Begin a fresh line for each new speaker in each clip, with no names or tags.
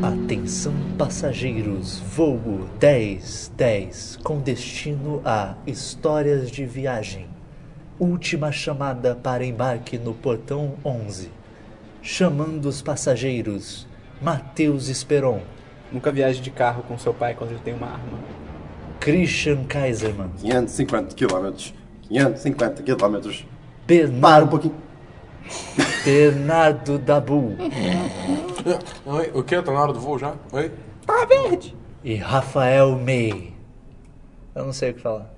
Atenção passageiros, voo 1010 com destino a Histórias de Viagem. Última chamada para embarque no portão 11. Chamando os passageiros, Matheus Esperon,
Nunca viaje de carro com seu pai quando ele tem uma arma.
Christian Kaiserman,
550 km. 550 km. Para um
Bernardo,
pouquinho.
Bernardo Dabu
Oi, o que? Tá na hora do voo já? Oi?
e Rafael May. Eu não sei o que falar.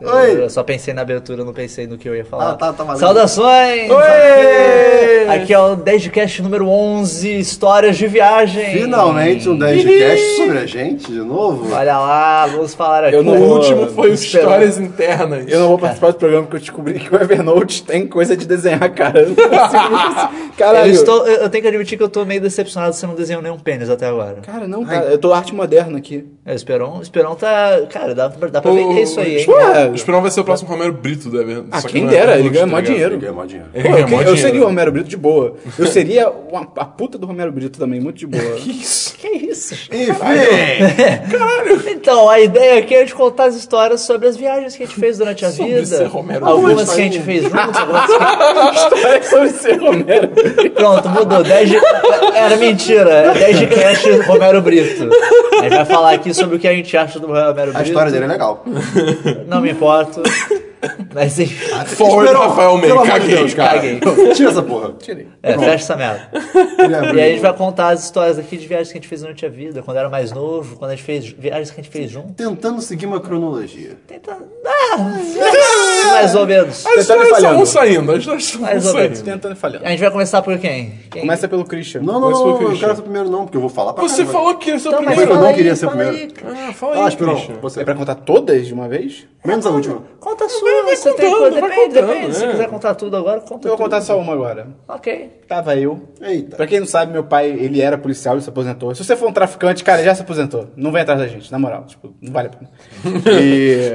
Eu,
Oi!
eu só pensei na abertura, não pensei no que eu ia falar.
Ah, tá, tá valendo.
Saudações!
Oi!
Aqui é o 10 de cast número 11, histórias de viagem.
Finalmente um 10 de cast sobre a gente de novo.
Olha lá, vamos falar aqui.
Eu não
O
Pô,
último foi o
esperando.
Histórias Internas.
Eu não vou participar do programa porque eu descobri que o Evernote tem coisa de desenhar, cara. Eu não consigo, não consigo.
Eu,
Caralho.
estou, eu, eu tenho que admitir que eu tô meio decepcionado se você não desenhou nenhum pênis até agora.
Cara, não, cara. Eu tô arte moderna aqui.
É, o Esperon, o Esperon tá. Cara, dá, pra- dá pra vender isso aí, hein?
Porra.
É, O Esperão vai ser o próximo Romero Brito do evento.
É. Ah,
só que
quem
não é
dera,
Brito,
ele ganha
tá
mó
ligado?
dinheiro.
Ganhar mó dinheiro.
Ele
Pô,
ganha
eu,
mó
eu
dinheiro.
seria o Romero Brito de boa. Eu seria uma- a puta do Romero Brito também, muito de boa.
Que isso?
Enfim!
Então, a ideia aqui é de contar as histórias sobre as viagens que a gente fez durante a
Sobre ser
vida.
Romero
Algumas
Brito.
que a gente fez juntos, algumas que
História sobre ser Romero Brito.
Pronto, mudou. 10 de... Era mentira. É 10 de cast Romero Brito. A gente vai falar aqui sobre o que a gente acha do Romero Brito.
A história dele é legal.
Não me importo. Mas enfim.
Forward
Esperon,
Rafael
pelo
Meio,
amor de
caguei.
Deus, cara.
Caguei.
Tira essa porra.
É, fecha essa merda. E aí a gente vai contar as histórias aqui de viagens que a gente fez durante a vida, quando era mais novo, quando a gente fez viagens que a gente fez junto.
Tentando seguir uma cronologia.
Tenta. Ah, mais ou
Tá
menos.
As histórias
falhando.
estão saindo, as histórias estão
Mais ou menos.
saindo.
Tentando e falhando.
A gente vai começar por quem? Quem?
Começa pelo Christian.
Não, não,
Mas
não,
foi
não,
o
eu
Christian.
quero ser o primeiro não, porque eu vou falar pra
Você
Tá
caramba.
falou que ia ser o
Então, mas
Mas eu
primeiro.
fala
não
aí,
queria ser o
fala aí,
primeiro.
Ah, fala aí,
Ah, Esperon,
Christian.
você.
É pra contar todas de uma vez?
Menos a última.
Conta a sua,
vai
você tem
contando,
coisa.
vai
Depende,
contando,
depende. Se
é.
quiser contar tudo agora, conta
Eu vou
tudo.
contar só uma agora.
Ok.
Tava eu.
Eita.
Pra quem não sabe, meu pai, ele era policial e se aposentou. Se você for um traficante, cara, já se aposentou. Não vem atrás da gente, na moral. Tipo, não vale a pena. E...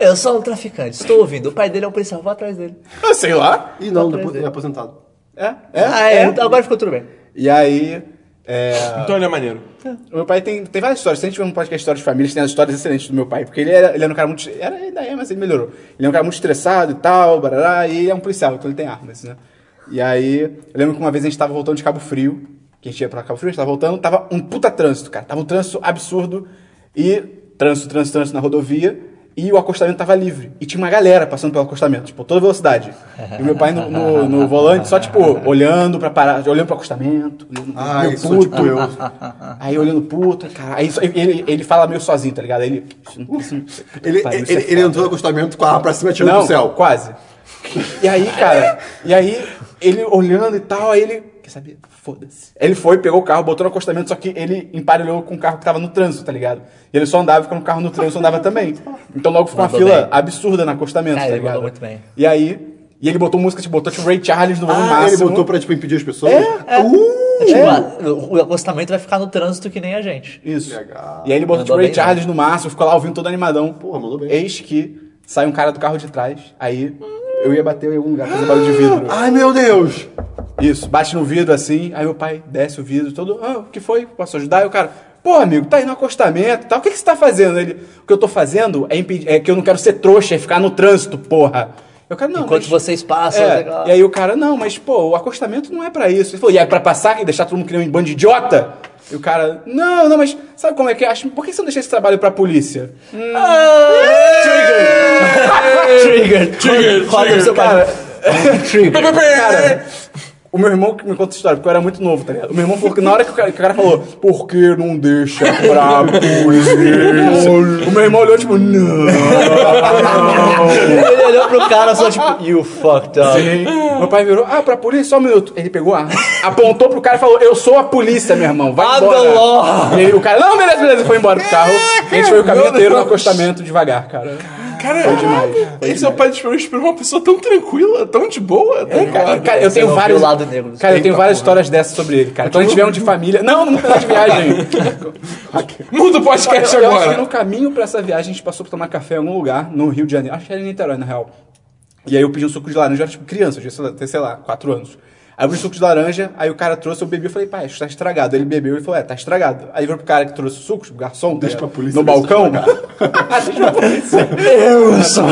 Eu sou um traficante, estou ouvindo. O pai dele é um policial, vou atrás dele.
Eu sei lá.
E não, depois é aposentado.
É, é,
ah, é, agora ficou tudo bem.
E aí... é,
Então ele é maneiro.
o meu pai tem, tem várias histórias. Se a gente tiver um podcast de história de família, a gente tem as histórias excelentes do meu pai. Porque ele era, ele era um cara muito... Era, ainda é, mas ele melhorou. Ele é um cara muito estressado e tal, barará. E ele é um policial, então ele tem armas, né? E aí, eu lembro que uma vez a gente tava voltando de Cabo Frio. Que a gente ia pra Cabo Frio, a gente tava voltando. Tava um puta trânsito, cara. Tava um trânsito absurdo. E trânsito, trânsito, trânsito na rodovia. E o acostamento tava livre. E tinha uma galera passando pelo acostamento, tipo, toda velocidade. E o meu pai no, no- no volante, só, tipo, olhando pra parar, olhando pro acostamento, olhando pro
Ah,
meu
isso,
puto.
tipo, eu.
Aí olhando puto, cara. Aí só- ele, ele fala meio sozinho, tá ligado? Aí Ele. isso não- isso não-
Ele,
Pai,
ele,
isso é
ele
foda.
entrou no acostamento com a arma pra cima atirando
Não,
pro céu.
quase. E aí, cara, e aí ele olhando e tal, aí ele. Quer saber? Foda-se. Aí Ele foi, pegou o carro, botou no acostamento, só que ele emparelhou com o carro que tava no trânsito, tá ligado? E ele só andava, e quando o carro no trânsito andava também. Então logo ficou uma
Mandou
fila
bem.
absurda no acostamento,
Cara,
tá
ele mandou muito
ligado?
bem.
E aí, e ele botou música, tipo, botou tipo Ray Charles no volume
Ah, ele
máximo.
botou pra, tipo, impedir as pessoas? Uh!
É,
É tipo, ah, o o acostamento vai ficar no trânsito que nem a gente.
Isso.
Legal.
E aí ele botou
Mandou
tipo, Ray
bem,
Charles no máximo, ficou lá ouvindo todo animadão.
Porra, mandou bem.
Eis que sai um cara do carro de trás, aí eu ia bater em algum lugar, fazer barulho de vidro.
Ai, meu Deus!
Isso, bate no vidro assim, aí meu pai desce o vidro todo, ah, o que foi? Posso ajudar? Aí o cara, pô amigo, tá aí no acostamento e tal, o que, que você tá fazendo? Ele, o que eu tô fazendo é, impedir, é que eu não quero ser trouxa, é ficar no trânsito, porra. Eu cara, não,
Enquanto
mas-
vocês passam,
é,
legal.
e aí o cara, não, mas pô, o acostamento não é pra isso. Ele falou, e é pra passar e deixar todo mundo que nem um bando de idiota? E o cara, não, não, mas sabe como é que eu acho? Por que você não deixa esse trabalho pra polícia?
Trigger! Trigger! Roda o seu
Cara,
cara. Trigger!
cara, o meu irmão que me conta essa história, porque eu era muito novo, tá ligado? O meu irmão falou que na hora que o cara, que o cara falou, por que não deixa pra polícia? o meu irmão olhou tipo, não.
Ele olhou pro cara só tipo, you fucked up.
Meu pai virou, ah, pra polícia? Só um minuto. Ele pegou a arma, apontou pro cara e falou, eu sou a polícia, meu irmão, vai
Abra logo.
embora. E aí o cara, não, beleza, beleza, foi embora pro carro. E a gente foi o caminho
Meu
inteiro no
Deus.
acostamento devagar, cara.
Cara, esse é o pai de Esperão. Esperão é uma pessoa tão tranquila, tão de boa. tá
É, cara,
ligado?
cara, eu
né? não
tenho
viu
vários.
o lado negro do né?
cara, eu
espelho,
tenho várias histórias dessas sobre ele, cara. Quando a gente tiver um de família. Não, não tá de viagem.
Muda o
Eu-
podcast
eu acho que
agora.
no caminho pra essa viagem a gente passou pra tomar café em algum lugar, no Rio de Janeiro. Acho que era em Niterói, na real. E aí eu pedi um suco de laranja, eu era tipo criança, eu tinha, sei lá, sei lá, quatro anos. Aí eu abri o suco de laranja, aí o cara trouxe, eu bebi, eu falei, pai, isso tá estragado. Ele bebeu e falou, é, tá estragado. Aí virou pro cara que trouxe o suco, o garçom,
Deixa
tá
pra
ligado?
polícia
no
ver se
balcão. Ah, Deixa pra polícia. Eu sou.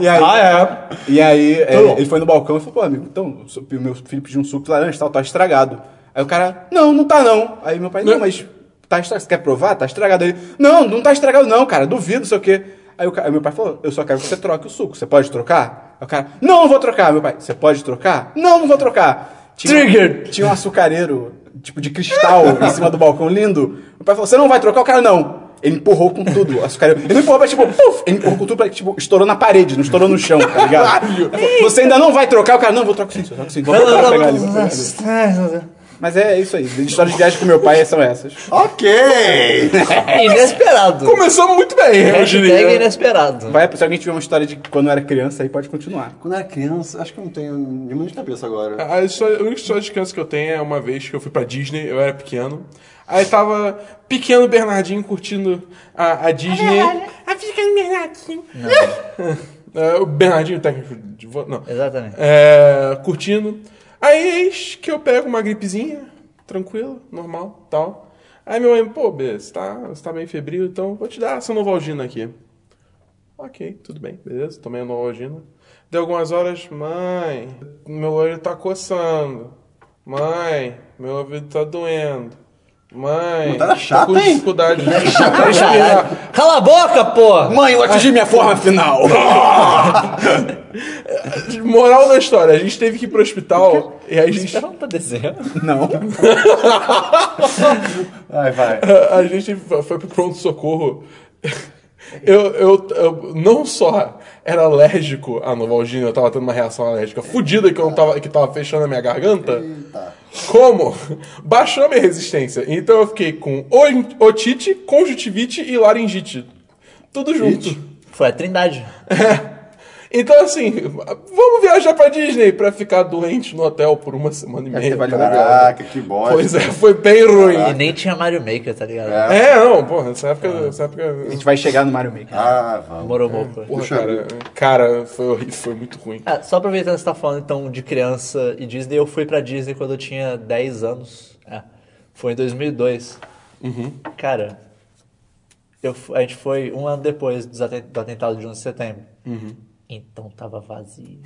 E aí,
Ah, é.
e aí é,
Então.
ele foi no balcão e falou, pô, amigo, então, o seu- o meu filho pediu um suco de laranja e tal, tá estragado. Aí o cara, não, não tá não. Aí meu pai, não, mas tá estragado, você quer provar? Tá estragado. Aí Ele, não, não tá estragado não, cara, duvido, não sei o quê. Aí, o, ca- aí meu pai falou, eu só quero que você troque o suco, você pode trocar? Aí o cara, não, não vou trocar, meu pai, você pode trocar? Não, não vou trocar.
Triggered.
Tinha um açucareiro, tipo, de cristal em cima do balcão, lindo. Meu pai falou, você não vai trocar? O cara, não. Ele empurrou com tudo, o açucareiro. Ele não empurrou, mas tipo, puf, ele empurrou com tudo, pra, tipo, estourou na parede, não estourou no chão, tá ligado? Ele falou, você ainda não vai trocar? O cara, não, vou trocar sim, senhor, troco sim, vou trocar, pegar ali, vou pegar ali. Mas é isso aí, histórias de viagem com meu pai são essas.
Ok!
É Inesperado.
Começamos muito bem, eu
Hashtag
diria.
inesperado.
Vai, se alguém tiver uma história de quando eu era criança, aí pode continuar.
Quando eu era criança, acho que eu não tenho nenhuma de cabeça agora.
A, história, a única é, história de criança que eu tenho é uma vez que eu fui pra Disney, eu era pequeno. Aí tava pequeno Bernardinho curtindo a, a Disney. A pequeno Bernardinho. É, o Bernardinho, técnico de vo... Não.
Exatamente.
É, curtindo. Aí eis que eu pego uma gripezinha, tranquilo, normal, tal. Aí meu mãe, pô, B, você tá, você tá meio febril, então vou te dar a Sanovalgina aqui. Ok, tudo bem, beleza, tomei a Novalgina. Deu algumas horas, mãe, meu olho tá coçando. Mãe, meu ouvido tá doendo. Mãe,
Tá chata,
tô com
hein?
dificuldade de respirar.
Cala a boca, pô!
Mãe, eu atingi minha forma final!
Moral da história, a gente teve que ir pro hospital e a gente,
Não tá desenhando.
Não.
Ai, vai.
a gente foi pro pronto-socorro. Eu, eu, eu não só era alérgico à Novalgina, eu tava tendo uma reação alérgica fudida que, eu não tava, que tava fechando a minha garganta, como baixou a minha resistência. Então eu fiquei com o- otite, conjuntivite e laringite. Tudo junto.
Foi a Trindade.
Então, assim, vamos viajar pra Disney pra ficar doente no hotel por uma semana e meia.
vale-
Caraca, que bosta.
Pois é, foi bem ruim.
E nem tinha Mario Maker, tá ligado?
É.
É, não, porra, nessa época. Nessa época
A gente vai chegar no Mario Maker.
Ah, vamos.
Demorou pouco.
porra,
Puxa
cara, cara, foi horrível, foi muito ruim.
Ah, só aproveitando que você tá falando então de criança e Disney, eu fui pra Disney quando eu tinha 10 anos. É, foi em 2002. Cara, eu, fu- a gente foi um ano depois dos aten- do atentado de 11 de setembro. Então tava vazio.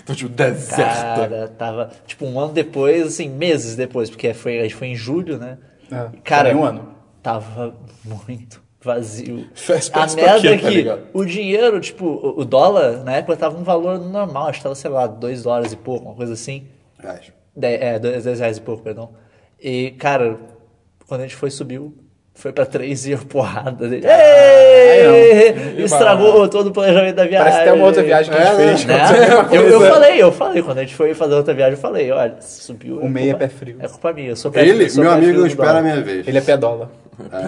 Então, tipo, deserta.
Cara, tava. Tipo, um ano depois, assim, meses depois, porque foi, a gente foi em julho, né?
É,
Cara,
foi um ano.
Tava muito vazio.
Fast
a
pass
merda
pra
é
quê, tá
que
ligado?
o dinheiro, tipo, o- o dólar, na época, tava um valor normal, acho que tava, sei lá, 2 dólares e pouco, uma coisa assim.
Reais.
De, é, 2 reais e pouco, perdão. E, cara, quando a gente foi, subiu. Foi pra três e eu porrada dele.
não.
Estragou todo o planejamento da viagem.
Parece até uma outra viagem que a gente fez.
Né? Eu, eu falei, eu falei. Quando a gente foi fazer outra viagem, eu falei, olha, subiu.
O meia é
culpa-
pé frio.
É culpa minha, eu sou pé
Ele,
eu sou
meu
pé
amigo,
frio
eu
do
espero
dólar.
a minha vez.
Ele é pedola.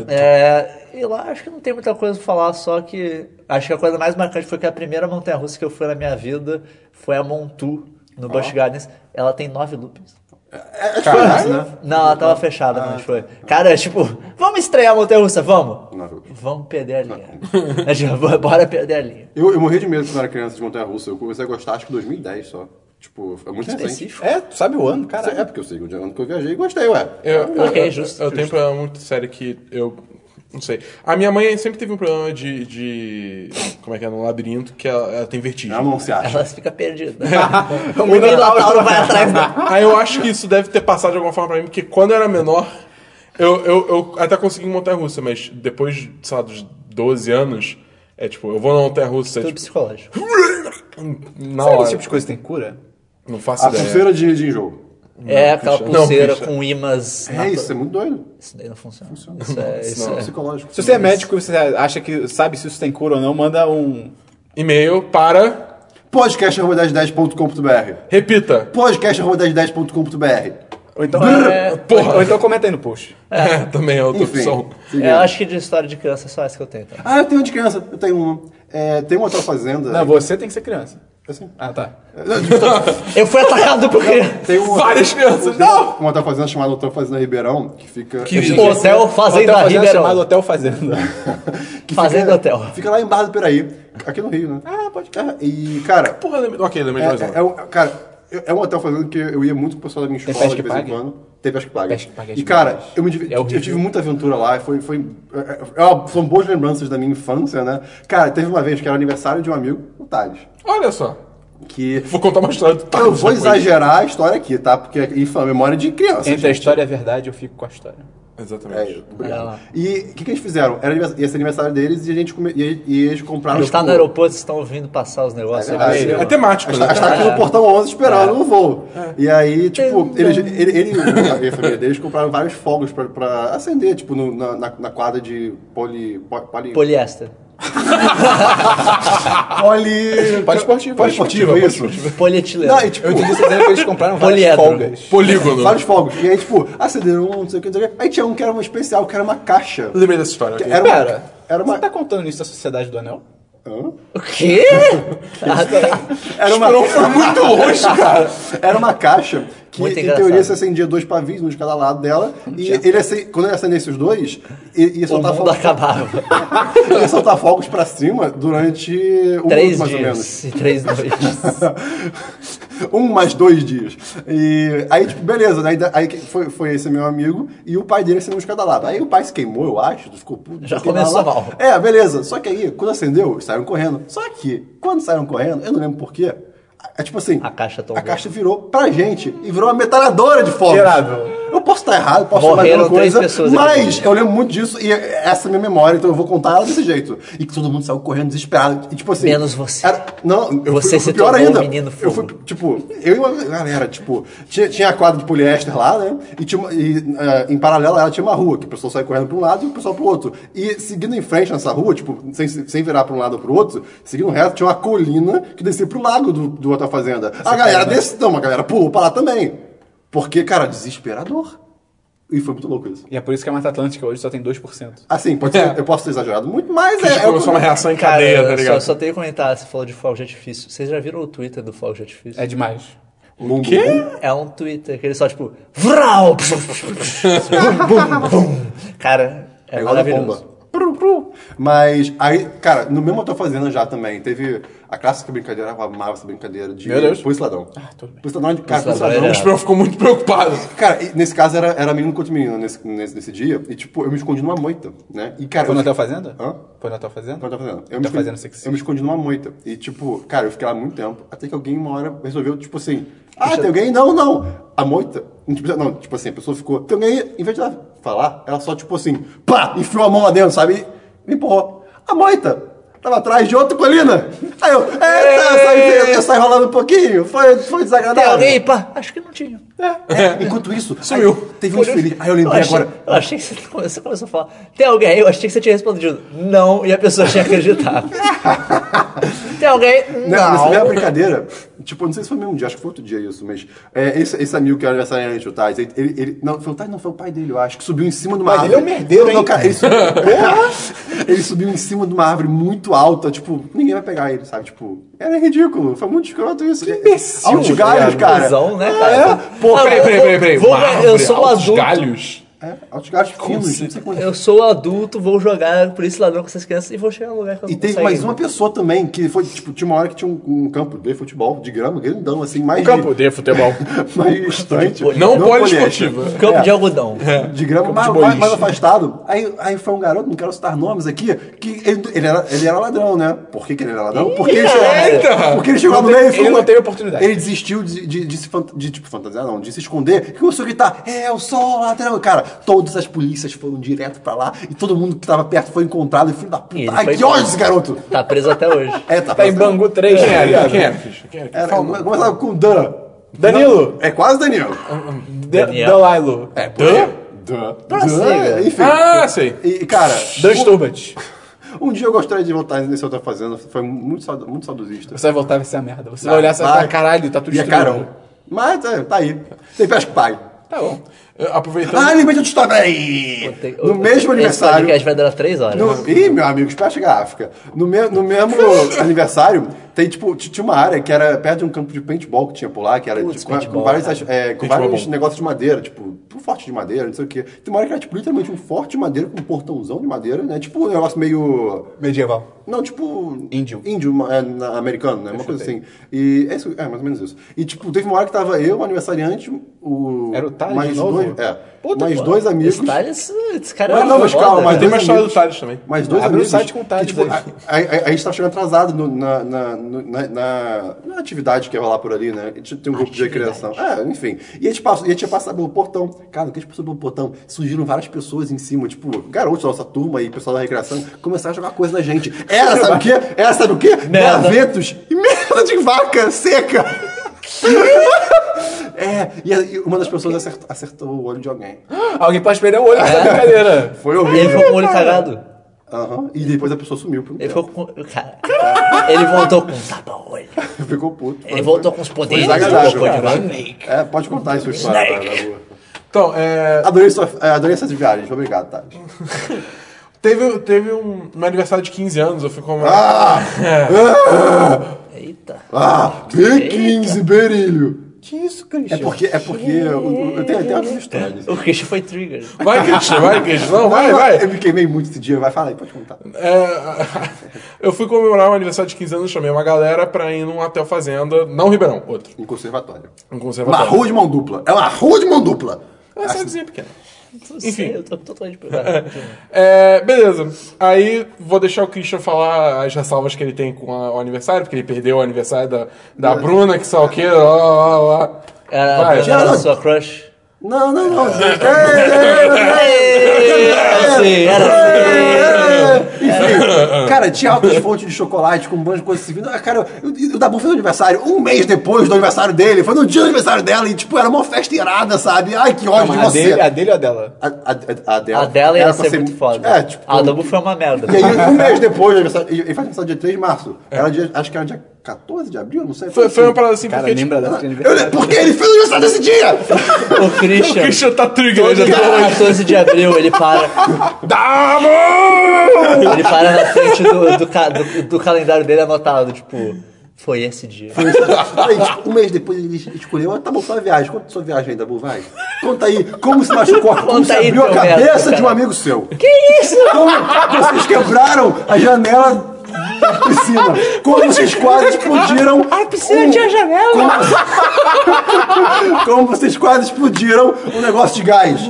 É, e lá acho que não tem muita coisa pra falar, só que acho que a coisa mais marcante foi que a primeira montanha-russa que eu fui na minha vida foi a Montu, no Busch Gardens. Ela tem nove loopings.
É,
Caralho, né?
Não, ela tava fechada
Ah,
quando a gente foi. Cara, é tipo, vamos estrear a montanha-russa, vamos?
tá. Naruto. Tá
Vamos perder a linha. É tipo, bora perder a linha.
Eu, eu morri de medo quando eu era criança de montanha-russa. Eu comecei a gostar, acho que em 2010 só. Tipo, é muito recente.
Específico.
É, tu sabe o ano, cara.
É porque eu sei onde é ano que eu viajei e gostei, ué.
Eu,
Ok,
eu,
é justo,
eu tenho um problema muito sério que eu. Não sei. A minha mãe sempre teve um problema de. de como é que é? No labirinto, que ela, ela tem vertigem.
Ela não se acha.
Ela fica perdida. o Minotauro vai atrás dela.
Aí eu acho que isso deve ter passado de alguma forma pra mim, porque quando eu era menor, eu, eu, eu até consegui montar a russa, mas depois, sei lá, dos 12 anos, é tipo, eu vou na montanha russa, é,
Tudo
tipo,
psicológico.
na
Sabe esse
hora.
tipo de coisa que tem cura?
Não faço
A
ideia.
pulseira de, de enjoo.
É aquela
Não,
pulseira
bicha.
com imãs.
É
natu-
isso, é muito doido.
Isso daí não funciona. Isso é, isso
Não,
é-
psicológico.
Se você é médico e você acha que sabe se isso tem cura ou não, manda um.
E-mail para.
Podcast.com.br
Repita.
Podcast.com.br
Ou então,
É,
porra.
ou então comenta aí no post.
É, também é outra
Enfim.
opção.
é, eu acho que de história de criança é só essa que eu tenho. Tá?
Ah, eu tenho uma de criança. Eu tenho uma. É, tem um hotel fazenda.
Não, você tem que ser criança.
Assim.
Ah, tá.
Eu fui atacado por criança.
Tem um hotel-
Várias crianças,
um-
não!
Um hotel fazenda chamado Hotel Fazenda Ribeirão, que fica...
Que
que
Hotel Fazenda
hotel fazenda é
Ribeirão.
chamado Hotel Fazenda.
fica-
Fazenda Hotel.
Fica lá em Barra do Piraí, aqui no Rio, né? Ah, pode. E, cara,
Porra, lembrei. Ok, lembrei de mais um.
É, é,
uma.
é, o- cara, eu- É um hotel fazendo que eu ia muito com o pessoal da minha
Tem
escola
pesca que
de vez em
paga?
quando. Teve acho que paga.
Pesca que paga é
e cara,
demais.
eu, me divi-
É horrível.
eu tive muita aventura lá. Foi, foi, é- é uma- são boas lembranças da minha infância, né? Cara, teve uma vez que era aniversário de um amigo, o Thales.
Olha só.
Que.
Vou contar uma história do Thales
Eu vou
depois.
exagerar a história aqui, tá? Porque isso é uma memória de criança.
Entre a
gente.
história e a verdade, eu fico com a história.
É,
Exatamente.
Olha
obrigado.
lá.
E o que, que eles fizeram? Era anivers- ia ser aniversário deles e, a gente come- e- e eles compraram.
Eles
tipo,
tá
estão Tá no aeroporto, vocês estão ouvindo passar os negócios.
É verdade.
Aí,
É,
mano.
temático,
A
né?
gente tá aqui no portão 11 esperando o voo. E aí, tipo, eles, ele, ele e a família deles compraram vários fogos pra, pra acender, tipo, no- na, na- na quadra de poli. po- poli.
Poliéster.
poli.
Poliesportiva.
Poliesportiva, isso.
Polietileno.
Não, e, tipo,
Eu entendi você dizendo que eles compraram várias
Poliedro.
folgas.
Polígono.
vários fogos. E aí, tipo, acenderam um, não sei o que, não sei o que. Aí tinha um que era uma especial, que era uma caixa.
Eu lembrei dessa história. ok?
Era uma.
Pera,
Era uma.
você tá contando isso da Sociedade do Anel?
Hã?
O quê? Ah,
tá- Era uma.
Não foi muito longe, cara.
Era uma caixa que,
Muito
em
engraçado.
teoria, se acendia dois pavis, um de cada lado dela. E ele, acen- quando ele acendesse os dois, i- ia
o
soltar,
mundo
fogos,
acabava.
ia soltar fogos pra cima durante um
Três
minuto, mais ou menos.
dias e três noites.
um mais dois dias. E aí, tipo, beleza, né? Aí que- foi, foi esse meu amigo e o pai dele acendeu um de cada lado. Aí o pai se queimou, eu acho, ficou puto.
Já
sei lá,
começou
lá.
mal.
É, beleza. Só que aí, quando acendeu, saíram correndo. Só que, quando saíram correndo, eu não lembro porquê. É tipo assim.
A caixa tombou.
A caixa virou pra gente e virou uma metralhadora de fogos.
Miserável.
Eu posso estar errado, posso falar
Morreram
alguma coisa.
três pessoas aqui
mas
dentro.
eu lembro muito disso e essa é a minha memória, então eu vou contar ela desse jeito. E que todo mundo saiu correndo desesperado. E tipo assim.
Menos você.
era- não, eu
Você
fui,
se
eu fui pior
tornou um
ainda.
menino
eu
fogo.
fui, tipo, eu e uma galera, tipo, tinha, tinha a quadra de poliéster lá, né? E, tinha uma- e, eh, em paralelo a ela tinha uma rua, que o pessoal saía correndo pra um lado e o pessoal pro outro. E seguindo em frente nessa rua, tipo, sem, sem virar pra um lado ou pro outro, seguindo reto, tinha uma colina que descia pro lago do, do Hotel Fazenda. a galera
né?
desceu, não, a galera pulou pra lá também. Porque, cara, desesperador. E foi muito louco isso.
E é por isso que a Mata Atlântica hoje só tem 2%.
Assim, pode
É.
ser, eu posso ter exagerado muito, mas é.
Já
é o que-
começou uma reação em
Cara,
cadeia, tá
eu só,
ligado?
só tenho que comentar, você falou de fogo de artifício. Vocês já viram o Twitter do fogo de artifício?
É demais.
Bum, bum,
Quê?
bum.
É um Twitter que ele só tipo. Vral! Bum, bum, bum. Cara, é,
É igual a bomba.
maravilhoso.
Pru, pru. Mas aí, cara, no mesmo eu tô fazendo já também. Teve a clássica brincadeira, eu amava essa brincadeira de
Meu Deus.
Puicidadão. Ah,
tudo bem.
Puicidadão de cara,
Puicidadão
Puicidadão.
era-
O Esperão ficou muito preocupado.
Cara, e nesse caso era, era menino contra menino nesse, nesse, nesse dia. E tipo, eu me escondi numa moita, né? E cara.
Foi no
eu-
Hotel Fazenda?
Hã?
Foi no Hotel Fazenda?
Não, tá fazendo. Eu,
Tá
me escondi,
fazendo sexy.
eu me escondi numa moita. E, tipo, cara, eu fiquei lá muito tempo. Até que alguém, uma hora, resolveu, tipo assim... Ah, tem alguém? Não, não. A moita... tipo, Não, tipo assim, a pessoa ficou... Tem alguém aí? Em vez de ela falar, ela só, tipo assim... Pá! Enfiou a mão lá dentro, sabe? E me empurrou. A moita... Tava atrás de outra colina. Aí eu... Eita! Eu saí, eu saí rolando um pouquinho. Foi, foi
Tem
desagradável.
alguém? Pá, acho que não tinha.
É, enquanto isso...
Sumiu.
aí Teve um infeliz. Aí eu lembrei
achei,
agora...
Eu achei que você começou, você começou a falar. Tem alguém? aí?" Eu achei que você tinha respondido não e a pessoa tinha acreditado. Tem alguém?
Né, Nessa
Não.
mesma brincadeira, tipo, eu não sei se foi no mesmo dia, acho que foi outro dia isso, mas é, esse, esse amigo que era aniversariante, o Thais, ele, ele, ele- Não, foi o Thais, não, foi o pai dele, eu acho, que subiu em cima de uma
Mas ele
árvore.
é um merdeiro,
Não, não,
hein?
cara, ele, subiu, ele subiu em cima de uma árvore muito alta, tipo, ninguém vai pegar ele, sabe? Tipo, era ridículo, foi muito escroto isso. Que
imbecil, né,
Altigalhos, cara.
Cusão, né,
É,
cara?
É, pô,
Não,
Peraí, peraí, peraí, peraí.
Vou-
Uma árvore,
eu sou um
altos
adulto.
galhos.
é, Altigalhos finos, não sei como é
Eu sou um adulto, vou jogar por isso ladrão com essas crianças e vou chegar no lugar que eu
E
não
teve
consigo
mais
ainda.
uma pessoa também, que foi, tipo, tinha uma hora que tinha um, um campo de futebol, de grama, grandão, assim, mais.
Um campo
de...
de futebol.
Mais distante.
Não
poliéster.
poliesportiva.
Campo
É.
de algodão.
de grama mais,
de
mais-
boliche.
mais afastado. Aí, aí foi um garoto, não quero citar nomes aqui, que ele, ele era, ele era ladrão, né? Por que, que ele era ladrão? Porque ele chegou,
Eita!
porque ele chegou
Não
no
teve-
meio e ficou-
ele não teve oportunidade.
Ele desistiu de, de, de se fan- de, tipo, fantasiar, não, de se esconder, e começou a gritar: É, eu sou ladrão. Cara, todas as polícias foram direto pra lá e todo mundo que tava perto foi encontrado. E filho da
E
puta.
ele
Ai,
foi
que ódio
preso.
esse garoto!
Tá preso até hoje.
É, tá,
Tá em
passando.
Bangu 3,
Quem
né?
era? Quem
ligado?
era, Christian? Quem é era?
Era,
Fala o nome.
começava com Dan.
Danilo.
É quase Danilo.
De-
Daniel.
Dalailo.
É,
Dan?
Dan.
siga.
Dan. Enfim.
Ah, sei.
E, cara,
Dan Sturbert.
Um dia eu gostaria de voltar nesse Hotel Fazenda, foi muito, saudo- muito saudosista.
Você vai voltar e vai ser a merda. Você vai olhar e vai
Vai.
falar, caralho, tá tudo
E é
destruído.
carão. Mas é, tá aí. Tem pesca que pai.
Tá bom.
Eu- Aproveitando.
Ah, lembrei de outra história. Peraí!
Pô, tem-
É, No
o-
mesmo
Esse
aniversário.
podcast vai durar três horas.
No, ih, meu amigo, espera chegar à África. No, me- no mesmo aniversário, tem, tipo, t- tinha uma área que era perto de um campo de paintball que tinha por lá, que era
Putz,
tipo, com- com
paintball,
vários,
cara.
é, com
Paintball
vários
bom.
negócios de madeira, tipo, um forte de madeira, não sei o quê. Tem uma área que era, tipo, literalmente um forte de madeira com um portãozão de madeira, né? Tipo, um negócio meio...
Medieval.
Não, tipo.
Índio.
Índio ma- é, na- americano, né? Uma coisa assim. E. É, isso, é, mais ou menos isso. E, tipo, teve uma hora que tava eu, o aniversariante, o.
Era o Thales
mais
de novo?
Dois, é.
Puta,
mais
pô,
dois amigos.
Esse Thales, esse cara
Mas
é
não, mas
foda,
calma, mas
cara.
Tem uma
dois
história
amigos.
do Thales também.
Mais dois
Abre o
amigos.
site com o Thales
que, tipo, a,
aí.
a- a- a gente tá chegando atrasado no- na, na, no- na, na- na atividade que ia rolar por ali, né? A gente Tem um grupo de recreação. É, enfim. E a gente, passou, e a gente ia passar pelo portão. Cara, que a gente passou pelo portão, surgiram várias pessoas em cima, tipo, garotos da nossa turma e pessoal da recreação, começaram a jogar coisa na gente. Era, sabe o quê? Era, sabe o quê?
Merda.
Gravetos e merda de vaca seca. É, e a- e uma das pessoas acert- acertou, o olho de alguém.
Alguém pode perder o olho nessa brincadeira.
Foi horrível.
Ele ficou com o olho cagado.
Aham. E depois a pessoa sumiu por um
Ele
tempo.
ficou com. Cara, ele voltou com um tapa-olho.
Ficou puto.
Ele voltou com os poderes
Foi
do
desagradável,
Goku de
cara.
Snake.
É, pode contar isso história.
Snake.
cara, na rua.
Então, é.
Adorei, sua, é, adorei essas viagens. Obrigado, tá? Thales.
Teve, teve um, meu aniversário de 15 anos, eu fui com uma.
Ah!
Eita.
Ah! B15, Berilho!
Que isso,
É
Christian?
porque, é porque eu, eu tenho até umas histórias.
O Christian foi trigger.
Vai, Christian, vai, Christian. Não, vai,
Ah. Não,
vai.
Eu me queimei muito esse dia. Vai, fala aí, pode contar.
É, eu fui comemorar um aniversário de 15 anos, chamei uma galera pra ir num hotel fazenda, não Ribeirão, outro.
Um conservatório.
Um
Uma
conservatório.
rua de mão dupla. É uma rua de mão dupla.
É uma cidadezinha pequena.
Não sei,
Enfim.
Eu tô totalmente. Vai, continua.
É, beleza. Aí vou deixar o Christian falar as ressalvas que ele tem com a- o aniversário, porque ele perdeu o aniversário da, da Bruna, que salqueira, lá, lá, lá, lá.
Era
Vai,
a
já-
era a sua crush.
Não, não,
É.
não. É,
Era assim, era assim.
É,
Enfim, cara, tinha altas fontes de chocolate com um monte de coisa servindo. Ah, Cara, o, o Dabu fez aniversário um mês depois do aniversário dele. Foi no dia do aniversário dela e, tipo, era uma festa irada, sabe? Ai, que ódio
Calma,
de
a,
você.
dele, a dele ou a dela?
A, a- a dela,
A dela ia
era pra
ser muito foda.
É, tipo.
A Dabu foi uma merda.
E aí, um mês depois do aniversário. Ele ele faz aniversário dia 3 de março. Era dia, acho que era dia 14 de abril, não sei.
É. Foi, foi uma
assim.
parada assim,
Cara,
porque
lembra
tipo,
dela? que
Eu lembro- porque ele fez aniversário nesse dia!
O
o
Christian.
Christian tá trigger, ele já tá...
Dia 14 de abril, ele para. Ele para na frente do, do, ca- do- do calendário dele anotado, tipo, foi esse dia.
Aí, tipo, um mês depois ele escolheu, ah, tá bom, só a viagem. Conta sua viagem aí, Dabu, vai. Conta aí como se machucou, como
Conta
se
aí,
abriu a
seu merda,
cabeça de um
cara.
amigo seu.
Que isso?
Como vocês quebraram a janela da piscina. Como vocês quase explodiram. A piscina tinha janela. Como... como vocês quase explodiram o negócio de gás.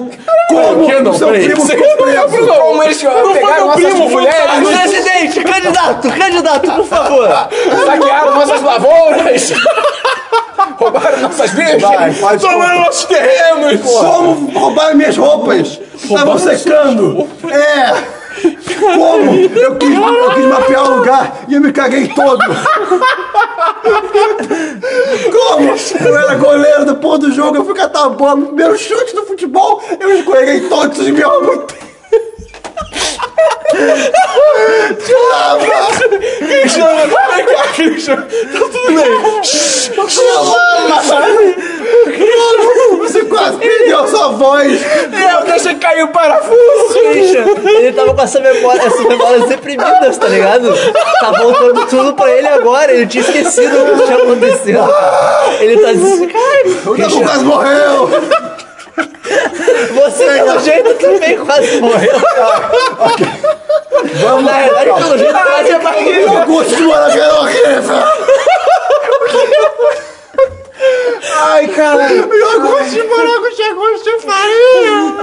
Como
Por que não?
o seu
Peraí,
primo
você-
ficou preso.
Como eles
Não foi
pegaram
meu
nossas
primo, foi
mulheres,
Presidente, candidato, candidato, por favor.
saquearam nossas lavouras, roubaram nossas
Vai,
virgens.
faz
Tomaram nossos terrenos!
Como roubaram minhas roupas? Estavam secando! É! Como? Eu quis, eu quis mapear o lugar e eu me caguei todo! Como? Eu era goleiro do pôr do jogo, eu fui catar a bola no primeiro chute do futebol, eu escorreguei todos os meus roupas.
Christian, vem cá, Christian! é, Tá tudo bem!
Como? Você quase perdeu sua voz!
Meu Deus, você caiu o parafuso.
Christian, ele tava com essa memória, essas memórias deprimidas, tá ligado? Tá voltando tudo pra ele agora, ele tinha esquecido o que tinha acontecido. Ele tá dizendo, cara,
O Dabu quase morreu!
você pelo jeito também quase morreu.
Vamos
Na verdade,
calma.
pelo jeito quase é barriga.
Eu continuo naquela horrível!
Ai, caralho.
Iogurte de morango tinha gosto de farinha!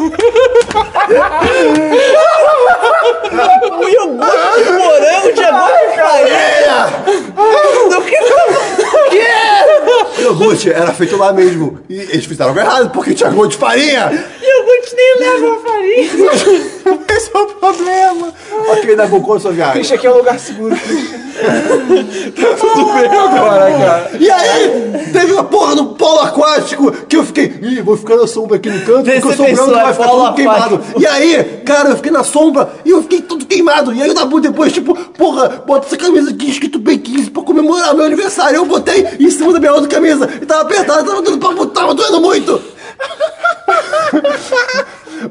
O iogurte de morango de agora de farinha. Do que
Iogurte era feito lá mesmo. E eles fizeram algo errado porque tinha gosto de farinha!
iogurte nem leva a farinha.
Esse é o problema! Ok, da Goku, sua viagem.
Christian, aqui é um lugar seguro.
Tá Tudo bem agora, cara!
E aí, teve uma porra no polo aquático que eu fiquei, ih, vou ficar na sombra aqui no canto, porque eu sou
Você pensou,
branco, vai
é
ficar
polo
tudo queimado.
aquático.
E aí, cara, eu fiquei na sombra e eu fiquei todo queimado. E aí o Dabu depois, tipo, porra, bota essa camisa aqui escrito B15 pra comemorar meu aniversário. Eu botei em cima da minha outra camisa e tava apertado, tava dando pra botar, tava doendo muito.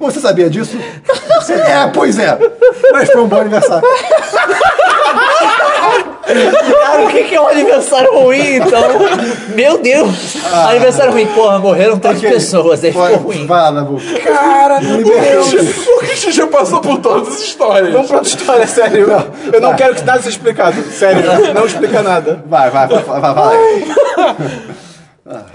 Você sabia disso? Você- É, pois é. Mas foi um bom aniversário.
Cara, o que que é um aniversário ruim, então? Meu Deus!
Ah.
Aniversário ruim, porra, morreram três
Ok.
pessoas, aí
Vai-
ficou ruim.
Vai lá, Nabu.
Cara,
Libertante.
Tipo, o Christian já passou por todas as histórias.
Vamos pra outra história, é sério. Eu não quero que nada seja explicado. Sério, não explica nada.
Vai, vai, vai, vai, vai. vai.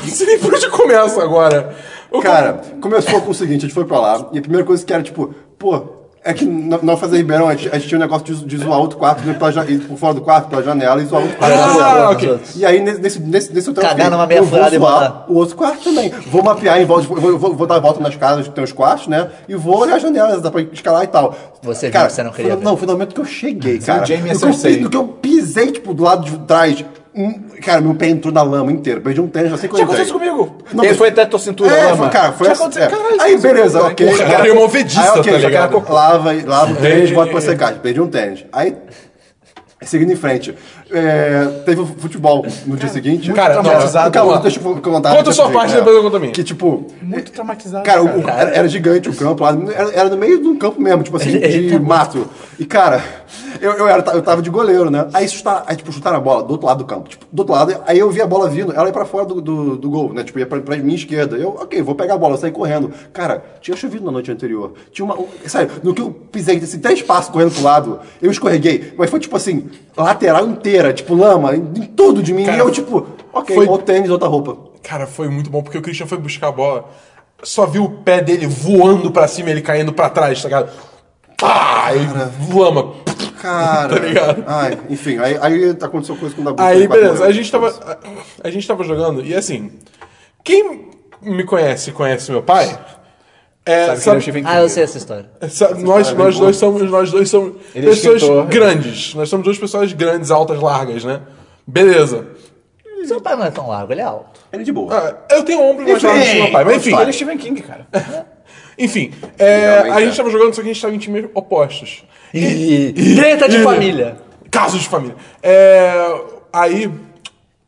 Se nem por onde começa agora. O
Cara, começou com o seguinte, a gente foi pra lá, e a primeira coisa que era, tipo, pô, é que na na fazer Ribeirão, a gente, a gente tinha um negócio de, de zoar outro quarto, né, pela, ja- ir por fora do quarto, pela janela, e zoar outro quarto.
Ah,
Porra,
ok.
os outros.
E aí, ne- nesse, nesse, nesse hotel,
Cagar
eu
numa meia
eu vou
furada e
zoar
botar.
o outro quarto também. Vou mapear em volta, eu vou, eu vou- vou dar a volta nas casas que tem os quartos, né? E vou olhar as janelas, dá pra escalar e tal.
Você viu que você não queria
foi,
ver.
Não, foi no momento que eu cheguei, cara.
o Jamie é
do, que eu,
Cersei.
pi- do que eu pisei, tipo, do lado de trás. hum, cara, meu pé entrou na lama inteira. Perdi um tênis, já sei
que
quando
aconteceu isso
entrei.
comigo?
Não,
Ele
mas-
foi até a tua cintura,
né,
é,
lama.
foi, cara, foi
Já
assim.
aconteceu-
é.
Caralho,
Aí,
isso
beleza,
aconteceu
ok.
também.
cara tem uma alvediça,
Aí, ok,
tá
já
ligado?
cara, Lava, e- lava o tênis,
É,
bota pra
é,
secar. Perdi um tênis. Aí, seguindo em frente. é, teve o futebol no dia seguinte.
cara, não,
traumatizado.
vamos lá.
Calma, deixa eu contar.
Conta a sua
rapidinho,
parte,
cara.
depois eu conto a minha.
Que, tipo...
Muito traumatizado.
Cara, o- o- era, era gigante o campo lá, era, era no meio de um campo mesmo, tipo assim, de mato. E, cara, eu, eu, era, eu tava de goleiro, né? Aí, chutar, aí, tipo, chutaram a bola do outro lado do campo, tipo, do outro lado, aí eu vi a bola vindo, ela ia pra fora do, do, do gol, né? Tipo, ia pra, pra minha esquerda. Eu, ok, vou pegar a bola, eu saí correndo. Cara, tinha chovido na noite anterior. Tinha uma. um- Sério, no que eu pisei, assim, três passos correndo pro lado, eu escorreguei, mas foi tipo assim, lateral inteira, tipo, lama, em, em tudo de mim.
Cara,
e eu, tipo, ok,
foi-
ou tênis, outra roupa.
Cara, foi muito bom porque o Christian foi buscar a bola. Só viu o pé dele voando pra cima e ele caindo pra trás, tá ligado? Pá! E lama.
Cara.
Tá ligado?
Ai, enfim, aí, aí aconteceu coisa com o Dabu.
Aí, beleza,
né?
a gente tava. a- A, gente tava jogando e assim. Quem me conhece e conhece meu pai. É,
Sabe que ele é o
sabe-
chefe
Ah, eu sei essa história.
Sa- nós,
cara é
nós
bem
dois somos, nós dois somos
Ele é
pessoas
esquentou.
grandes. Nós somos duas pessoas grandes, altas, largas, né? Beleza.
Seu pai não é tão largo, ele é alto.
Ele de boa.
Ah, Eu tenho ombros mais
Enfim,
largos que meu pai, mas
outro
enfim.
Ele é Stephen King, cara.
Enfim, é,
Realmente
a gente
é.
tava jogando, só que a gente tava em times opostos.
E... Treta de
Ih.
família.
Casos de família. É, aí,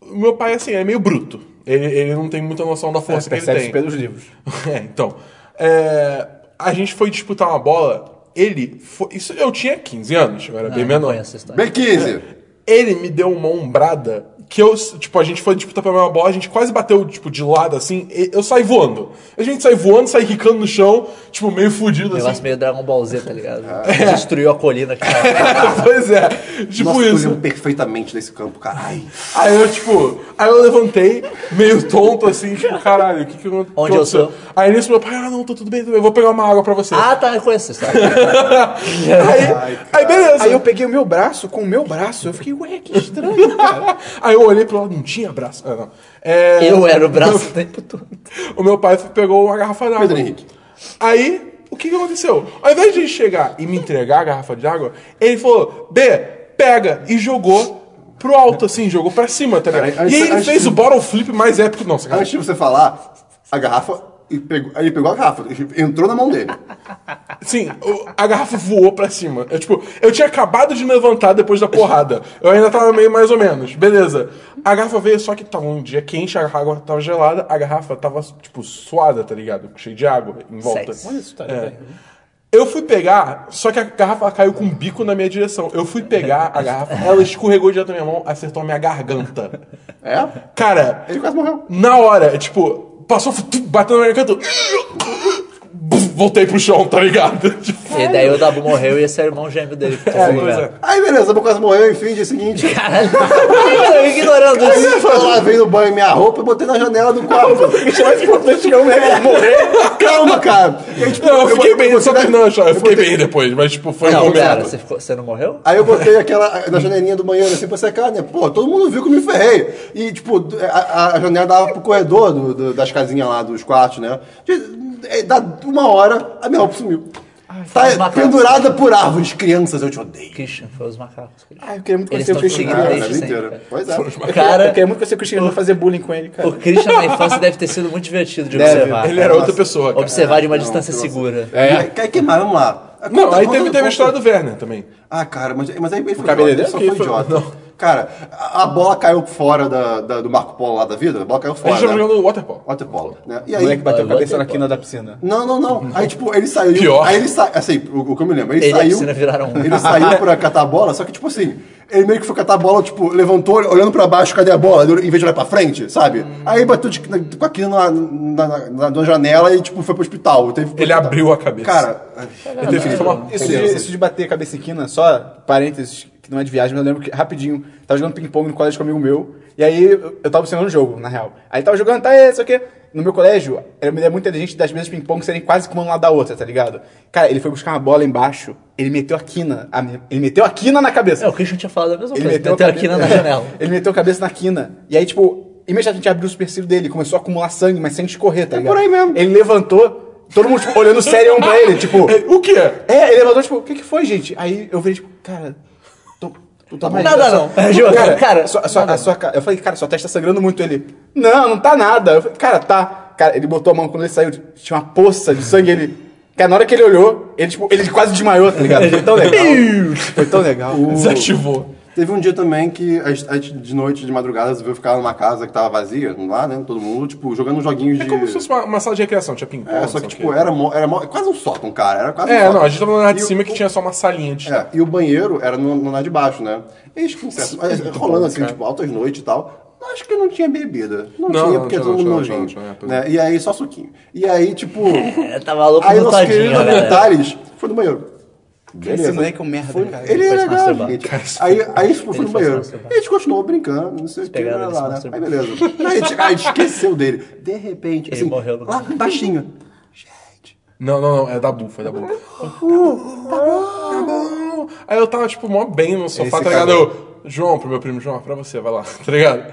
o meu pai, assim, é meio bruto. Ele, ele não tem muita noção da
É,
força que ele
Percebe
tem.
isso pelos livros.
É, então. é, a gente foi disputar uma bola. Ele foi. Isso eu tinha 15 anos, eu era bem
Eu Ah, não
é menor.
conheço essa história.
É,
B15!
Ele me deu uma ombrada que eu, tipo, a gente foi disputar pra uma bola, a gente quase bateu, tipo, de lado assim, e eu saí voando. A gente sai voando, sai quicando no chão, tipo, meio fudido
Negócio
assim. Ah.
meio Dragon Ball Z, tá ligado? Destruiu a colina que tava
pois é, tipo
Nossa, eu
isso.
lembro perfeitamente desse campo, caralho.
Aí eu, tipo, aí eu levantei, meio tonto assim, tipo, caralho, o que que eu. que
Onde eu
aconteceu?
sou?
Aí nisso meu pai, ah, não, tô tudo bem, tudo bem, eu vou pegar uma água pra você.
Ah, tá, eu conheço essa história.
aí, aí beleza.
Aí eu peguei o meu braço com o meu braço. Eu fiquei, ué, que estranho, cara.
Aí eu olhei pro lado, não tinha braço. Ah, não. É,
Eu era o braço o tempo todo.
O meu pai pegou uma garrafa d'água.
Pedro Henrique.
Aí, o que, que aconteceu? Ao invés de ele chegar e me entregar a garrafa de água, ele falou, B, pega, e jogou pro alto, assim, jogou pra cima, tá ligado?
Cara, aí-
e aí
aí-
ele
aí-
fez o bottle flip mais épico. Nossa, cara.
Antes de você falar, a garrafa. e pegou- Ele pegou a garrafa, entrou na mão dele.
Sim, o- a garrafa voou pra cima. Eu, tipo, eu tinha acabado de me levantar depois da porrada. Eu ainda tava meio mais ou menos. Beleza. A garrafa veio, só que tava um dia quente, a água tava gelada, a garrafa tava, tipo, suada, tá ligado? Cheia de água em volta. É.
Sexy.
Olha isso, tá
Eu fui pegar, só que a garrafa caiu com um bico na minha direção. Eu fui pegar a garrafa, ela escorregou direto na minha mão, acertou a minha garganta.
É?
Cara,
Ele quase morreu.
na hora, tipo, passou, tum, bateu na minha garganta. bum, Voltei pro chão, tá ligado? Tipo,
E daí o Dabu morreu e esse é o irmão gêmeo dele. Que
é,
tá
pois é.
Aí beleza, meu quase morreu, enfim, dia seguinte.
Eu ignorando isso.
Eu lavei no banho minha roupa e botei na janela do quarto.
Isso é mais importante que eu mesmo.
Calma, cara. E aí, tipo,
é Não, eu fiquei bem,
botei
só que
na-
não, eu fiquei bem depois, mas tipo, foi um
Não,
momento.
pera, você, ficou- você não morreu?
Aí eu botei aquela na janelinha do banheiro assim pra secar, né? Pô, todo mundo viu que eu me ferrei. E, tipo, a, a janela dava pro corredor do- do- das casinhas lá, dos quartos, né? De- é, Dá uma hora, a minha roupa sumiu.
faz
tá
uma
pendurada por árvores. Crianças, eu te odeio.
Christian, foi os macacos. Christian.
Ah, eu queria muito
Eles
conhecer o
estão
Christian
tudo bem.
a
Grey.
deixa
vida
sempre.
inteira. Pois é.
Eu
Cara,
queria muito conhecer o Christian Grey fazer bullying com ele, cara.
o Christian na infância deve ter sido muito divertido de
Deve.
observar.
Ele era outra pessoa. cara.
Observar de uma distância
nossa.
segura.
É. Quer queimar, vamos lá.
Não,
Conta-
aí
conta-
teve, teve a
conta- um
história do Werner também.
Ah, cara, mas, mas aí ele foi
cabeleireiro
idiota, ele só
aqui
foi
foi-
idiota.
não.
Cara, a a bola caiu fora da- da- do Marco Polo lá da vida, a bola caiu
A
fora.
gente tava
né?
jogando waterpolo.
Waterpolo, né? E
O
aí.
moleque bateu a
Vai,
cabeça
vai,
na
vai.
quina da piscina.
Não, não, não. Aí, tipo, ele saiu.
Pior.
Aí ele saiu. Assim, o, o que eu me lembro. Ele,
Ele e a
saiu.
piscina viraram um.
Ele saiu pra catar a bola, só que, tipo assim, ele meio que foi catar a bola, tipo, levantou, olhando pra baixo, cadê a bola? Ele, Em vez de olhar pra frente, sabe? Aí bateu de, na- com aquilo na, na, na, na- na janela e, tipo, foi pro hospital. Teve-
Ele abriu a cabeça.
Cara, ele teve que tomar.
Isso de, isso de bater a cabeça em quina, só parênteses, que não é de viagem, mas eu lembro que rapidinho, tava jogando ping-pong no colégio com um amigo meu, e aí eu eu tava observando o jogo, na real. Aí tava jogando, tá, é, só que no meu colégio, era uma ideia muito inteligente das mesas de ping-pong serem quase que uma do lado da outra, tá ligado? Cara, ele foi buscar uma bola embaixo, ele meteu a quina, a me- ele meteu a quina na cabeça.
É, o Christian tinha falado a mesma
Ele
coisa.
meteu,
Meteu,
a cabeça,
aqui na, na janela.
ele meteu a cabeça na quina. E aí, tipo, imediatamente abriu o supercílio dele, começou a acumular sangue, mas sem escorrer, tá ligado?
É por aí mesmo.
Ele levantou, todo mundo tipo, olhando sério um pra ele, tipo.
O que é?
É, ele levantou, tipo, o que, que foi, gente? Aí eu vejo, tipo, cara, tô. tô tá mais-
Nada
só-
não. É, Gil,
cara,
cara,
sua- sua- a sua ca- eu falei, cara, sua testa tá sangrando muito. Ele, não, não tá nada. Eu falei, cara, tá. Cara, ele botou a mão quando ele saiu, tinha uma poça de sangue. Ele, cara, na hora que ele olhou, ele, tipo, ele quase desmaiou, tá ligado? Foi tão legal. Foi tão legal.
Desativou.
Teve um dia também que a gente- a gente, de noite, de madrugada, resolveu ficar numa casa que tava vazia, lá, né? Todo mundo, tipo, jogando joguinhos
É
de.
como se fosse uma, uma sala de recreação, tinha ping-pong.
É, só
não
que,
sei
tipo,
o quê.
era, mo- era mo- quase um sótão, cara. Era quase um
É,
sótão.
não, a gente tava no andar de
E
cima
o-
que tinha só uma salinha de
É, e o banheiro era no, no andar de baixo, né? E acho que um certo-
é
mas, rolando assim, tipo, altas noites e tal. Acho que não tinha bebida. Não,
Não,
tinha,
não,
porque
tinha,
todo mundo
não,
nojinho.
tinha, não, tinha,
né? E aí, só suquinho. E aí, tipo.
É, tava louco
aí,
no
nosso
tadinho,
querido
né?
Detalhes foi no banheiro.
Esse moleque é um merda,
Foi-
cara.
Ele é
foi se
legal,
masturbar.
gente. Aí, aí
Ele foi
tipo, foi no
se
banheiro.
masturbar.
E a gente continuou brincando, não sei o que,
Pegaram
lá,
ele se
lá, né? Aí
masturbando.
beleza. Aí a gente, a gente esqueceu dele. De repente,
Ele
assim,
morreu no
lá baixinho.
Não, não, não, é da Bu, foi da Bu. Tá bom, tá bom. Aí eu tava, tipo, mó bem no sofá,
Esse
tá ligado? Eu, João, pro meu primo, João, pra você, vai lá, tá ligado?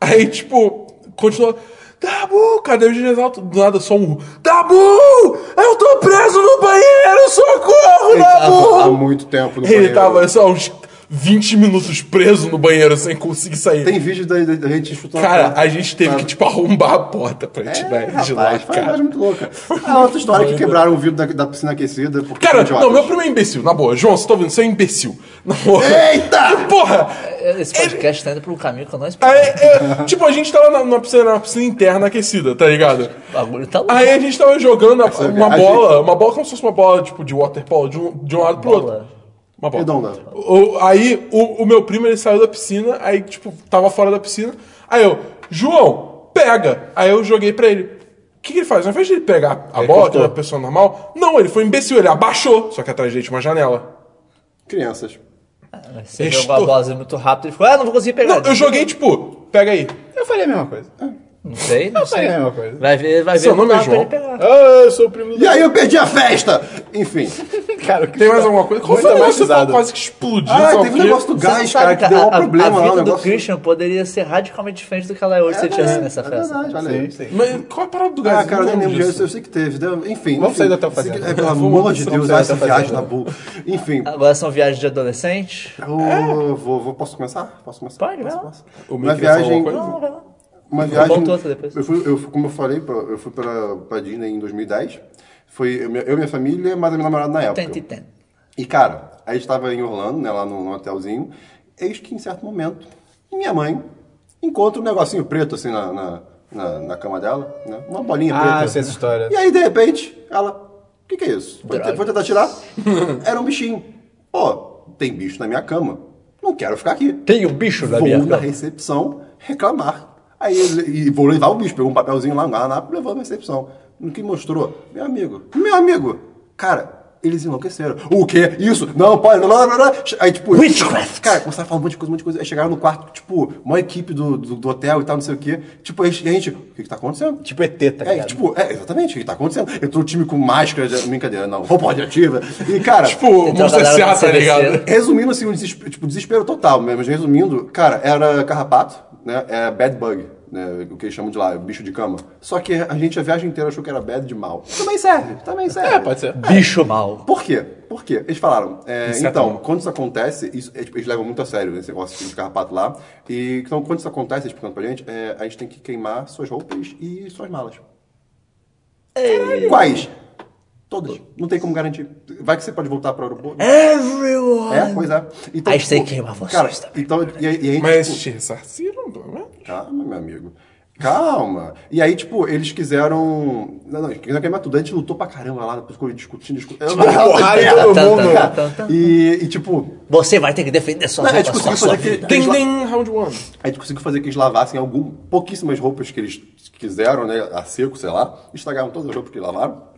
Aí, tipo, continuou. Dabu, cadê o Ginesalto? Do nada, só um. Dabu! Eu tô preso no banheiro, socorro,
Ele tava há
Dabu!
muito tempo no
Ele
banheiro.
tava, só uns 20 minutos preso no banheiro sem conseguir sair.
Tem vídeo da, da- da gente chutando
Cara, a gente teve que, tipo, arrombar a porta pra
É,
tirar ele de lá,
rapaz, foi uma
cara.
viagem muito louca. A outra história é que quebraram o vidro da, da piscina aquecida. Porque
Cara,
são
não, meu
idiotas.
primo é imbecil, na boa. João, você tá ouvindo? Você é um imbecil. Na boa.
É. Eita!
Que porra!
Esse podcast tá indo pra um caminho que eu não
Aí,
esperava.
é, tipo, a gente tava na- numa piscina, numa piscina interna aquecida, tá ligado?
O bagulho tá louco.
Aí a gente tava jogando a-
Essa
uma
viagem-
bola, uma bola como se fosse uma bola, tipo, de waterpolo, de um, de um lado pro outro.
Bola.
Uma bola.
Redonda.
O- aí o, o meu primo, ele saiu da piscina, aí, tipo, tava fora da piscina. Aí eu, João, pega! Aí eu joguei pra ele. O que, que ele faz? Ao invés de ele pegar a bola, que é uma pessoa normal, não, ele foi imbecil, ele abaixou, só que atrás dele tinha uma janela.
Crianças.
né? Você
Estou-
jogou a bola muito rápido e ficou, ah, não vou conseguir pegar.
Não, eu joguei, tipo, pega aí.
Eu falei a mesma coisa.
Não sei, não sei.
faria a mesma coisa.
Vai ver, vai ver.
Seu nome
não
é
dá pra
João?
ele pegar.
Ah, eu sou o primo
E
do.
aí eu perdi a festa! Enfim.
Cara, o tá
Tem mais alguma coisa? Qual
Muito
foi o assim, negócio
traumatizado.
que quase que explodiu?
Ah,
só
teve um
que-
negócio do
Você não
gás,
sabe,
cara, que deu um
a,
problema
a
lá.
vida
o
do
negócio...
Christian poderia ser radicalmente diferente do que ela é hoje se ele tivesse nessa
é
festa.
verdade, olha aí.
Sim, sim.
Mas qual é a parada do gás?
Ah, cara, eu nem lembro
disso.
disso, eu sei que teve. né? Enfim.
Vamos
enfim.
sair do hotel
Sei que-
fazendo.
é, Pelo amor de
Vamos
Deus,
sair do
essa
hotel
viagem na
fazendo.
boca. Enfim.
Agora são viagens de adolescente.
Eu vou, vou- posso começar? Posso começar?
Pode, vai
posso,
lá.
posso.
O
Uma
Mickey vai falar
viagem,
alguma coisa?
Não, vai lá.
uma viagem.
Volta outra depois.
Eu fui, eu fui- como eu falei, pra- eu fui pra, pra Disney em 2010. Foi eu, minha- eu, minha família, mais a minha namorada na época.
Tenta e tenta.
E, cara, a gente estava em Orlando, né, lá no, no hotelzinho, eis que em certo momento, minha mãe encontra um negocinho preto, assim, na, na, na- na cama dela, né? Uma bolinha
Ah,
preta.
eu sei essa história.
E aí, de repente, ela, o que, que é isso? Foi,
Drogas.
foi tentar tirar, era um bichinho. Pô, tem bicho na minha cama, não quero ficar aqui.
Tem o bicho da
Vou
minha
na
cama.
recepção reclamar. Aí ele- e vou levar o bicho, pegou um papelzinho lá, um guardanapo, levou na recepção. No que mostrou? Meu amigo. Meu amigo! Cara, eles enlouqueceram. O quê? Isso? Não, pode, não, não, não, não. Aí, tipo.
Witchcraft!
Cara, começaram a falar um monte de coisa, um monte de coisa. Aí chegaram no quarto, tipo, uma equipe do, do, do hotel e tal, não sei o quê. Tipo, aí a gente, o que que tá acontecendo?
Tipo ET, tá
É,
ligado?
tipo, é, exatamente, o que tá acontecendo? Entrou o time com máscara, de... brincadeira, não, roupa radioativa. E, cara.
Tipo,
Então,
Monster
galera,
S.A., tá
você
ligado?
desceu.
Resumindo assim, um desespero, tipo, desespero total mesmo. Mas resumindo, cara, era carrapato, né? É bad bug, né? O que eles chamam de lá, bicho de cama. Só que a gente a viagem inteira achou que era bad de mal. Também serve, também serve.
É, pode ser.
Bicho mal.
Por quê? Por quê? Eles falaram, é,
Inseto
então,
mal.
quando isso acontece, isso- eles, eles levam muito a sério né, esse negócio de carrapato lá. E então, quando isso acontece, explicando pra gente, é, a gente tem que queimar suas roupas e suas malas. Quais? Todas. Não tem como garantir. Vai que você pode voltar para o aeroporto.
Everyone!
É, pois é. Então,
Aí você queima vocês
Cara,
também.
então, e, aí- e aí,
Mas
tipo,
te ressarciram, pelo menos.
calma, meu amigo. Calma. E aí, tipo, eles quiseram. Não, não, queriam queimar tudo. A gente lutou pra caramba lá, ficou discutindo, discutindo.
porrada em todo
Tan,
mundo.
tan, tan, tan.
E, e, tipo,
Você vai ter que defender sua
Não, a
roupa,
gente
sua,
conseguiu
sua
fazer aquele.
vida.
Ding,
aqueles la-
ding, round one.
A gente conseguiu fazer que eles lavassem algum, pouquíssimas roupas que eles quiseram, né? A seco, sei lá. Estragaram todas as roupas que lavaram.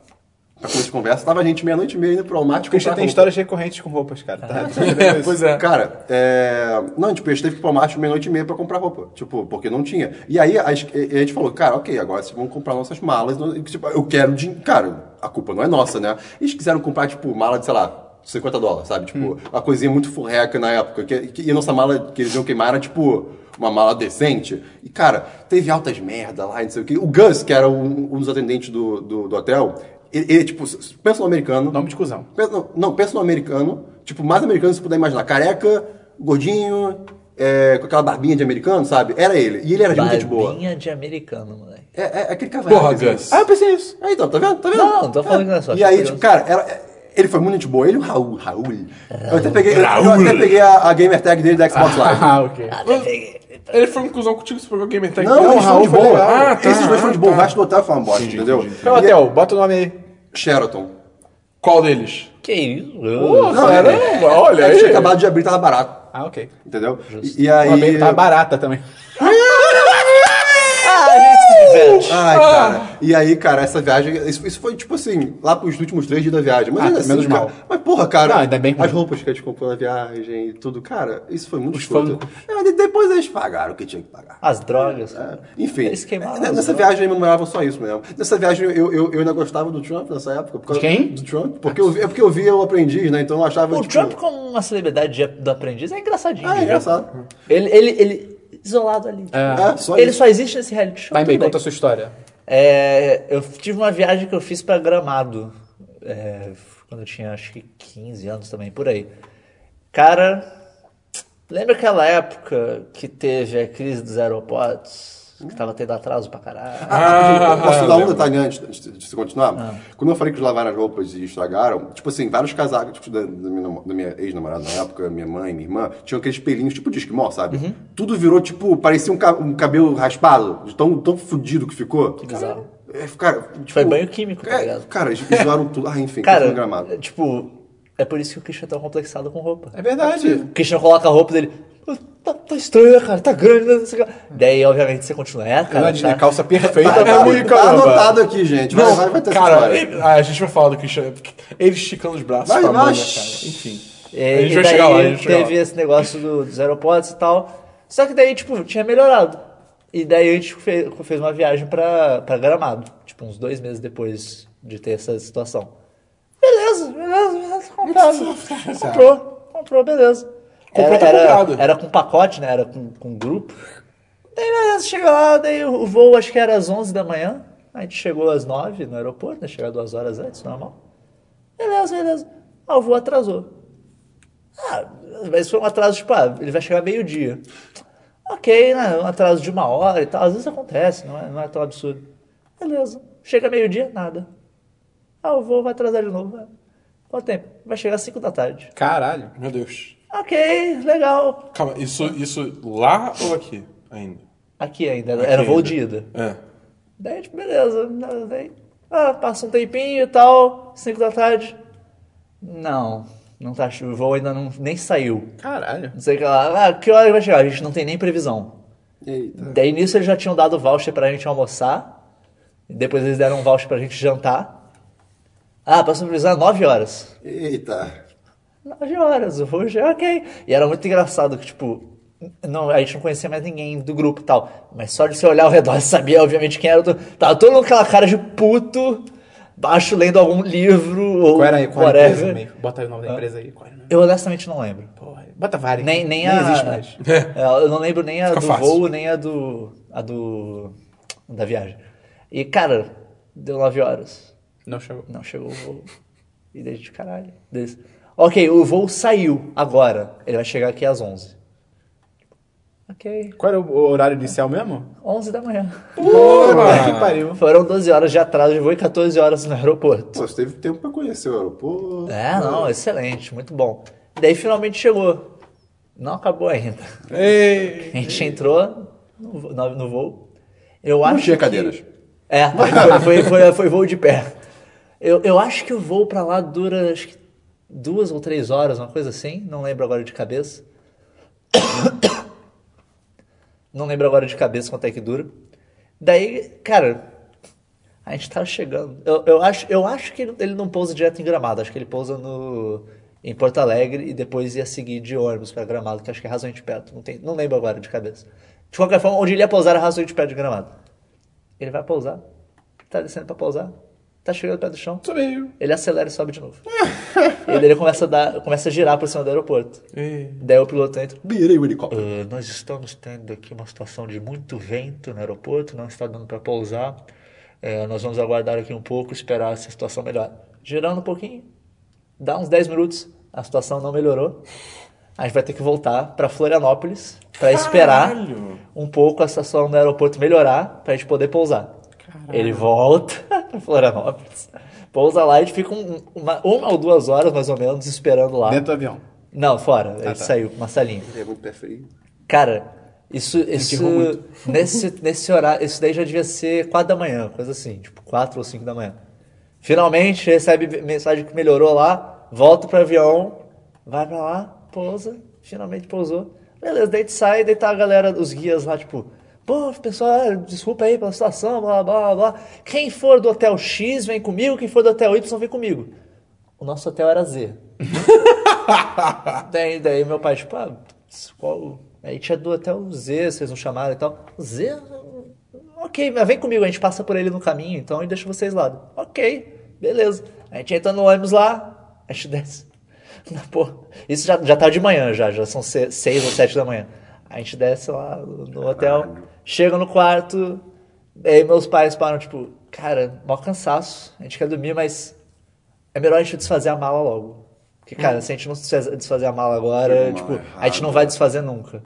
Pra começar de conversa. Tava a gente meia-noite e meia indo pro Walmart.
Christian
comprar
tem
roupa.
histórias recorrentes com roupas, cara. Tá?
pois é.
Cara, é... não, tipo, a gente teve que ir pro Walmart meia-noite e meia pra comprar roupa. Tipo, porque não tinha. E aí a, es- e- e a gente falou, cara, ok, agora vocês vão comprar nossas malas. E, Tipo, eu quero dinheiro. Cara, a culpa não é nossa, né? Eles quiseram comprar, tipo, mala de, sei lá, 50 dólares, sabe? Tipo,
Hum.
uma coisinha muito furreca na época. Que, que- e a nossa mala que eles iam queimar era, tipo, uma mala decente. E, cara, teve altas merda lá, e não sei o quê. O Gus, que era um, um dos atendentes do, do, do hotel, ele, ele, tipo, pensa no americano.
Nome de cuzão.
Pensa- Não, não, pensa no americano, tipo, mais americano se puder imaginar. Careca, gordinho, é, com aquela barbinha de americano, sabe? Era ele. E ele era de muito de boa.
Barbinha de americano, moleque.
É, é- é aquele cavalo.
Porra, Gus.
Ah, eu pensei nisso.
Aí então, tá vendo? Tá vendo?
Não, não, tô falando que não é só,
E
tô
aí,
curioso.
tipo, cara, era- ele foi muito gente boa. Ele e o Raul. Raul. Eu até peguei, eu até peguei a, a gamer tag dele da Xbox Live.
Ah, ok.
Ah, defende.
Ele foi um cuzão contigo, você pegou o Gamer Tag.
Não,
então o
eles foram
Raul
de
foi
boa.
legal.
Ah, tá,
Esses dois foram de boa. O
tá.
resto do hotel foi uma bosta, entendeu?
Então,
E-
Hotel, bota o nome aí.
Sheraton.
Qual deles?
Que isso?
Não, era-
olha
É que tinha
aí.
acabado de abrir, tava barato.
Ah, ok.
Entendeu? E, e aí...
Tá barata também. Ah.
Ai, cara. E aí, cara, essa viagem. Isso, isso foi tipo assim, lá pros últimos três dias da viagem. Mas
Ah,
ainda
tá,
assim,
menos
cara,
mal.
Mas, porra, cara,
Não, ainda bem que
as
não.
roupas que a gente comprou na viagem e tudo, cara, isso foi muito
Os
escroto.
fangos.
É, de- depois eles pagaram o que tinha que pagar.
As drogas.
É,
cara.
Enfim,
Eles queimaram
né,
as
nessa
drogas.
viagem eu memorava só isso mesmo. Nessa viagem eu, eu, eu ainda gostava do Trump nessa época. Por causa
De quem?
Do Trump. Porque eu, vi- é porque eu via o aprendiz, né? Então eu achava.
O
tipo,
Trump como uma celebridade de- do aprendiz é engraçadinho.
Ah, é
né?
engraçado.
Ele, ele, ele isolado ali.
É, só
ele
isso.
só existe nesse reality show.
Vai Tá bem,
tudo bem.
conta a sua história.
É, eu tive uma viagem que eu fiz pra Gramado. é, quando eu tinha acho que 15 anos também, por aí. Cara, lembra aquela época que teve a crise dos aeroportos? Que tava tendo atraso pra caralho.
Ah,
Posso dar um detalhe antes de, de- de se continuar?
Ah.
Quando eu falei que eles lavaram as roupas e estragaram, tipo assim, vários casacos tipo, da, da minha, namo- da minha ex-namorada na época, minha mãe, minha irmã, tinham aqueles pelinhos tipo de esquimó, sabe?
Uhum.
Tudo virou, tipo, parecia um, ca- um cabelo raspado, de tão, tão fudido que ficou. Que
bizarro.
cara, tipo,
Foi banho químico, tá
é,
ligado?
Cara, eles zoaram tudo. Ah, enfim,
Cara,
cara, gramado.
tipo, é por isso que o Christian é tão complexado com roupa.
É verdade.
O Christian coloca a roupa dele. Tá, tá estranho, né, cara? Tá grande, né? não sei o que lá." Daí, obviamente, você continua. É, cara.
Imagina,
tá-
calça perfeita
Tá,
pra mim,
tá
caramba.
anotado aqui, gente. Vai, vai, vai ter essa
cara,
história.
ele- ah, a gente vai falar do Christian. Ele esticando os braços
Vai,
pra
vai.
manga, cara. Enfim.
É,
a gente
e
vai
daí
chegar lá, a gente vai chegar
teve
lá.
esse negócio do- dos aeroportos e tal. Só que daí, tipo, tinha melhorado. E daí a gente fez, fez uma viagem pra, pra Gramado. Tipo, uns dois meses depois de ter essa situação. Beleza, beleza, beleza. Comprado. comprou, comprou, beleza.
Comprou,
era,
tá comprado.
era, era com pacote, né? Era com, com grupo. Daí, beleza, chega lá, daí o o voo acho que era às 11 da manhã. A gente chegou às 9 no aeroporto, né? Chegar duas horas antes, normal. Beleza, beleza. Ah, o voo atrasou. Ah, mas foi um atraso, tipo, ah, ele vai chegar meio-dia. Ok, né? Um atraso de uma hora e tal. Às vezes acontece, não é, não é tão absurdo. Beleza. Chega meio-dia, nada. Ah, o voo vai atrasar de novo. Quanto tempo? Vai chegar às 5 da tarde.
Caralho.
Meu Deus.
Ok, legal.
Calma, isso, isso lá ou aqui ainda?
Aqui ainda, era- era
Aqui
voo
ainda.
de ida.
É.
Daí, tipo, beleza. né, Daí, ah, passa um tempinho e tal, 5 da tarde. Não, não tá, o voo ainda não, nem saiu.
Caralho.
Não sei o que lá. Ah, que hora vai chegar? A gente não tem nem previsão.
Tá.
Eita.
Daí nisso eles já tinham dado voucher pra gente almoçar. Depois eles deram um voucher pra gente jantar. Ah, pra supervisar 9 horas.
Eita.
9 horas, o voo já é ok. E era muito engraçado que, tipo, não, a gente não conhecia mais ninguém do grupo e tal. Mas só de você olhar ao redor, você sabia, obviamente, quem era. Do... Tava todo mundo com aquela cara de puto, baixo lendo algum livro ou
Qual era aí? Qual era a empresa?
whatever.
meio? Bota aí o nome da empresa aí. Qual era o nome?
Eu honestamente não lembro.
Porra. Bota Varig.
Nem, nem,
Nem
a.
existe mais.
É, eu não lembro nem a
Fica
do
fácil.
voo, nem a do. a do. da viagem. E, cara, deu 9 horas.
Não chegou.
Não chegou o voo. E daí de caralho. Desse. Ok, o voo saiu agora. Ele vai chegar aqui às 11. Ok.
Qual era o horário inicial mesmo?
11 da manhã.
Puta que pariu.
Foram 12 horas de atraso de voo e 14 horas no aeroporto.
Pô, você teve tempo pra conhecer o aeroporto.
É, não, excelente, muito bom. Daí finalmente chegou. Não acabou ainda.
Ei!
A gente entrou no, vo- no- no voo. Eu acho
tinha
que-
cadeiras.
É, foi, foi, foi- foi voo de pé. Eu, eu acho que o voo pra lá dura acho que duas ou três horas, uma coisa assim. Não lembro agora de cabeça. Não lembro agora de cabeça quanto é que dura. Daí, cara, a gente tava chegando. Eu, eu, acho, eu acho que ele- ele não pousa direto em Gramado. Acho que ele pousa no, em Porto Alegre e depois ia seguir de ônibus pra Gramado, que acho que é razoavelmente perto. Não, tem, não lembro agora de cabeça. De qualquer forma, onde ele ia pousar era razoavelmente perto de Gramado. Ele vai pousar. Tá descendo pra pousar. Tá chegando perto do chão.
Subiu.
Ele acelera e sobe de novo. e daí ele começa a, dar, começa a girar por cima do aeroporto.
Ei.
Daí o piloto entra.
Birei o helicóptero.
Ah, nós estamos tendo aqui uma situação de muito vento no aeroporto, não está dando para pousar. É, nós vamos aguardar aqui um pouco, esperar essa situação melhorar. Girando um pouquinho, dá uns 10 minutos, a situação não melhorou. A gente vai ter que voltar para Florianópolis para esperar
Caralho!
um pouco a situação do aeroporto melhorar para a gente poder pousar. Ele volta para Florianópolis, pousa lá e a gente fica um- uma, uma ou duas horas mais ou menos esperando lá.
Dentro do avião.
Não, fora, ele saiu, uma salinha.
É muito pé frio.
Cara, isso, isso nesse, nesse horário, isso daí já devia ser 4 da manhã, coisa assim, tipo 4 ou 5 da manhã. Finalmente recebe mensagem que melhorou lá, volta pro avião, vai pra lá, pousa, finalmente pousou. Beleza, daí tu sai, daí tá a galera, os guias lá, tipo, pô, pessoal, é, desculpa aí pela situação, blá blá blá. blá. Quem for do hotel X vem comigo, quem for do hotel Y vem comigo. O nosso hotel era Z. Daí, daí meu pai, tipo, ah, qual... aí tinha do até o Z, vocês não chamaram e tal. O Z, ok, mas vem comigo, a gente passa por ele no caminho, então, e deixa vocês lá. Ok, beleza. A gente entra no ônibus lá, a gente desce. Na porra. Isso já, já tá de manhã, já, já são se- seis ou sete da manhã. A gente desce lá no hotel, chega no quarto, aí meus pais param, tipo, cara, mó cansaço, a gente quer dormir, mas é melhor a gente desfazer a mala logo. Porque, cara, se a gente não desfaz- desfazer a mala agora,
Pegou
tipo,
mal
a gente não
errado. né?
vai desfazer nunca.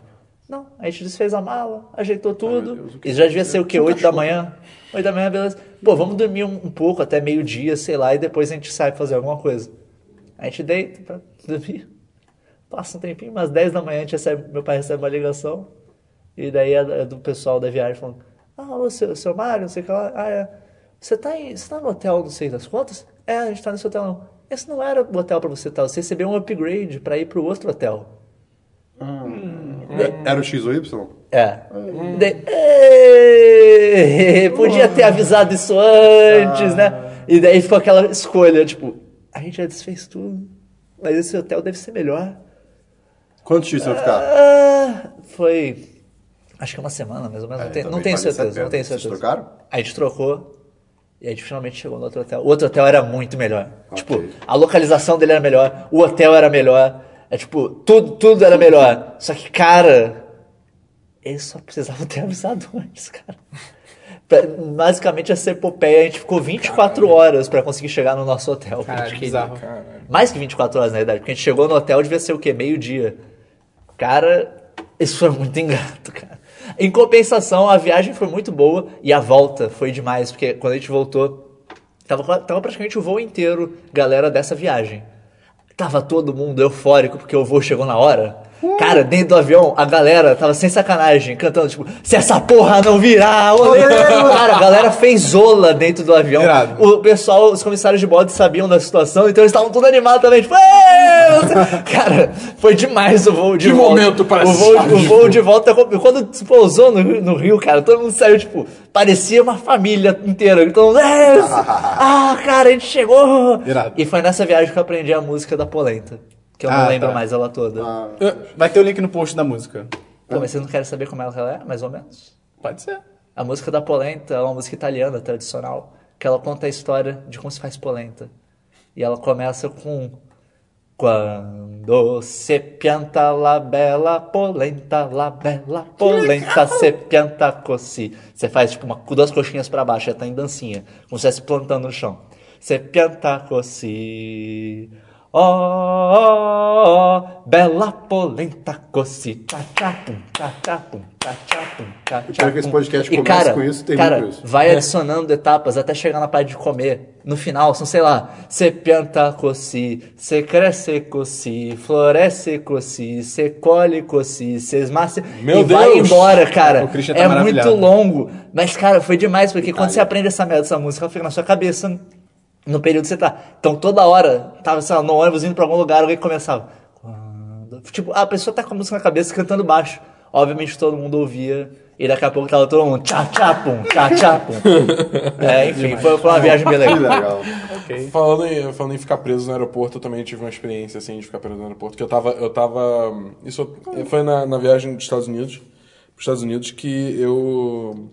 Não, a gente desfez a mala, ajeitou tudo.
Deus, o que é? tá
Isso já devia ser o quê? 8 da manhã? 8 da manhã, beleza. Pô, vamos dormir um, um pouco, até meio-dia, sei lá, e depois a gente sai fazer alguma coisa. A gente deita pra dormir. Passa um tempinho, umas 10 da manhã, a gente recebe, meu pai recebe uma ligação. E daí é do pessoal da viagem falando: Ah, alô, seu, seu Mário, não sei o que lá. Ah, é. Você tá, em, você tá no hotel, não sei das quantas? É, a gente tá nesse hotel não. Esse não era o hotel pra você estar. Você recebeu um upgrade pra ir pro outro hotel.
É- Era o X ou Y?
É. De- Ei, Podia ter avisado isso antes, né? E daí ficou aquela escolha, tipo, a gente já desfez tudo, mas esse hotel deve ser melhor.
Quantos X vão ficar?
Ah, foi. Acho que uma semana, mais ou menos. não,
É,
tenho- não
também
tenho
vale essa
certeza,
pena.
não tenho
Vocês
certeza.
trocaram?
A gente trocou. E a gente finalmente chegou no outro hotel. O outro hotel era muito melhor. Tipo, a localização dele era melhor, o hotel era melhor. É tipo, tudo, tudo era melhor. Só que, cara, eles só precisavam ter avisado antes, cara. Pra- Basicamente, essa epopeia, a gente ficou 24 horas pra conseguir chegar no nosso hotel. que a gente
Caralho,
queria.
bizarro.
Caralho.
Mais que 24 horas, na verdade, porque a gente chegou no hotel, devia ser o quê? Meio-dia. Cara, isso foi muito ingrato, cara. Em compensação, a viagem foi muito boa e a volta foi demais, porque quando a gente voltou, tava, tava praticamente o voo inteiro, galera, dessa viagem. Tava todo mundo eufórico porque o voo chegou na hora. Cara, dentro do avião, a galera tava sem sacanagem, cantando, tipo, se essa porra não virar, olê! Cara, a galera fez zola dentro do avião.
Irado.
O pessoal, os comissários de bordo sabiam da situação, então eles estavam todos animados também, tipo, "Ê!" cara, foi demais o voo de
Que
volta.
momento para
o voo,
assistir.
o voo de volta, quando pousou no, no Rio, cara, todo mundo saiu, tipo, parecia uma família inteira, todo mundo, "É, ah, cara, a gente chegou.
Irado.
E foi nessa viagem que eu aprendi a música da Polenta, que eu
Ah,
não lembro
tá.
mais ela toda.
Vai ter o link no post da música.
Pô, mas vocês não querem saber como ela é, mais ou menos?
Pode ser.
A música da polenta é uma música italiana tradicional, que ela conta a história de como se faz polenta. E ela começa com um, quando se pianta la bella polenta, la bella polenta se pianta così. Você faz tipo uma, com duas coxinhas pra baixo, já tá em dancinha, como se estivesse plantando no chão. Se pianta così. Oh, oh, oh, Bela polenta cocita. Tchapum, tchapum, tchapum, tchapum,
quero que esse podcast
E,
comece
cara,
com isso e termine
cara,
com isso.
vai adicionando etapas até chegar na parte de comer. No final, são, sei lá, se pianta coci, se cresce coci, floresce coci, se colhe coci, se esmace.
Meu
e vai
Deus!
embora, cara.
O Christian tá
é muito
maravilhado.
longo. Mas, cara, foi demais, porque quando você aprende essa merda, essa música, ela fica na sua cabeça no período que você tá. Então, toda hora, tava, sei lá, no ônibus indo pra algum lugar, alguém começava. Quando... Tipo, a pessoa tá com a música na cabeça cantando baixo. Obviamente, todo mundo ouvia. E daqui a pouco tava todo mundo tchá tchá pum, tchá tchá pum. É, enfim, foi, foi uma viagem bem
Que
legal.
legal.
Falando em, falando em ficar preso no aeroporto, eu também tive uma experiência assim de ficar preso no aeroporto. Que eu tava. Eu tava. hum, Isso foi na, na viagem dos Estados Unidos. Para Estados Unidos, que eu.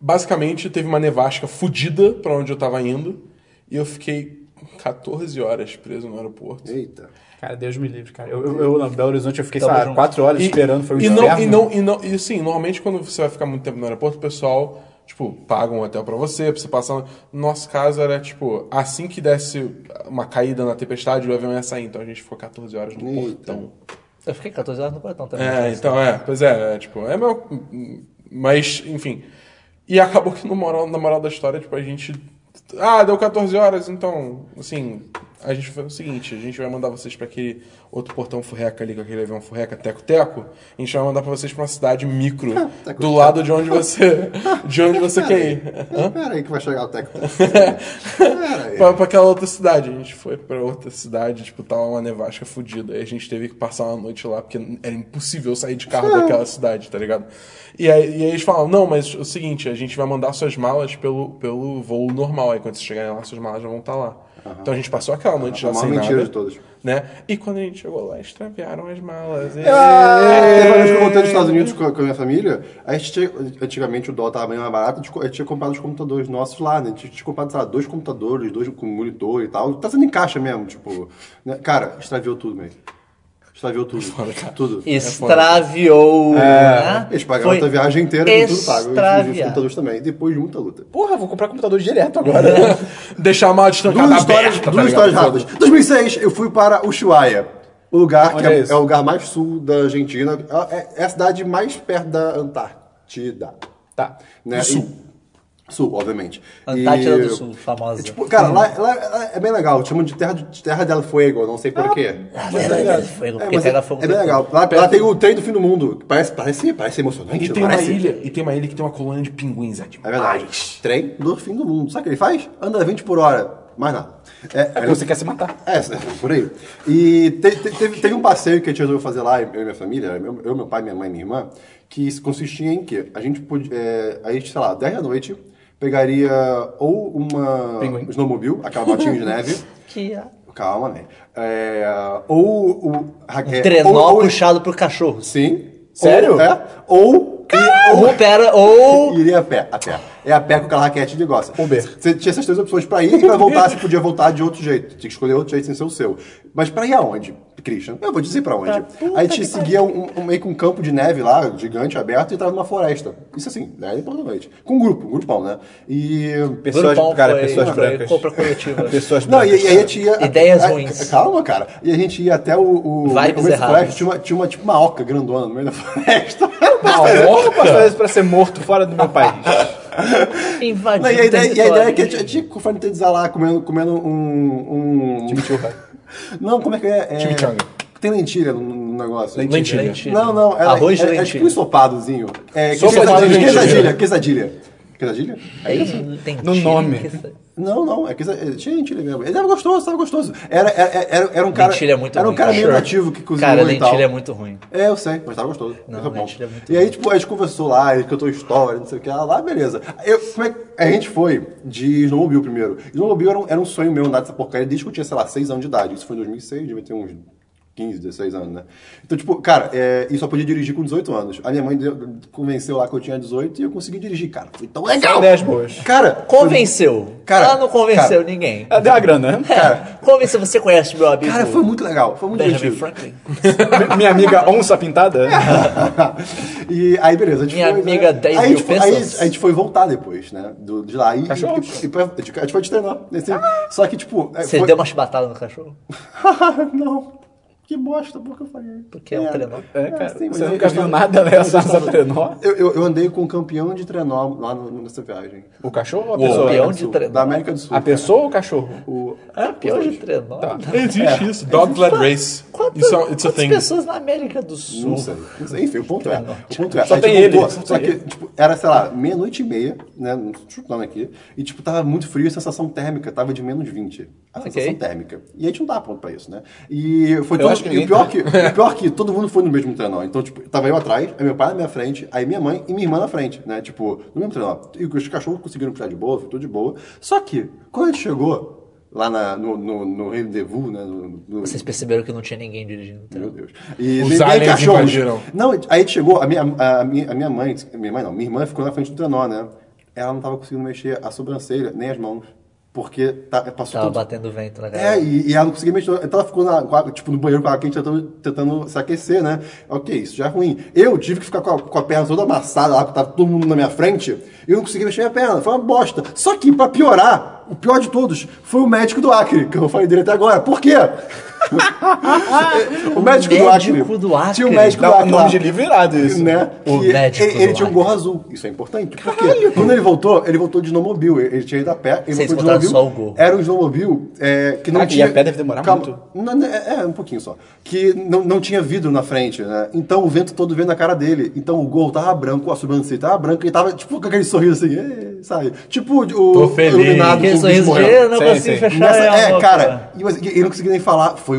Basicamente teve uma nevasca fudida pra onde eu tava indo. E eu fiquei 14 horas preso no aeroporto.
Eita.
Cara, Deus me livre, cara. Eu, eu, eu lá em Belo Horizonte eu fiquei, sei
Tamo
lá,
junto.
quatro horas esperando, foi um
e não,
inferno.
e não, e não, e sim, normalmente quando você vai ficar muito tempo no aeroporto, o pessoal, tipo, paga um hotel pra você, pra você passar. No nosso caso era, tipo, assim que desse uma caída na tempestade, o avião ia sair, então a gente ficou 14 horas no
Eita.
portão.
é.
Eu fiquei 14 horas no portão também.
É, então é, pois é, é, tipo, é meu. Mas, enfim. E acabou que no moral, na moral da história, tipo, a gente. Ah, deu 14 horas, então, assim, a gente foi o seguinte, a gente vai mandar vocês pra aquele outro portão furreca ali, com aquele avião furreca, teco-teco, a gente vai mandar pra vocês pra uma cidade micro, do lado de onde você, de onde você quer ir.
Pera aí que vai chegar o técnico. Pera aí.
Pra, pra aquela outra cidade. A gente foi pra outra cidade, tipo, tava uma nevasca fodida. E a gente teve que passar uma noite lá, porque era impossível sair de carro daquela cidade, tá ligado? E aí, e aí eles falam, não, mas é o seguinte, a gente vai mandar suas malas pelo, pelo voo normal. Aí quando vocês chegarem lá, suas malas já vão estar lá. Então a gente passou aquela noite
A
lá
maior
sem
mentira
nada,
de todas.
Né? E quando a gente chegou lá, extraviaram as malas. E...
Ah! Teve uma vez que eu voltei dos Estados Unidos com a, com a minha família, a gente tinha, antigamente o dólar tava bem mais barato, a gente co- a gente tinha comprado os computadores nossos lá, né? A gente tinha comprado, sei lá, dois computadores, dois com monitor e tal. Tá sendo em caixa mesmo, tipo. né? Cara, extraviou tudo, meio. Extraviou tudo. Tudo.
Extraviou. né?
É, Eles pagaram
Foi
a viagem inteira com tudo pago. E os- os
extraviar.
computadores também. Depois de muita luta.
Porra, vou comprar computador direto agora.
Deixar a mala estancada
Duas histórias,
aberta, tá
duas
ligado?
histórias rápidas. 2006, eu fui para Ushuaia. O lugar que
Olha
é,
isso.
é o lugar mais sul da Argentina. É- É, é a cidade mais perto da Antártida.
tá.
Né?
Do sul.
E- sul, obviamente.
Antártida
E-
do Sul, famosa.
Tipo, cara, lá, lá é bem legal. Chamam de Terra, de terra del Fuego, não sei porquê.
Ah, pega fogo, porque
mas
pega fogo.
é bem legal. Lá, lá tem o trem do fim do mundo. Parece, parece, parece emocionante.
E
não
tem, uma
parece?
ilha, e tem uma ilha que tem uma colônia de pinguins, é demais.
É verdade. Trem do fim do mundo. Sabe o que ele faz? Anda 20 por hora. Mais nada. É,
É porque você quer se matar.
É, é, por aí. E te- te- teve, teve um passeio que a gente resolveu fazer lá, eu e minha família, eu, eu, meu pai, minha mãe e minha irmã, que isso consistia em que a gente podia, é, a gente, sei lá, 10 da noite, pegaria ou uma
Pinguim.
snowmobile, aquela motinha de neve,
Que
calma, né? É, ou o...
Um
Um
trenó puxado por cachorro.
Sim.
Sério?
Ou, é, ou...
Ou pera, ou.
Iria a pé, a pé. É a pé com aquela raquete de gosta.
Uber.
Você tinha essas três opções pra ir e pra voltar, você podia voltar de outro jeito. Tinha que escolher outro jeito sem ser o seu. Mas pra ir aonde, Christian? Eu vou dizer pra onde. Aí a gente seguia um, um- meio que um campo de neve lá, gigante, aberto, e tava numa floresta. Isso assim, né? Importante. Com um grupo, um grupão, né? E.
Pessoas,
Grupão
cara,
foi-
pessoas
foi
brancas.
compra coletiva.
Pessoas
Não,
brancas.
e, e aí a gente ia.
Ideias
a- a-
ruins.
Calma, cara. E a gente ia até o. o
Vibes
começo da
erradas.
floresta, Tinha uma, tinha uma, tipo, uma oca grandona no meio da floresta.
Como eu posso fazer isso pra ser morto fora do meu país?
Invadindo
Não, e, a ideia, e a
território.
ideia é que a gente tinha que fanetizar lá, comendo, comendo um. um...
Chimichurra.
Não, como é que é? é...
Tipo Chimichanga.
Tem lentilha no, no negócio.
Lentilha.
Lentilha.
Não, não. Era,
Arroz de
é, é,
lentilha. um
tipo um sopadozinho. É,
Sopa de
quesadilha.
lentilha.
Quesadilha. Quesadilha. Quesadilha? É isso?
Lentilha.
No nome.
Não, não, é que é, tinha lentilha mesmo. Ele era gostoso, tava gostoso. Era, era, era, era um cara.
Lentilha é muito
Era um
ruim,
cara meio
cara.
nativo que cozinhou
Cara,
e tal.
lentilha é muito ruim.
É, eu sei, mas tava gostoso.
Não,
Tava bom.
lentilha é muito
E aí, tipo, a gente conversou lá, ele cantou história, não sei o que, lá, lá beleza. Eu, como é que- a gente foi de Snowmobile primeiro. Snowmobile era um, era um sonho meu andar dessa porcaria desde que eu tinha, sei lá, 6 anos de idade. Isso foi em 2006, devia ter uns 15, 16 anos, né? Então, tipo, cara, é, e só podia dirigir com 18 anos. A minha mãe deu- convenceu lá que eu tinha 18 e eu consegui dirigir, cara. Foi tão legal!
Ideias boas.
Cara,
Convenceu.
Cara,
Ela não convenceu
cara.
ninguém.
Ah, Deu a grana, né?
É, Convenceu, você conhece meu amigo.
cara, foi muito legal. Foi muito
Benjamin
divertido.
Franklin.
Mi- Minha amiga onça pintada.
e aí, beleza. A gente
Minha
foi, né?
amiga, 10
aí, a
mil
gente foi- aí
pesos.
a gente foi voltar depois, né? Do, de lá. E,
Cachorro.
E, e, pra- de- a gente foi te treinar. né, assim. Só que, tipo. é,
Você
foi-
deu uma chibatada no cachorro?
Não. Que bosta, por que eu falei?
Porque é um trenó.
É, cara,
Ah, sim, mas
você
eu-
nunca
eu
viu
tava-
nada relacionado a trenó?
Eu, eu, eu andei com um campeão de trenó lá no- nessa viagem.
O cachorro ou a
Uou.
pessoa?
Campeão
Do
de
Sul,
trenó.
Da América do Sul.
A pessoa ou o cachorro?
O,
Campeão É
é.
de trenó.
Tá.
É, Existe isso. Dog Blood Race.
Quantas,
Isso é- it's a
quantas
thing.
pessoas na América do Sul?
Não sei. Não sei. Enfim, o ponto é. O ponto é.
Só
a gente
tem ele.
voltou,
Só
Só
tem
que, tipo, era, sei lá, meia-noite e meia, né? não tô Chutando aqui. E, tipo, tava muito frio e a sensação térmica tava de menos 20. A
Ok.
sensação térmica. E a gente não tava pronto pra isso, né? E foi
Eu
todo-
acho que
e
ninguém
o pior
tá.
que O pior que todo mundo foi no mesmo trenó. Então, tipo, tava eu atrás, aí meu pai na minha frente, aí minha mãe e minha irmã na frente, né? Tipo, no mesmo trenó. E os cachorros conseguiram puxar de boa, foi tudo de boa. Só que, quando a gente chegou. Lá na- no, no, no Rendezvous, né? No, no-
Vocês perceberam que não tinha ninguém dirigindo o trenó.
meu Deus. Então, E
Os
nem- nem
aliens
cachorros.
invadiram.
Não, aí chegou, a minha, a, minha, a minha mãe, minha mãe não, minha irmã ficou na frente do trenó, né? Ela não tava conseguindo mexer a sobrancelha, nem as mãos, porque tá, passou
Tava
tudo.
batendo vento na cara.
É, e, e ela não conseguia mexer. Então ela ficou na, com a- tipo, no banheiro com a água quente tentando, tentando se aquecer, né? Ok, isso já é ruim. Eu tive que ficar com a, com a perna toda amassada lá, porque tava todo mundo na minha frente, e eu não conseguia mexer minha perna. Foi uma bosta. Só que, pra piorar, o pior de todos foi o médico do Acre, que eu falei dele até agora. Por quê? o médico, do, Acre,
médico do Acre.
Tinha um médico
Dá
do
um
Acre.
nome
lá,
de livro irado isso.
Né?
O
Que
médico
ele, ele
do
tinha um
Acre.
gorro azul. Isso é importante. Por quê? Quando ele voltou, ele voltou de snowmobile. Ele, ele tinha ido a pé. Ele
Vocês
voltou de
botaram
snowmobile.
só o gorro.
Era um snowmobile é, que não
Caraca, e
tinha...
a pé deve demorar muito.
Não, não, é, é, um pouquinho só. Que não, não tinha vidro na frente, né? Então o vento todo veio na cara dele. Então o gorro tava branco, a sobrancelha tava branca e tava tipo com aquele sorriso assim, "Ê", sabe? Tipo o
Tô feliz.
iluminado
Aquele
com o bicho
sorriso de
morrendo.
eu não
Sim,
consigo
sim.
fechar
Nessa-
a
é,
boca.
cara, e, mas ele não conseguia nem falar. Foi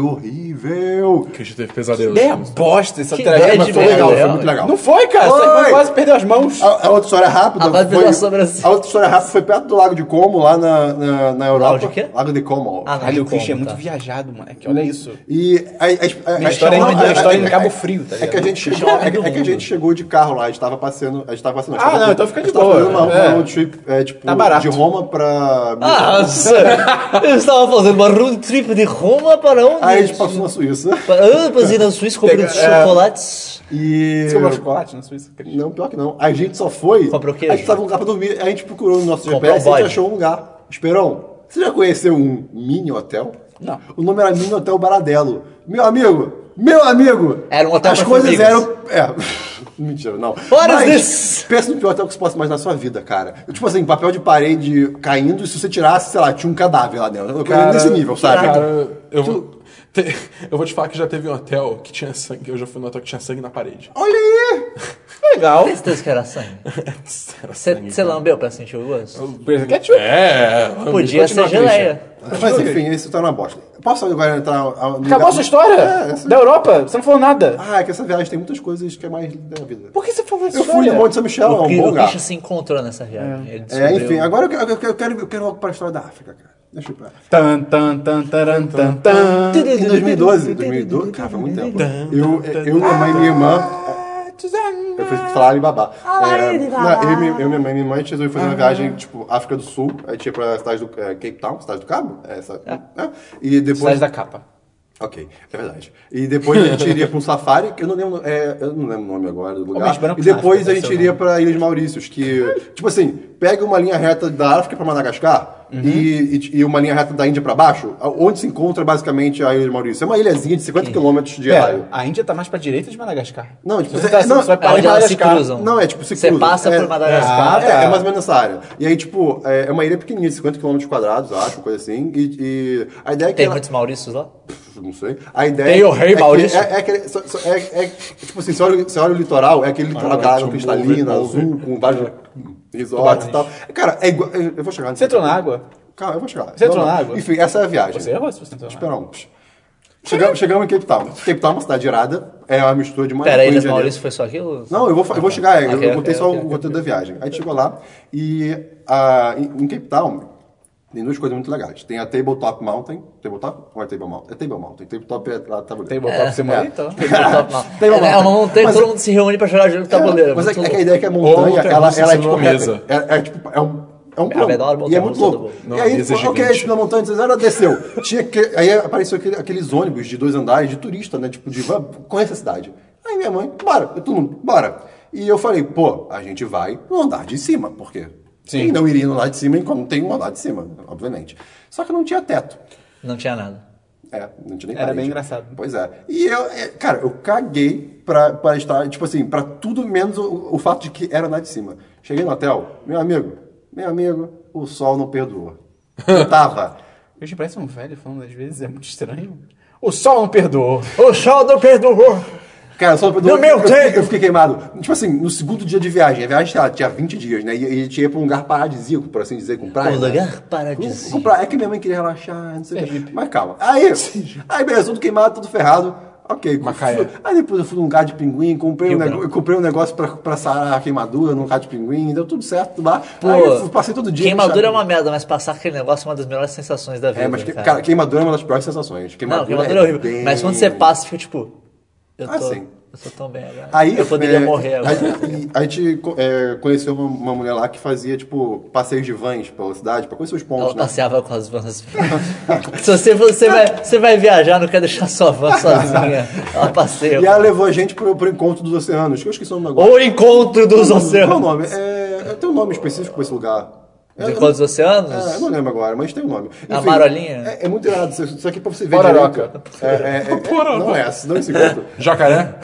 horrível.
Que a gente teve pesadelos.
Ideia é bosta essa
Que
tragédia.
ideia
mas
de
foi
merda,
legal, foi
real.
muito legal.
Não foi, cara.
Foi. Ah,
Você quase perdeu as mãos.
A, a outra história rápida.
A vibe
foi-
da sobrancelha.
a outra história rápida foi perto do Lago de Como, lá na, na, na Europa.
de quê?
Lago de Como.
Ah, não,
Caralho, o
como,
Christian é muito
tá.
viajado, moleque.
Hum.
Olha isso.
E a, a- a-
Minha história
não,
é uma história em Cabo Frio, tá
É que a
ligado?
gente
Puxa
chegou,
a
é, que- é que a
mundo.
gente chegou de carro lá, a gente tava passeando, a gente tava passeando. a gente
Ah,
tava-
não, então fica
a gente
de
tava
boa.
fazendo uma, uma
É.
road trip, é, tipo,
Tá barato.
de Roma pra...
Ah, eu estava fazendo uma road trip de Roma para onde?
Aí a gente passou na Suíça.
Para ambas na Suíça comprando
Pega- é.
chocolates.
E...
Você comprou chocolate na Suíça? Christian?
Não, pior que não. A gente só foi.
Comprou queijo?
A gente tava num lugar pra dormir. A gente procurou no nosso
Comprou
GPS e a gente
bode.
achou um lugar. Esperão, você já conheceu um mini hotel?
Não.
O nome era Mini Hotel Baradelo. Meu amigo! Meu amigo!
Era um hotel
As
pra
coisas
formigas.
eram. É. Mentira, não.
What is
Mas,
this?
Pensa no pior hotel que você possa imaginar na sua vida, cara. Tipo assim, papel de parede caindo e se você tirasse, sei lá, tinha um cadáver lá dentro. Uma coisa
Cara,
nesse nível, sabe?
Cara, eu vou... te- Eu vou te falar que já teve um hotel que tinha sangue. Eu já fui no hotel que tinha sangue na parede.
Olha aí!
Legal.
Tem certeza que era sangue?
Era sangue,
Você
cara.
lambeu pra sentir o gosto?
Beleza, ketchup.
É.
Podia ser
continua, Christian.
geleia.
Mas enfim, esse tá na bosta. Posso agora entrar.
Acabou a sua história?
É, essa-
Da Europa? Você não falou nada.
Ah, é que essa viagem tem muitas coisas que é mais da vida.
Por que você falou essa
Eu fui
história?
no Monte São
Tá
Michel, é
o
um
Cri-
bom
o
lugar.
Christian se encontrou nessa viagem. Ele
É,
descobriu-
enfim, agora eu, eu- eu quero, eu quero logo para a história da África, cara. Deixa eu ir pra África.
Tan, tan, tan, taran, tan, tan.
Em 2012, 2012, cara, foi muito tempo. Eu, eu minha mãe e minha irmã, eu fiz falar Alibaba. É, não, eu, e minha- eu, minha mãe e minha irmã, a gente resolveu fazer uma viagem, tipo, África do Sul, aí tinha pra cidade do é, Cape Town, cidade do Cabo, é, essa, né? e
Sai
depois...
da capa.
Ok, é verdade. E depois a gente iria pra um safari, que eu não lembro, é, eu não lembro o nome agora do lugar.
mas branco
e
na
depois
África,
a
deve
gente
ser o
iria pra Ilhas Maurícios, que, tipo assim, pega uma linha reta da África pra Madagascar
Uhum.
e, e- e uma linha reta da Índia pra baixo, a- onde se encontra basicamente a Ilha Maurícios. É uma ilhazinha de 50 quilômetros de raio.
Pera, a Índia tá mais pra direita de Madagascar.
Não, tipo,
Se você tá
é-
assim,
não,
você vai
É
parar em
onde elas se
Madagascar.
cruzam.
Não, é tipo, se
Você
cruza.
passa
É-
por Madagascar.
Ah, tá.
É, é mais ou menos nessa área. E aí, tipo, é, é uma ilha pequenininha, 50 km quadrados, acho, coisa assim. E, e a ideia é que.
Tem
ela-
muitos Maurícios lá?
não sei. A ideia
Tem o rei
é que-
Maurício.
É, é aquele- só- só- é- é- tipo assim, você olha, você olha o litoral, é aquele litoral com
Olha,
água
tipo,
cristalina,
envolve-
azul, com vários resorts e tal. Cara, é igual. Eu eu vou chegar nisso.
Você entrou na água?
Calma, eu vou chegar.
Você
Não,
entrou
não.
na água?
Enfim, essa é a viagem.
Você errou se você tá entrou na água.
Espera um. Chegamos, chegamos em Cape Town. Cape Town é uma cidade irada, é uma mistura de uma.
Pera,
Rio de
Ilhas
Janeiro.
Maurício foi só aquilo?
Não, eu vou, fa- eu vou chegar, eu,
Ok,
eu
ok,
contei só
ok,
o roteiro da viagem. A gente chegou lá e ah, em, em Cape Town tem duas coisas muito legais. Tem a Tabletop Mountain. Tabletop? Ou é Table Mountain? É Table Mountain. Tabletop é lá tá
Tem botão pra você morrer, então.
Tabletop Mountain.
Tem uma
É, é uma
montanha.
montanha que
Mas-
todo mundo se reúne pra jogar jogo de tabuleiro.
É, mas é,
tá Muito
é que a
louco.
ideia é que a
Ou
montanha,
montanha
ela,
russa
ela é
em cima
tipo
da mesa.
reta. É, é tipo, é um... É um
É a menor
plano. E é
montanha russa
muito
do
louco.
mundo.
e aí,
Não, mesa é
tipo, ok,
gigante.
a gente na montanha, ela desceu. Tinha que, aí apareceu aquele- aqueles ônibus de dois andares de turista, né? Tipo, de, "Vamos, conhece a cidade. Aí minha mãe, bora, e todo mundo, bora. E eu falei, pô, a gente vai no andar de cima, porque
Sim.
quem não iria no andar de cima enquanto não tem um andar de cima, obviamente. Só que não tinha teto.
Não tinha nada.
É, não tinha nem
Era
parede.
bem engraçado.
Pois é. E eu, é, cara, eu caguei pra, pra estar, tipo assim, pra tudo menos o, o fato de que era lá de cima. Cheguei no hotel, meu amigo, meu amigo, o sol não perdoou. Eu tava.
Hoje parece um velho falando às vezes, é muito estranho. O sol não perdoou.
O sol não perdoou.
Cara, só
No meu
eu,
tempo!
eu fiquei queimado. Tipo assim, no segundo dia de viagem, a viagem sei lá, tinha 20 dias, né? E, e tinha ido pra um lugar paradisíaco, por assim dizer, com praia.
Um
né?
lugar
Com,
paradisíaco.
com praia. É que minha mãe queria relaxar, não sei o quê. Mas calma. Aí, aí beleza, tudo queimado, tudo ferrado. Ok.
Macaé.
fui- Aí depois eu fui num lugar de pinguim, comprei, um,
Rio
nego-
Branco.
eu comprei um negócio pra, pra sarar a queimadura num lugar de pinguim, deu tudo certo tudo lá. aí eu fui- passei todo dia.
Queimadura é
sabe?
uma merda, mas passar aquele negócio é uma das melhores sensações da vida.
É, mas, que-
cara.
cara, queimadura é uma das piores sensações. Queimadura,
não, queimadura é horrível.
bem-
Mas quando você passa, fica tipo. Eu tô,
Ah, sim.
eu tô tão bem agora.
Aí,
eu poderia
é,
morrer
A,
agora.
gente- a gente co- é, conheceu uma, uma mulher lá que fazia, tipo, passeios de vans pela cidade, pra conhecer os pontos,
Ela tá
né?
passeava com as vans. Se você, você, vai, você vai viajar, não quer deixar sua van sozinha. Ela passeia.
E ela levou a gente pro, pro encontro dos oceanos, que eu esqueci o nome agora.
O encontro dos
Qual é o
oceanos.
nome? É, tem um nome específico pra esse lugar.
Do encontro dos oceanos?
É, eu não lembro agora, mas tem um nome.
A Marolinha?
É, é muito irado, isso- isso aqui pra você ver
Pororoca.
direito. É, é, é,
Pororoca.
Não é essa, não esse encontro.
Jacaré?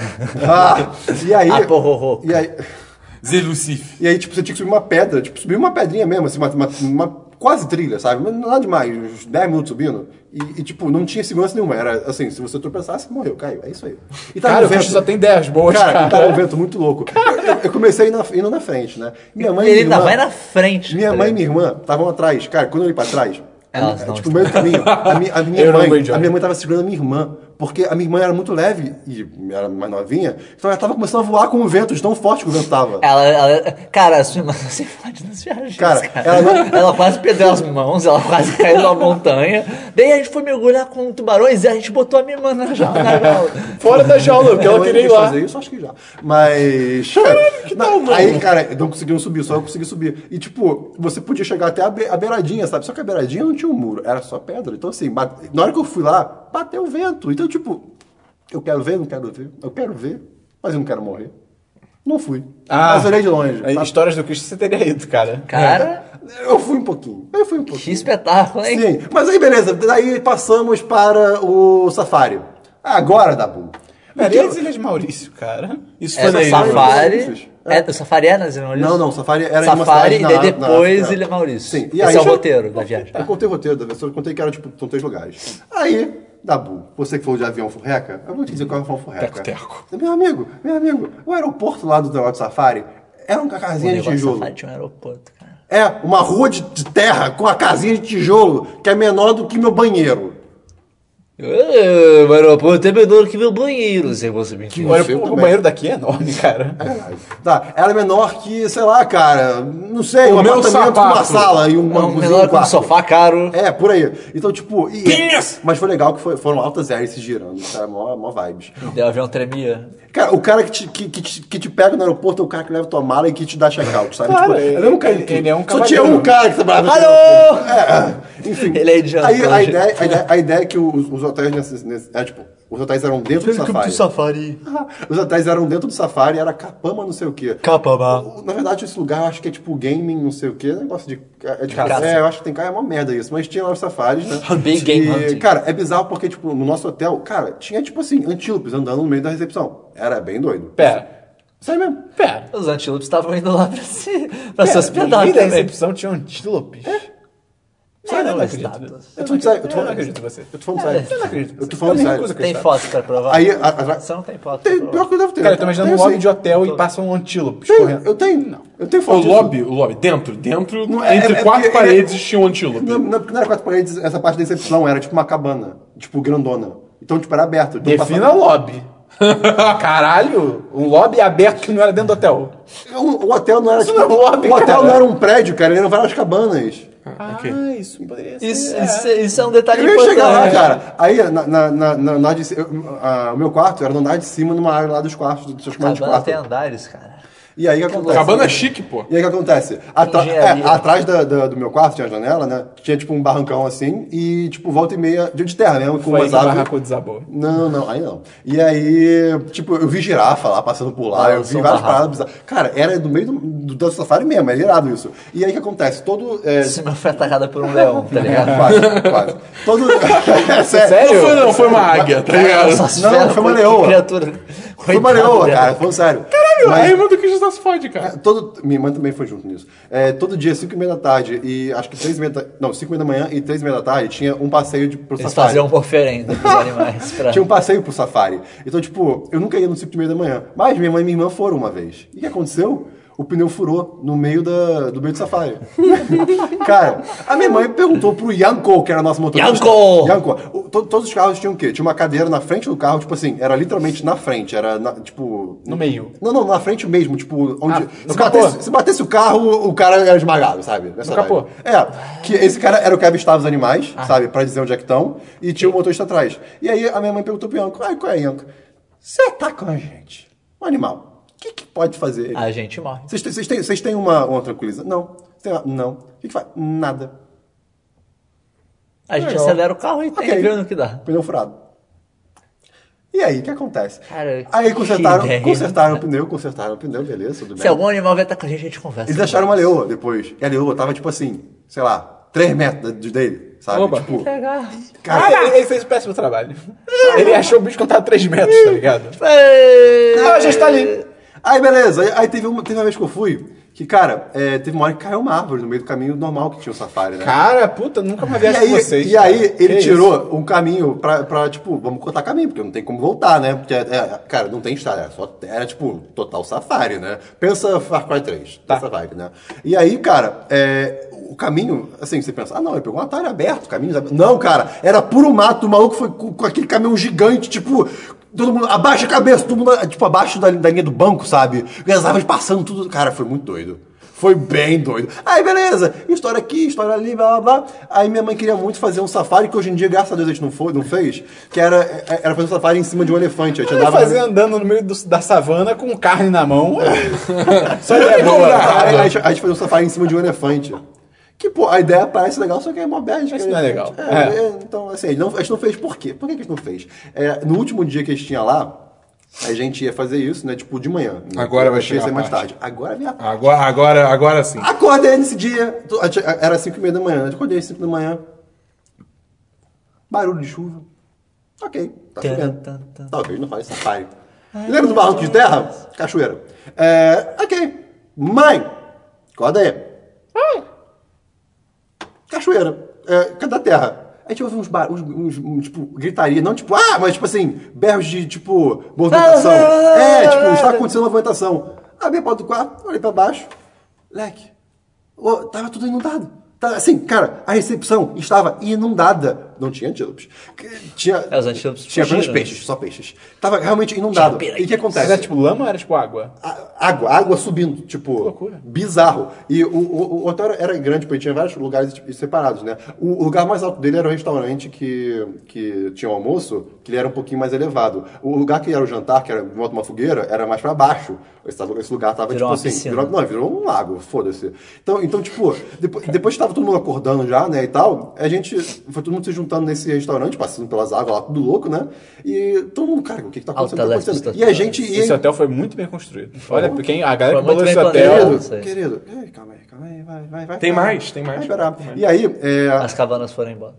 Ah, e aí...
Ah, pororô.
E aí...
Zé Lucif.
E aí, tipo, você tinha que subir uma pedra, tipo, subir uma pedrinha mesmo, assim, uma, uma- uma quase trilha, sabe? Mas nada demais, uns 10 minutos subindo. E, e, tipo, não tinha segurança nenhuma. Era assim, se você tropeçasse, morreu, caiu. É isso aí. E tava
Cara,
um
o
vento,
resto só tem 10 boas,
cara,
cara.
e tava um vento muito louco. Eu, eu comecei indo na, indo na frente, né? Minha mãe e
Ele ainda
minha irmã-
vai na frente.
Minha
tá
mãe e
ligado?
minha irmã estavam atrás. Cara, quando eu olhei pra trás, a
Elas
minha-
não
tipo, no meio do caminho, a minha, a minha
Eu não
mãe,
vou enjoy.
a minha mãe tava segurando a minha irmã, porque a minha irmã era muito leve e era mais novinha, então ela tava começando a voar com o vento, de tão forte que o vento tava.
Ela, ela- cara, a sua irmã se fode nas viagens.
Cara,
Cara,
ela
Ela,
não-
quase perdeu as mãos, ela quase caiu na montanha. Daí a gente foi mergulhar com tubarões e a gente botou a minha irmã na jaula. na jaula.
Fora da jaula, porque ela
tá Eu
queria ir
quis
lá.
fazer isso, acho que já. Mas. Caralho, que não, aí, cara, não conseguiam subir, só eu consegui subir. E, tipo, você podia chegar até a, be- a beiradinha, sabe? Só que a beiradinha não tinha um muro, era só pedra. Então, assim, bate- na hora que eu fui lá, bateu o vento. Então, tipo, eu quero ver, não quero ver, eu quero ver, mas eu não quero morrer. Não fui.
Ah.
mas olhei de longe. Tá.
Aí, Histórias do Cristo você teria ido, cara.
Cara,
Eu fui um pouquinho. Eu fui um pouquinho.
que espetáculo, hein?
Sim, mas aí beleza, daí passamos para o safari. Agora, Dabu.
Cara, e as Ilhas Maurício, cara?
Isso
É
foi
no
na ilha.
safari.
Maurício.
É, o safari é nas Ilhas Maurício?
Não, não, Safari era em uma
Safari
cidade
e daí
na- na
depois
África.
Ilha Maurício.
Sim,
Esse
e aí
é o
já-
roteiro da viagem.
Eu contei o roteiro da versão, eu contei que era tipo, são três lugares. Aí, Dabu, você que falou de avião furreca, eu vou te dizer qual é o avião furreca.
Teco-teco.
Meu amigo, meu amigo, o aeroporto lá do negócio de Safari era uma casinha de
negócio do
tijolo.
safari tinha um aeroporto, cara.
É, uma rua de, de terra com a casinha de tijolo que é menor do que meu banheiro.
Ah, O aeroporto é menor que meu banheiro, se você me
O,
entende.
aer-
sei
o
também.
banheiro daqui é enorme, cara.
Tá, era menor que, sei lá, cara, não sei,
O
um
meu
apartamento com uma
sapato.
sala e uma
É um
cozinha e
menor que um
quarto.
sofá caro.
É, por aí. Então, tipo. e-
Pinhas!
mas foi legal que foi- foram altas hélices girando. Isso era mó, mó vibes.
Daí É, o avião tremia.
Cara, o cara que te, que, que te, que te pega no aeroporto é o cara que leva tua mala e que te dá check-out, sabe?
Cara,
tipo,
ele-
era um cara
ele-
que-
ele é um
Só tinha
cavalheiro.
um cara que trabalhava. no
Alô!
aeroporto. É, enfim.
Ele é idiota,
Aí, a,
gente.
ideia, a, ideia, a ideia é que os, os hotéis nesse, nesse- é, tipo, os hotéis eram dentro do
é
um safari.
safari.
Os hotéis eram dentro do safari, era capama não sei o quê.
Capama.
O- Na verdade, esse lugar eu acho que é tipo gaming, não sei o que, negócio de. É, de
Caça.
é, eu acho que tem cara, é uma merda isso, mas tinha lá os safaris, né?
Big game hunting.
Cara, é bizarro porque, tipo, no nosso hotel, cara, tinha tipo assim, antílopes andando no meio da recepção. Era bem doido.
Pera,
Sério mesmo.
pera.
Os antílopes estavam indo lá pra se,
É,
pra se
pera, no
hospedar
meio da
também.
recepção tinha antílopes.
Sério,
eu não
mas
acredito.
tá.
Eu tô falando sério, eu tô
Eu não
falando
acredito em
sério.
você. É,
Eu tô falando sério.
Eu não acredito em você.
Eu tô falando
me
sério.
recuso a
Tem
acreditar.
foto pra provar?
tipo Aí, a- a-
Você não tem foto pra
Tem,
provar.
pior que eu devo ter.
Cara, eu tô imaginando
Tem,
um lobby
sim.
de hotel e passa um antílope
Tem,
correndo.
Eu tenho. Não. Eu tenho
O
foto. disso.
lobby, o lobby, dentro, dentro,
Não, é-
entre
é
quatro
porque ele-
paredes tinha um antílope.
Não, não, porque não era quatro paredes, essa parte da recepção era tipo uma cabana, tipo grandona. Então, tipo, era aberto. Então,
Defina lobby. Caralho, um lobby aberto que não era dentro do hotel.
O, o hotel não era tipo
Isso não é um lobby,
O hotel
cara.
não era um prédio, cara, eram várias cabanas.
Ah, ok.
Ah, isso poderia ser.
Isso,
é.
isso, isso é um detalhe
Eu ia
importante.
chegar lá, cara. Aí, na, na, na, na andar de ci- eu- ah, o meu quarto era no andar de cima, numa área lá dos quartos, dos seus
Cabana
quartos.
tem Tá, andares, cara.
E aí o que acontece?
Cabana é chique, pô.
E aí o que acontece? Atra-
Engenharia.
é, atrás da- da- do meu quarto tinha a janela, né? Tinha tipo um barrancão assim e tipo volta e meia de de terra, né? Com
Foi aí
umas
que o
árvores.
barraco desabou.
Não, não, aí não. E aí, tipo, eu vi girafa lá passando por lá,
Ah,
eu vi
são
várias
barracos.
paradas bizarras. Cara, era do meio do, do, do safari mesmo, é irado isso. E aí o que acontece? Todo. É,
Esse meu foi atacada por um leão, tá ligado?
quase, quase. Todo. É, sério?
Não foi, não, foi uma águia, tá ligado?
Nossa,
Não,
fera,
foi uma
que
leoa.
Criatura.
Foi uma
Coitado
leoa,
dela.
cara, falando sério.
A irmã é, do Cristo se fode, cara.
Todo, minha irmã também foi junto nisso. É, todo dia, 5 e meia da tarde, e acho que 3 e meia da, Não, 5 e meia da manhã e 3 e meia da tarde tinha um passeio de, pro
Eles
safari.
faziam uma oferenda pros animais. Pra...
Tinha um passeio pro safari. Então, tipo, eu nunca ia no 5 e meia da manhã. Mas minha mãe e minha irmã foram uma vez. E o que aconteceu? O pneu furou no meio da, do meio do safari. Cara, a minha mãe perguntou pro Yanko, que era nosso motorista.
Yanko!
Yanko! O- to- todos os carros tinham o quê? Tinha uma cadeira na frente do carro, tipo assim, era literalmente na frente, era na- tipo...
No meio.
Não, não, na frente mesmo, tipo, onde...
Ah, no
se,
capô.
batesse, se batesse o carro, o cara era esmagado, sabe? Nessa
No capô.
vibe. É, que esse cara era o que avistava os animais,
Ah.
sabe? Pra dizer onde é que estão. E tinha um motorista atrás. E aí a minha mãe perguntou pro Ianco, ai, qual é, Ianco? Você tá com a gente. Um animal. O que, que pode fazer? ele?
A gente morre.
Vocês têm- Vocês têm, vocês têm uma, uma tranquiliza? Não. Tem uma- Não. O que, que faz? Nada.
A gente
Legal.
acelera o carro e tem
Ok.
okay. no que dá.
Pneu furado. E aí, o que acontece?
Cara,
aí
que
consertaram,
ideia.
consertaram o pneu, consertaram o pneu, beleza, tudo bem.
Se algum animal vier tá com a gente, a gente conversa.
Né? Eles acharam uma leoa depois. E a leoa tava, tipo assim, sei lá, 3 metros de- dele, sabe?
Oba.
Tipo,
Pegar.
cara,
Ah, ele, ele fez um péssimo trabalho. ele achou o bicho quando tava 3 metros, tá ligado?
Ei!
Ah, já está ali.
Aí beleza, aí, aí teve, uma, teve uma vez que eu fui, que cara, é, teve uma hora que caiu uma árvore no meio do caminho normal que tinha o safari, né?
Cara, puta, nunca mais
E
viajo
aí,
com vocês.
e aí
cara.
ele
Que
tirou um caminho pra, pra, tipo, vamos cortar caminho, porque não tem como voltar, né? Porque, é, é, cara, não tem estrada, era só, era tipo, total safari, né? Pensa Far Cry 3,
Tá.
essa vibe, né? E aí, cara, é, o caminho, assim, você pensa, ah não, ele pegou um atalho aberto, caminho aberto. Não, cara, era puro mato, o maluco foi com, com aquele caminhão gigante, tipo... Todo mundo abaixa a cabeça, todo mundo, tipo, abaixo da, da linha do banco, sabe? E as árvores passando tudo. Cara, foi muito doido. Foi bem doido. Aí, beleza. História aqui, história ali, blá, blá, blá. Aí minha mãe queria muito fazer um safari, que hoje em dia, graças a Deus, a gente não, foi, não fez. Que era, é- era fazer um safari em cima de um elefante. A gente
isso? Ele
andava...
fazia andando no meio do- da savana com carne na mão. Só ele é
Aí,
boa.
aí, a gente- a gente fazia um safari em cima de um elefante. Que, pô, a ideia parece legal, só que é mó bad.
Isso não é legal.
É,
É.
é, então, assim, a gente, não, a gente não fez por quê? Por que que a gente não fez? É, no último dia que a gente tinha lá, a gente ia fazer isso, né? Tipo, de manhã.
Agora vai
Eu pensei
chegar a
mais
parte.
tarde. Agora vem a
Agora, agora, agora
assim.
sim.
Ah,
Acordei nesse dia. tu- a- a- Era 5 e meia da manhã. Acordei às 5 da manhã. Barulho de chuva. Ok, tá
Tan,
chovendo.
tan, tan.
Talvez não fale safari. Lembra do barranco de terra? Cachoeira. É, ok. Mãe, acorda aí. Cachoeira. É, cadê a terra? A gente ouve uns barulhos, uns, uns, tipo, gritaria, não tipo, ah, mas tipo assim, berros de, tipo, movimentação. É, tipo, está acontecendo uma movimentação. Abri a porta do quarto, olhei pra baixo, leque, Ô, tava tudo inundado. Tá, assim, cara, a recepção estava inundada. Não tinha antílopes. Que- Tinha,
É, os antílopes
tinha apenas
fugiram.
peixes, só peixes. Tava realmente inundado.
Tinha é piraí.
E o que acontece?
Era tipo lama ou era tipo água?
A- água, água subindo, tipo,
loucura.
bizarro. E o, o, o hotel era- era grande, porque tinha vários lugares tipo, separados, né? O, o lugar mais alto dele era o restaurante que, que tinha o almoço, que ele era um pouquinho mais elevado. O lugar que era o jantar, que era em volta de uma fogueira, era mais pra baixo. Esse, esse lugar tava,
Virou
tipo
uma
assim,
piscina.
virou- não, virou um lago, foda-se. Então, então tipo, depo- depois que tava todo mundo acordando já, né, e tal, a gente foi todo mundo se juntando nesse restaurante, passando pelas águas lá, tudo louco, né? E todo mundo, cara, o que que tá acontecendo?
Alta
Tá acontecendo?
leste
E a gente
é
ia...
Esse hotel foi muito bem construído. Olha, quem, a galera
Foi
que
muito
bolou
bem
esse hotel.
planejado.
Querido,
isso aí.
querido, ei, calma aí, calma aí, vai, vai, vai.
Tem
vai,
mais, tem
Vai
mais.
esperar. E aí, é...
As cabanas foram embora.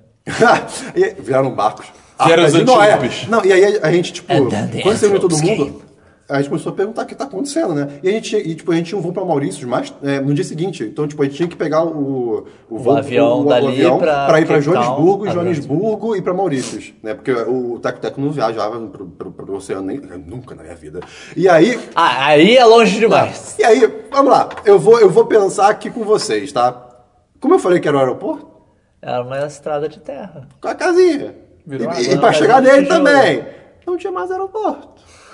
e- viraram barcos.
Vieram
Arcas
os
de Noé.
antílopes.
Não, e aí a gente, tipo,
And then the
quando se reuniu todo
antelopes
mundo, a gente começou a perguntar o que tá acontecendo, né? E a gente, e, tipo, a gente tinha um voo pra Maurício mas, é, no dia seguinte. Então, tipo, a gente tinha que pegar o, o voo,
avião dali pra
pra ir pra
Cape Town,
Joanesburgo,
a
Joanesburgo e pra Maurícios, né? Porque o Teco Teco não viajava pro, pro, pro oceano nem, nunca na minha vida. E aí,
Ah, aí é longe demais.
e aí, vamos lá. Eu vou, eu vou pensar aqui com vocês, tá? Como eu falei que era o aeroporto,
Era É uma estrada de terra.
com a casinha.
Virou
e,
água,
e pra
né?
chegar
Casinha de
nele
tijolo.
também. Não tinha mais aeroporto,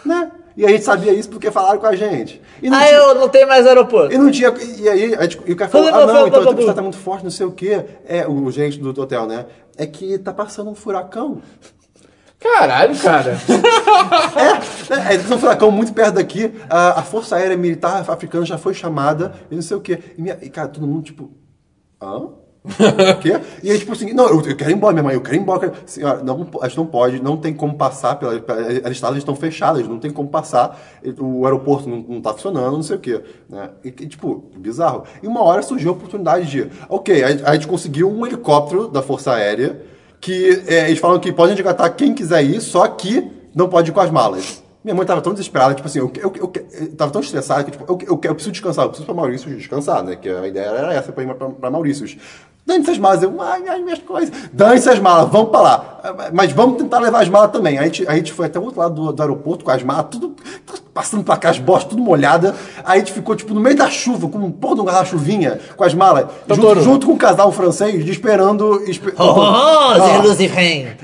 né? E a gente sabia isso porque falaram com a gente. E não
Ah,
tinha-
eu não tenho mais aeroporto.
e não tinha. E aí, a gente- e o cara falou: ah, não, então a tempestade tá muito forte, não sei o quê. É, o gerente do do hotel, né? É que tá passando um furacão.
Caralho, cara.
É, É, eles são um furacão muito perto daqui. A, a Força Aérea Militar Africana já foi chamada e não sei o quê. E, minha- e, cara, todo mundo, tipo. Hã? O quê? E aí, tipo assim, não, eu, eu quero ir embora, minha mãe, eu quero ir embora. eu quero- Senhora, não, po- a gente não pode, não tem como passar pela. pela as estradas estão fechadas, não tem como passar. O aeroporto não, não tá funcionando, não sei o quê. Né? E, que, tipo, bizarro. E uma hora surgiu a oportunidade de. Ok, a, a gente conseguiu um helicóptero da Força Aérea que é, eles falam que podem resgatar quem quiser ir, só que não pode ir com as malas. Minha mãe tava tão desesperada, tipo assim, eu, eu, eu, eu tava tão estressada que, tipo, eu, eu, eu preciso descansar, eu preciso ir pra Maurícios descansar, né? Que a ideia era essa, pra ir pra, pra Maurícios. Dane-se as malas, eu, ai, ai, minhas coisas. Dane-se as malas, vamos pra lá. Ah, Mas vamos tentar levar as malas também. Aí a gente, a gente foi até o outro lado do, do aeroporto com as malas, tudo tá passando pra cá, as bostas tudo molhada. Aí a gente ficou, tipo, no meio da chuva, com um porra de um garra-chuvinha, com as malas, junto, junto com um casal francês, de esperando. espe-
Oh,
Ah
Zé Lucifer!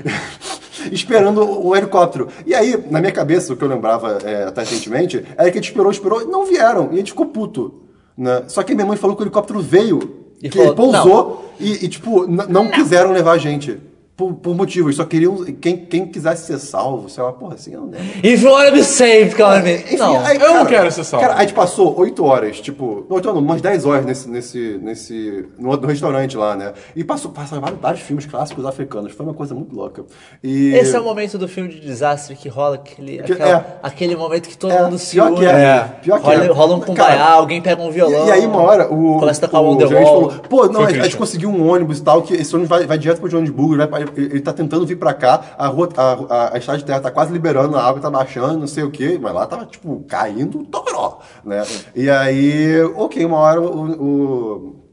esperando o helicóptero. E aí, na minha cabeça, o que eu lembrava é, até recentemente, era que a gente esperou, esperou, e não vieram. E a gente ficou puto. né? Só que minha mãe falou que o helicóptero veio,
E
que ele
falou,
pousou e, e, tipo, n- não quiseram levar a gente. Por, por motivos, só queriam. Quem, quem quisesse ser salvo, sei lá, porra, assim, eu não lembro.
If you wanna be saved, call me. Não.
aí,
eu não quero ser salvo.
Cara, a gente passou 8 horas, tipo, não, 8 horas, não, umas 10 horas nesse, nesse, nesse, no, no restaurante lá, né? E passou, passaram vários, vários filmes clássicos africanos, foi uma coisa muito louca. E...
Esse é o momento do filme de desastre que rola aquele,
Que-
aquela-
é.
aquele momento que todo
É,
mundo se
pior
une.
que é, é, pior que
rola,
é.
rola um kumbaya,
Cara,
alguém pega um violão.
E, e aí, uma hora, o,
Começa a tocar
o,
Wonder
gerente
Wall.
falou: pô, não,
Foi
a, a gente
Christian.
conseguiu um ônibus e tal, que esse ônibus vai, vai direto pro Johannesburgo, ele, vai pra- ele, ele tá tentando vir pra cá, a rua, a, a, a estrada de terra tá quase liberando, a água tá baixando, não sei o quê, mas lá tava, tipo, caindo toró, né? E aí, ok, uma hora o- o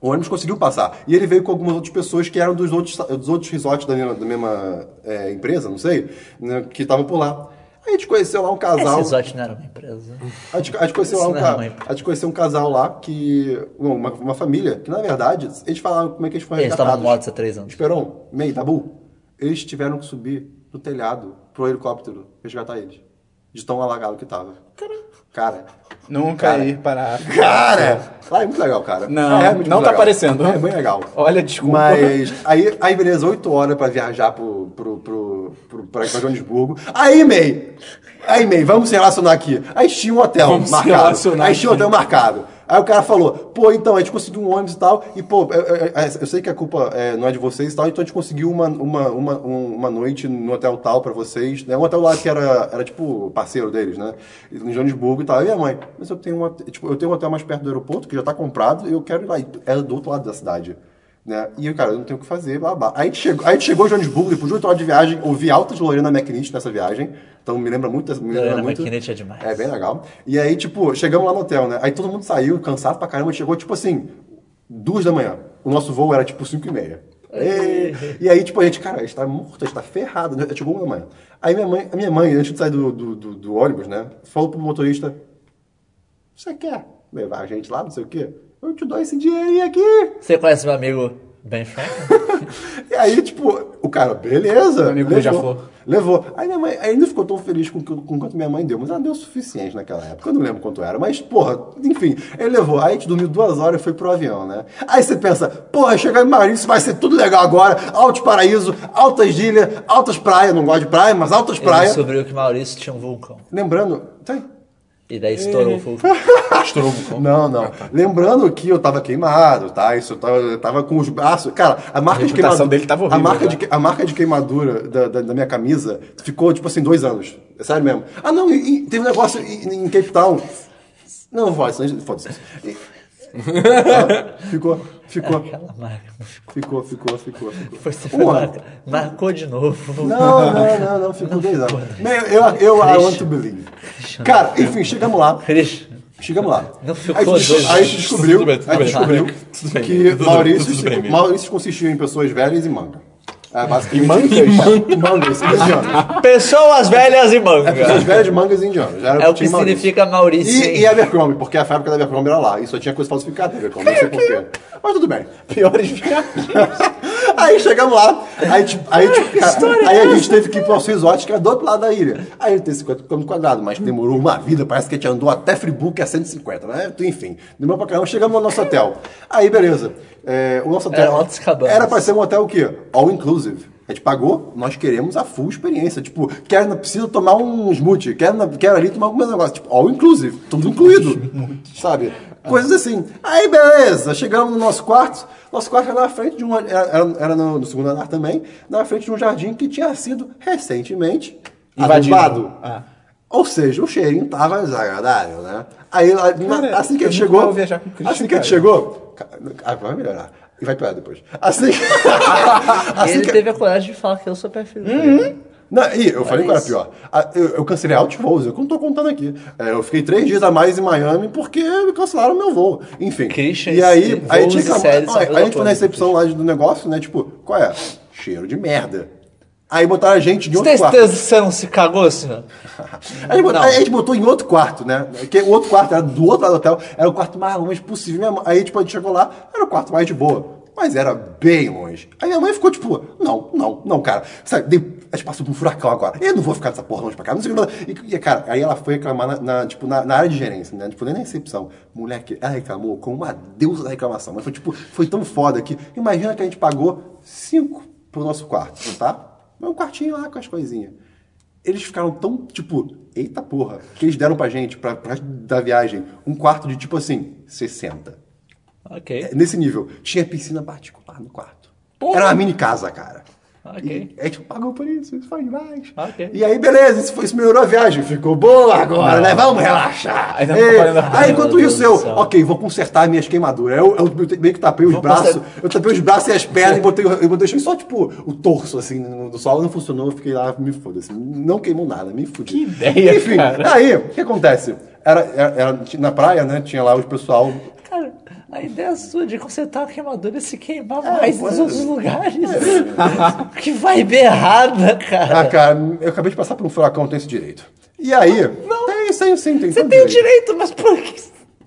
o ônibus conseguiu passar. E ele veio com algumas outras pessoas que eram dos outros, dos outros resorts da mesma, da mesma, é, empresa, não sei, né, que estavam por lá. Aí a gente conheceu lá um
Esse
casal.
exótico não era uma empresa.
A gente, a gente conheceu lá um,
Isso não é
ca-
ruim.
a gente conheceu um casal lá que. não, Uma, uma família, que na verdade, eles falaram como é que eles foram
Eles estavam
resgatados.
mortos tá há três anos.
Esperon, May, Dabu, eles tiveram que subir no telhado pro helicóptero resgatar eles. De tão alagado que tava. Cara.
Nunca
Cara.
ir para a África.
Cara! Lá é muito legal, cara.
Não,
é muito
não tá
legal.
aparecendo.
É bem legal.
Olha, desculpa.
Mas aí, aí beleza, 8 horas pra viajar pro, pro, pro, pro, pra, pra Joanesburgo. Aí, May! Aí, May, vamos se relacionar aqui. Aí tinha um hotel
Vamos se
marcado.
relacionar
aí tinha um hotel marcado. Aí o cara falou, pô, então, a gente conseguiu um ônibus e tal, e pô, eu, eu- é, eu- eu sei que a culpa é, não é de vocês e tal, então a gente conseguiu uma, uma, uma, um- uma noite no hotel tal pra vocês, né? Um hotel lá que era, era tipo parceiro deles, né? Em Joanesburgo e tal. E a mãe, mas eu tenho, um hotel- tipo, eu tenho um hotel mais perto do aeroporto que já tá comprado e eu quero ir lá. E Era do outro lado da cidade né? E eu, cara, eu não tenho o que fazer, blá, blá. Aí a gente chegou, aí a gente chegou em Joanesburgo, depois de 8 horas de viagem, ouvi altas Lorena McKinney nessa viagem. Então me lembra muito dessa. me lembra
Lorena
muito.
McKnight é demais.
É bem legal. E aí, tipo, chegamos lá no hotel, né? Aí todo mundo saiu, cansado pra caramba, chegou, tipo assim, duas da manhã. O nosso voo era tipo 5 e meia. Ei! E aí, tipo, a gente, cara, a gente tá morto, a gente tá ferrado. né? Chegou uma da manhã. Aí minha mãe, a minha mãe, antes de sair do, do, do- do ônibus, né? Falou pro motorista, você quer levar a gente lá, não sei o quê? Eu te dou esse dinheirinho aqui.
Você conhece meu amigo Ben Franklin?
E aí, tipo, o cara, beleza.
Meu amigo beija-flor.
levou, levou. Aí minha mãe ainda ficou tão feliz com, o- com quanto minha mãe deu, mas ela deu o suficiente naquela época. Eu não lembro quanto era, mas, porra, enfim, ele levou. Aí a gente dormiu duas horas e foi pro avião, né? Aí você pensa, porra, chegar em Maurício vai ser tudo legal agora. Altos paraíso, altas ilhas, altas praias. Não gosto de praia, mas
É
altas
Ele
praias.
descobriu que Maurício tinha um vulcão.
Lembrando. Tá aí.
E daí
É.
estourou o vulcão.
Estourou o vulcão.
Não, não. Lembrando que eu tava queimado, tá? Isso eu tava, eu tava com os braços. Cara, a marca de
reputação
queimadura.
dele tava horrível,
a marca,
tá?
de, que- a marca de queimadura da, da- da minha camisa ficou, tipo assim, dois anos. É sério mesmo. Ah, não, e, e teve um negócio em, em Cape Town. Não, foda-se, foda-se. E- Ah, ficou, ficou,
Aquela marca.
ficou, ficou, ficou. ficou.
Foi, você foi
Um
marca.
ano.
Marcou de novo.
Não, não, não, não, ficou dois anos. Não, Eu, eu, I want to believe. Cara, enfim, chegamos lá.
Christian.
Chegamos lá.
Não ficou
aí a gente,
dois.
aí a gente descobriu,
Tudo bem, tudo
aí a gente
bem.
descobriu
Tudo bem,
que
tudo bem,
Maurício,
tudo bem.
Maurício consistia em pessoas velhas e manga. É, basicamente,
mangas?
mangas, indianos.
Pessoas velhas e
Pessoas
manga.
É velhas de mangas e indianos. Era
É o que
tinha Maurício.
significa Maurício.
E,
hein?
e Abercrombie, porque a fábrica da Abercrombie era lá. E só tinha coisa falsificada da Abercrombie, não sei porquê. Mas tudo bem.
Piores viagens.
Aí chegamos lá, aí, tipo, aí, tipo,
é
cara, aí a gente teve que ir pro nosso resort, que era do outro lado da ilha. Aí ele tem 50 km quadrados, mas demorou uma vida, parece que a gente andou até Friburgo, que é 150, né? Enfim, demorou pra caramba, chegamos no nosso hotel. Aí, beleza. É, o nosso hotel
Era Altos Cabanas.
era pra ser um hotel o quê? All inclusive. A gente pagou, nós queremos a full experiência. Tipo, quero, na- preciso tomar um smoothie, quero, na- quero ali tomar algum negócio. Tipo, all inclusive, tudo incluído. sabe?
É.
Coisas assim. Aí, beleza, chegamos no nosso quarto. Nosso quarto era na frente de um. Era, era no, no segundo andar também, na frente de um jardim que tinha sido recentemente
Invadido.
adubado.
Ah.
Ou seja, o cheirinho tava desagradável, né? Aí, lá-
Cara,
assim que
eu
ele
nunca vou
chegou.
viajar com o Christian,
Assim que ele
cara.
chegou. ca- ah, Vai melhorar. E vai piorar depois. Assim que. assim
ele
que-
teve a coragem de falar que eu sou perfil.
Hum. Não, e eu falei que era
Olha
pior. Ah, Eu, eu cancelei altos voos, eu que não tô contando aqui. É, eu fiquei três dias a mais em Miami porque cancelaram meu voo. Enfim.
Christian,
e aí,
voos
aí,
e
tinha que-
séries,
olha,
essa
aí a
coisa
gente foi
toda,
na recepção lá do negócio, né? Tipo, qual é? Cheiro de merda. Aí botaram a gente de
Você tá
outro
tem
quarto.
certeza que você não se cagou, senhor?
A gente, botou,
Não.
a gente botou em outro quarto, né? Que o outro quarto era do outro lado do hotel, era o quarto mais longe possível. Minha mãe- Aí, tipo, a gente chegou lá, era o quarto mais de boa. Mas era bem longe. Aí minha mãe ficou tipo, não, não, não, cara. Sabe, dei- a gente passou por um furacão agora. Eu não vou ficar dessa porra longe pra cá. Não sei o que. lá. E, e, cara, aí ela foi reclamar na, na, tipo, na, na área de gerência, né? Tipo, nem na recepção. Moleque, ela reclamou como uma deusa da reclamação. Mas foi tipo, foi tão foda que. Imagina que a gente pagou cinco pro nosso quarto, tá? Um quartinho lá com as coisinhas eles ficaram tão, tipo, eita porra, que eles deram pra gente, pra, pra resto da viagem, um quarto de, tipo assim, 60.
Ok,
É, Nesse nível. Tinha piscina particular no quarto.
Porra!
Era uma mini casa, cara.
ok.
E a gente pagou por isso, isso faz mais.
Ok.
E aí, beleza, isso, foi, isso melhorou a viagem. Ficou boa agora, né? Vamos relaxar.
Aí tá
Ei,
falando-
aí, enquanto
Meu
isso,
Deus
eu,
do céu.
ok, vou consertar minhas queimaduras. Eu, eu meio que tapei os braços,
conser-
eu tapei os braços e as pernas e botei, eu deixei só, tipo, o torso, assim, no, do solo. Não funcionou, eu fiquei lá, me foda assim, Não queimou nada, me fudi. Que
ideia,
Enfim,
cara.
aí, o que acontece? Era, era- era- na praia, né, tinha lá os pessoal
Cara, a ideia é sua de consertar a queimadura é se queimar mais
mas-
nos outros lugares. que vibe errada, cara.
Ah, cara, eu acabei de passar por um furacão, eu tenho esse direito. E aí? Não. Tem, tem, sim, tem.
Você
todo
tem o direito, mas por que...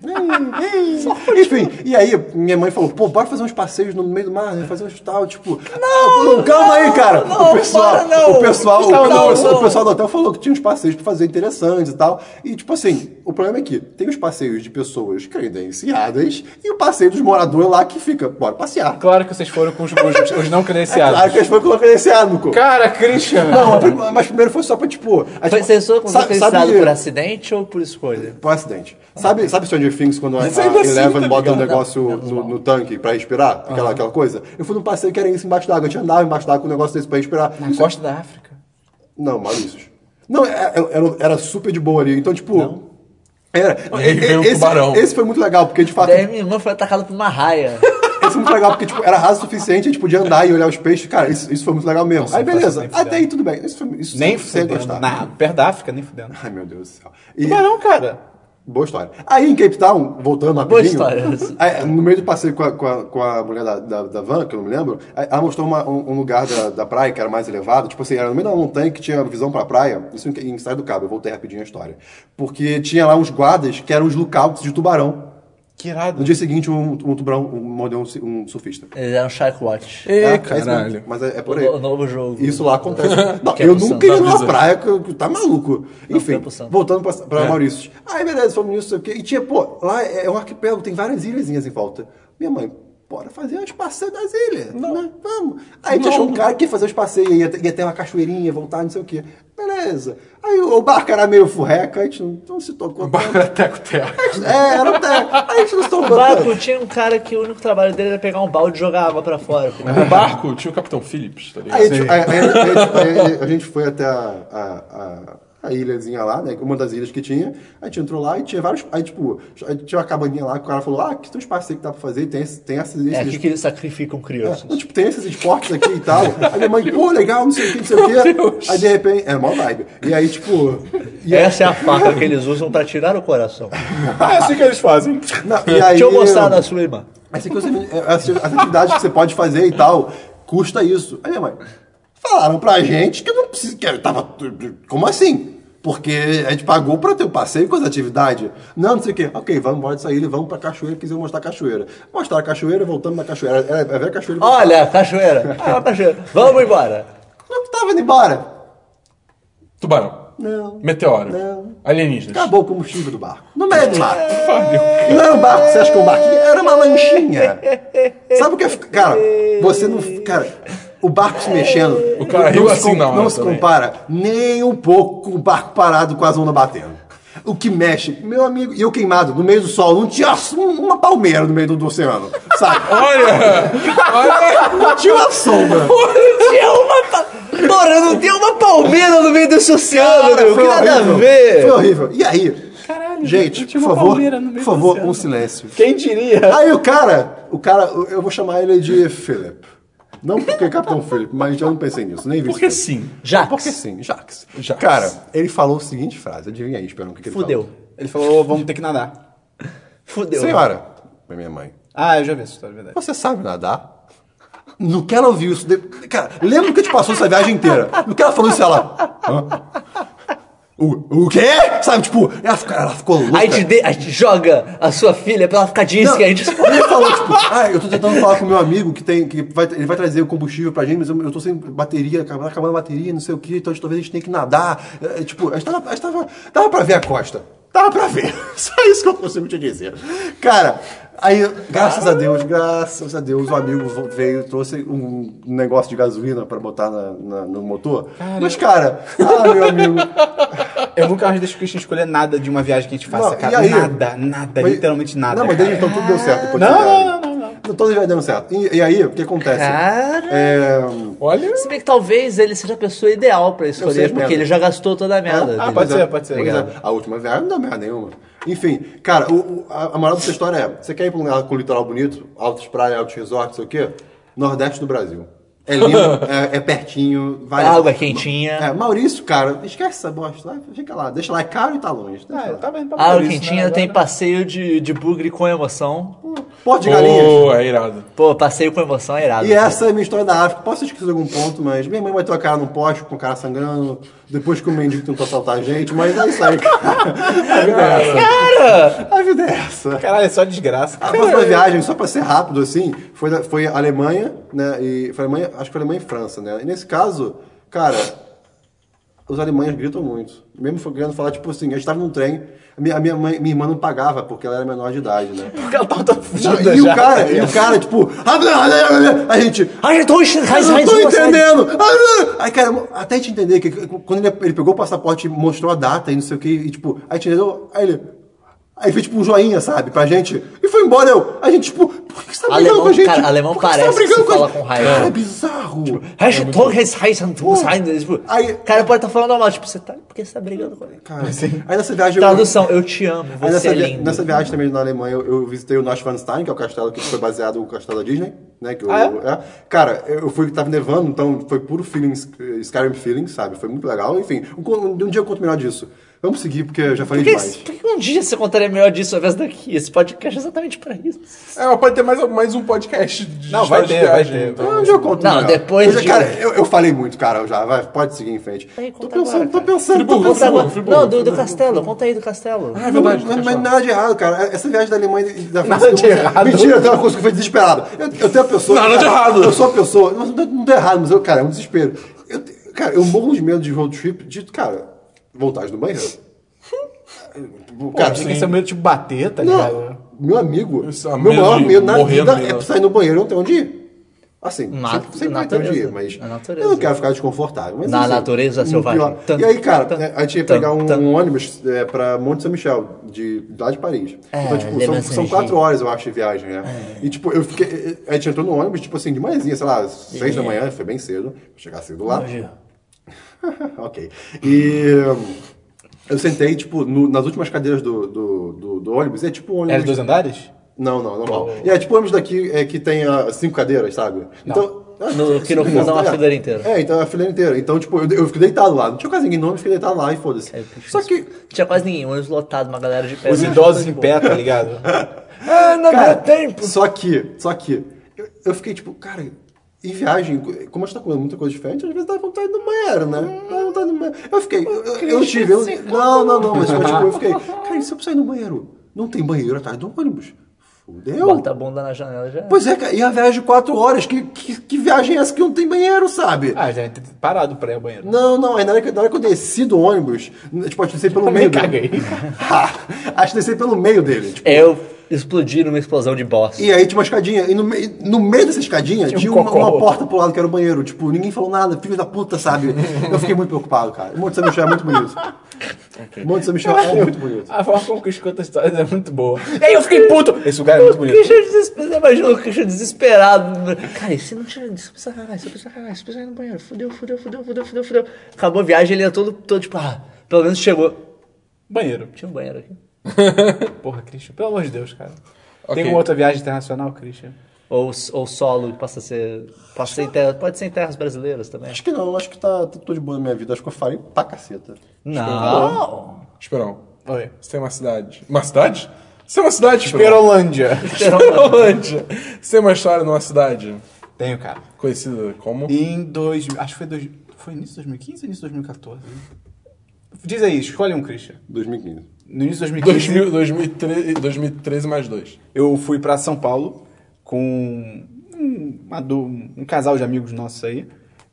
Ei, ei. Enfim, e aí minha mãe falou, pô, bora fazer uns passeios no meio do mar, né? fazer uns tal, tipo... Não, Calma aí, cara!
não,
o pessoal,
bora não.
O pessoal,
Não,
o, não, o
não,
pessoal,
não.
o pessoal do hotel falou que tinha uns passeios pra fazer interessantes e tal. E, tipo assim, o problema é que tem os passeios de pessoas credenciadas e o passeio dos moradores lá que fica, bora passear. É
Claro que vocês foram com os, os- os não credenciados.
Claro que eles foram colocar esse âmbito.
Cara, Christian!
Não, mas prim- mas primeiro foi só pra, tipo... a
Foi
gente-
censura
sabe-
contabilizado
sabe-
por acidente ou por escolha?
Por um acidente. Sabe, sabe Stranger Things quando a, a
ainda assim,
Eleven
tá
bota um
ligado?
negócio no, no tanque pra respirar? Aquela, aquela coisa? Eu fui num passeio que era isso embaixo d'água. A gente andava embaixo d'água com um negócio desse pra respirar.
Na costa da África.
Não, Maurícios. Não, é- é- era, era super de boa ali. Então, tipo. Era.
E aí veio um
esse,
tubarão.
esse foi muito legal, porque de fato.
Daí minha irmã foi atacada por uma raia.
Isso foi muito legal, porque tipo, era raso o suficiente, a gente podia andar e olhar os peixes. Cara, isso, isso foi muito legal mesmo. aí
não faço
beleza,
nem fudendo.
até aí tudo bem. Isso foi, isso
Nem
você
fudendo.
gostar.
Na, perto da África, nem fudendo.
Ai, meu Deus do céu. E-
Tubarão, cara.
Boa história. Aí em Cape Town, voltando rapidinho.
Boa história. né?
aí, no meio do passeio com a, com a, com a mulher da, da, da van, que eu não me lembro, aí ela mostrou uma- um, um lugar da, da praia que era mais elevado. Tipo assim, era no meio da montanha que tinha visão pra praia. Isso em, em Cidade do Cabo, eu voltei rapidinho a história. Porque tinha lá uns guardas que eram os lookouts de tubarão.
Que
No
irado.
dia seguinte, um, um tubarão um, mordeu um, ci- um surfista.
Eles eram Shark Watch.
É,
Ê,
é isso mesmo.
caralho.
Mas é, é
O,
por aí.
no- o novo jogo.
Isso lá acontece. Não,
Que é
eu
pro
nunca ia
Santos.
numa praia, que eu- que tá maluco.
foi
Enfim,
pro É. Santos.
voltando pra, pra Maurício. Aí, beleza, fomos nisso, sei o quê. E tinha, pô, lá é um arquipélago, tem várias ilhazinhas em volta. Minha mãe, bora fazer uns passeios das ilhas. né? Vamos. Aí a gente achou um cara que ia fazer os passeios, ia, ter- ia ter uma cachoeirinha, voltar, não sei o quê. Beleza. Aí o, o barco era meio furreca, a gente não, não se tocou tanto.
Bora teco-teco.
É, era até. A gente não se
O
tocou
barco
tanto.
tinha um cara que o único trabalho dele era pegar um balde e jogar água pra fora.
No barco tinha o Capitão Phillips, tá ligado?
Aí, tipo, aí- aí- aí- aí- aí a gente foi até a, a- a- a ilhazinha lá, né? Uma das ilhas que tinha. A gente entrou lá e tinha vários. Aí, tipo, aí tinha uma cabaninha lá que o cara falou: Ah, que tem um espaço aí que dá pra fazer, tem, esse- tem esses.
É
esses-
aqui que é eles sacrificam crianças.
não, tipo, tem esses esportes aqui e tal. Aí minha mãe, pô, legal, não sei o que, não sei o que. Aí de repente, é mó vibe. E aí, tipo. E aí,
Essa é a faca que eles usam pra tirar o coração.
É assim que eles fazem.
não, e aí,
Deixa eu mostrar da sua irmã.
Assim que você, as atividades que você pode fazer e tal, custa isso. Aí minha mãe, falaram pra gente que não precisa, que tava, tudo- como assim? Porque a gente pagou pra ter o passeio com as atividades. Não, não sei o quê. Ok, vamos embora disso aí, vamos pra cachoeira, quiser mostrar a cachoeira. Mostraram a cachoeira, voltamos na cachoeira. Era, era a velha cachoeira.
Olha, cachoeira. Ah, cachoeira. Vamos embora.
Não tava indo embora.
Tubarão.
Não.
Meteoro.
Não.
Alienígenas.
Acabou o combustível do barco. No meio do mar.
É.
Valeu.
Não era um barco, você acha que é um barquinho? Era uma lanchinha. Sabe o que é. Cara, você não. Cara, o barco se mexendo.
O cara riu
se
assim
com-
na hora
Não se
também.
compara nem um pouco com o barco parado com a onda batendo. O que mexe, meu amigo, e eu queimado no meio do sol, não tinha um- uma palmeira no meio do, do oceano, sabe?
Olha! Olha!
Não tinha uma sombra.
Tinha uma. pa- Porra, não tem uma palmeira no meio desse oceano,
Cara,
meu. Que
foi
nada a
horrível.
ver.
Foi horrível. E aí? gente,
tinha
por
uma
favor,
palmeira no meio
por
do
favor,
oceano.
um silêncio.
Quem diria?
Aí o cara, o cara, eu vou chamar ele de Philip. Não porque é Capitão Philip, mas já não pensei nisso, nem vi.
Porque
isso.
sim.
Jax.
Porque sim, Jax.
Jax.
Cara, ele falou a seguinte frase, adivinha aí, Esperão, o que, que ele
Fudeu.
falou.
Ele falou, vamos ter que nadar.
Fudeu.
Senhora, pra minha mãe,
Ah, eu já vi essa história, é verdade.
você sabe nadar? Não quero ouvir isso. de- Cara, lembra o que te passou essa viagem inteira? Não quero falar isso, ela... "Hã? O, o quê? Sabe, tipo, ela ficou, ela ficou louca.
A gente, de- a gente joga a sua filha pra ela ficar
Não,
disque, a gente.
Ele falou, tipo, ah, eu tô tentando falar com meu amigo que tem. Que vai, ele vai trazer o combustível pra gente, mas eu, eu tô sem bateria, acabando, acabando a bateria, não sei o que, então talvez a gente tenha que nadar. É, é, tipo, a gente, tava, a gente tava. Dava pra ver a costa. Dava pra ver. Só isso que eu consigo te dizer. Cara, aí, graças a Deus, graças a Deus, o amigo veio, trouxe um negócio de gasolina pra botar na- na- no motor. Mas, cara, ah, meu amigo.
Eu nunca mais deixo o Christian escolher nada de uma viagem que a gente faça,
Não,
cara.
e aí?
Nada, nada,
Mas-
literalmente nada.
Não, mas
cara.
desde então tudo deu certo. depois
Não,
que chegaram.
não, não, Ah. não,
Todas já dando certo. E, e aí, o que acontece?
Cara.
É,
Olha!
Se bem que talvez ele seja a pessoa ideal pra escolher,
sei,
porque
merda.
ele já gastou toda a merda.
Ah,
dele.
pode ser, pode ser.
pois
Obrigado.
é, a última viagem não deu merda nenhuma. Enfim, cara, o- o- a, a moral dessa história é: você quer ir pra um lugar com litoral bonito, altos praias, altos resorts, não sei o quê? Nordeste do Brasil. É lindo, é, é pertinho, vai.
Água quentinha.
É, Maurício, cara, esquece essa bosta. vai, Fica lá, deixa lá, é caro e tá longe. deixa
Ah,
lá.
tá vendo pra
A água
isso, né,
quentinha
agora.
tem passeio de, de bugre com emoção.
Porto de galinhas.
Pô, é irado.
Pô, passeio com emoção é irado.
E
né?
essa é a minha história da África. Posso esquecer algum ponto, mas minha mãe bateu a cara num poste com o cara sangrando, depois que o mendigo tentou assaltar a gente, mas é isso aí, cara. A vida é essa. Cara! A vida é essa.
Caralho, é só desgraça.
A próxima viagem, só pra ser rápido, assim, foi, da- foi Alemanha, né? E foi Alemanha, acho que foi Alemanha e França, né? E nesse caso, cara, os alemães gritam muito. Mesmo foi querendo falar, tipo assim, a gente tava num trem, a minha, a minha, mãe, minha irmã não pagava porque ela era menor de idade, né?
Porque ela tava toda
Não,
fudida
e o
já.
cara, e o cara, tipo, a gente,
Ai, eu tô enchendo-
eu
Raiz,
não
raiz,
tô
raiz,
entendendo! Ah, ah. Aí, cara, até te entender que quando ele, ele pegou o passaporte e mostrou a data e não sei o que, e tipo, aí te entendeu, aí ele. Aí fez tipo um joinha, sabe, pra gente. E foi embora, eu. A gente, tipo, por que você tá brigando
Alemão,
com a gente?
cara, alemão
por que você tá
parece que
brigando
se fala
a
com
gente?
raiva. Tipo,
Cara, é bizarro.
Raiz, tô raiz, raiz, raiz, raiz, tipo,
Aí-
O cara pode estar falando normal, tipo, você tá. Por que você tá brigando com ele?
cara, aí nessa viagem. eu-
Tradução, eu te amo,
Aí
você
Tipo, nessa,
é
vi-
lindo.
nessa viagem também na Alemanha, eu, eu visitei o Neuschwanstein, que é o castelo que foi baseado no castelo da Disney, né? Que eu, é. Cara, eu eu fui, tava nevando, então foi puro feeling, eh, Skyrim feeling, sabe? Foi muito legal, enfim. Um, co- um dia eu conto melhor disso. Vamos seguir, porque eu já falei
Por que,
é demais.
por que um dia você contaria melhor disso ao invés daqui? Esse podcast é exatamente pra isso.
É, mas pode ter mais, mais um podcast de
Não, vai
história de
ter, vai
viagem,
ter.
então.
Ah, Um dia eu conto
Não,
melhor.
depois
eu já,
de-
Cara, eu, eu falei muito, cara, eu já. Vai, pode seguir em frente.
Aí,
tô
conta
pensando,
agora,
tô
cara.
pensando, tô
Conta
pensando.
agora. Não, do, do castelo, conta aí do castelo.
É verdade,
Não,
tá
mas, mas nada de errado, cara. É, Essa viagem da Alemanha e da França.
Nada de errado.
Mentira, tem uma coisa que foi desesperada. Eu, eu tenho a pessoa.
Nada de errado.
Eu sou a pessoa. Não, não, não tá errado, mas eu, cara, é um desespero. Eu, te- cara, eu morro de medo de road trip de, cara, vontade do banheiro.
Cara, tinha que ser meio tipo bater, tá
né?
ligado?
Não, meu amigo,
Isso,
meu
a medo
maior
de
medo na
morrer no
vida
meio
é
da-
sair no banheiro e não ter onde ir. Assim,
Na-
sempre, sempre vai ter
natureza.
onde ir, mas
Na natureza.
eu não quero ficar desconfortável. Mas,
Na
assim,
natureza
um
selvagem.
pior-
Tan,
E aí, cara,
tan,
a gente ia
tan,
pegar um,
tan.
um ônibus é, pra Monte São Michel, de, lá de Paris.
É,
então, tipo, são,
lembrança
são
de- É.
quatro horas, eu acho, de viagem, né? E, tipo, eu fiquei... A gente entrou no ônibus, tipo assim, de manhãzinha, sei lá, seis
É.
da manhã, foi bem cedo. Pra chegar cedo lá. ok. E hum, eu sentei, tipo, no- nas últimas cadeiras do, do, do- do ônibus. E é tipo um ônibus.
Era dois andares?
Não, não, normal. E é tipo o ônibus daqui é, que tem ah, cinco cadeiras, sabe? Então. ah,
No- que no
cinco
fundo é uma
cadeiras.
fileira inteira.
É, então é uma fileira inteira. Então, tipo, eu, eu fico deitado lá. Não tinha quase ninguém no ônibus, fiquei deitado lá e foda-se.
É,
Só que.
Tinha quase ninguém, ônibus lotado, uma galera de pé.
É. Os idosos em pé, tá ligado?
Ah, não
Cara,
deu tempo.
Só que, só que. Eu, eu fiquei tipo, cara, em viagem, como a gente tá comendo muita coisa diferente, às vezes dá vontade do banheiro, né? Dá vontade do banheiro. Eu fiquei. Eu, eu- eu tive. eu- não, não, não, mas tipo, eu fiquei. Cara, e se eu precisar ir no banheiro? Não tem banheiro atrás do ônibus. Fudeu.
Bota a bunda na janela já.
Pois é, cara, e a viagem de quatro horas, que, que, que viagem é essa que não tem banheiro, sabe?
Ah, já ter parado pra ir ao banheiro.
Não, não, aí na hora, que, na hora que eu desci do ônibus, n- tipo, eu desci pelo meio
Também caguei.
Acho que desci pelo meio dele. Tipo,
Eu explodir numa explosão de bosta.
E aí tinha uma escadinha. E no, mei- no meio dessa escadinha tinha, um uma,
cocô.
uma porta pro lado que era o banheiro. Tipo, ninguém falou nada, filho da puta, sabe? Eu fiquei muito preocupado, cara. O Monte São Michel é muito bonito. O Monte São Michel é muito bonito.
A forma como o Chris conta histórias é muito boa. E aí eu fiquei puto! Esse lugar é muito
O
bonito.
Christian desesperado. Imagina o Christian desesperado. Cara, e se não tira isso, precisa cagar, isso precisa cagar, isso precisa ir no banheiro. Fudeu, fudeu, fudeu, fudeu, fudeu, fudeu. Acabou a viagem, ele é todo, todo tipo, ah, pelo menos chegou.
Banheiro.
Tinha um banheiro aqui.
Porra, Christian, pelo amor de Deus, cara.
Ok.
Tem uma outra viagem internacional, Christian?
Ou, ou solo, que passa a ser. Passa a ser em terra, pode ser em terras brasileiras também.
Acho que não, acho que tá, tô de boa na minha vida. Acho que eu falei pra caceta.
Não!
Esperão,
Oi.
você tem uma cidade. Uma cidade? Você tem uma cidade, Esperão?
Perolândia.
Esperolândia. Você tem uma história numa cidade
Tenho, cara.
conhecida como...
Em dois... Acho que foi dois... Foi início de 2015 ou início de 2014? Diz aí, escolhe um, Christian.
2015.
No início de 2015...
2000, 2013, 2013 mais dois.
Eu fui pra São Paulo com um, uma du- um casal de amigos nossos aí.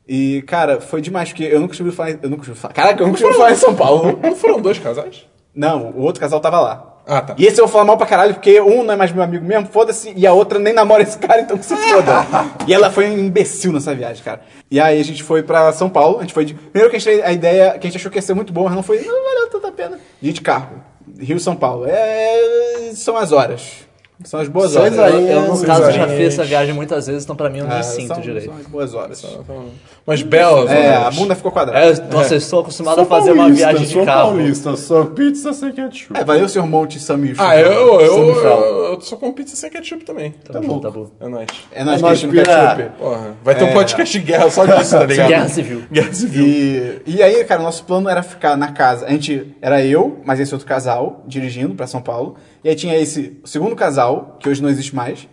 E, cara, foi demais, porque eu nunca estive falar. em- Eu nunca estive falar. Caraca, eu nunca estive falar em São Paulo.
Não foram dois casais?
Não, o outro casal tava lá.
Ah, tá.
E esse eu vou falar mal pra caralho, porque um não é mais meu amigo mesmo, foda-se, e a outra nem namora esse cara, então que se foda. e ela foi um imbecil nessa viagem, cara. E aí a gente foi pra São Paulo, a gente foi de. Primeiro que a gente teve a ideia, que a gente achou que ia ser muito bom, mas não foi. Não valeu tanta pena. E de carro. Rio São Paulo. É. São as horas. São as boas
Seis
horas.
aí,
Eu, eu, no
Sim,
caso, já
sim.
fiz essa viagem muitas vezes, então pra mim eu não
Ah,
sinto
são,
direito.
São as boas horas.
Então, Umas belas.
É,
né?
a bunda ficou quadrada.
É, nossa, eu estou acostumado a fazer uma
Paulista,
viagem de
sou
carro.
paulista, só pizza sem ketchup.
É, valeu, senhor Monte Samir.
Ah, eu, eu, eu,
Semifinal.
eu só com pizza sem ketchup também.
Tá bom, tá bom.
É nóis.
É nós,
É nóis,
Cristian
pira.
Ketchup.
Porra, vai ter um podcast de guerra só disso, tá ligado?
Guerra Civil.
Guerra Civil.
E, e aí, cara, o nosso plano era ficar na casa. A gente era eu, mas esse outro casal dirigindo pra São Paulo. E aí tinha esse segundo casal, que hoje não existe mais.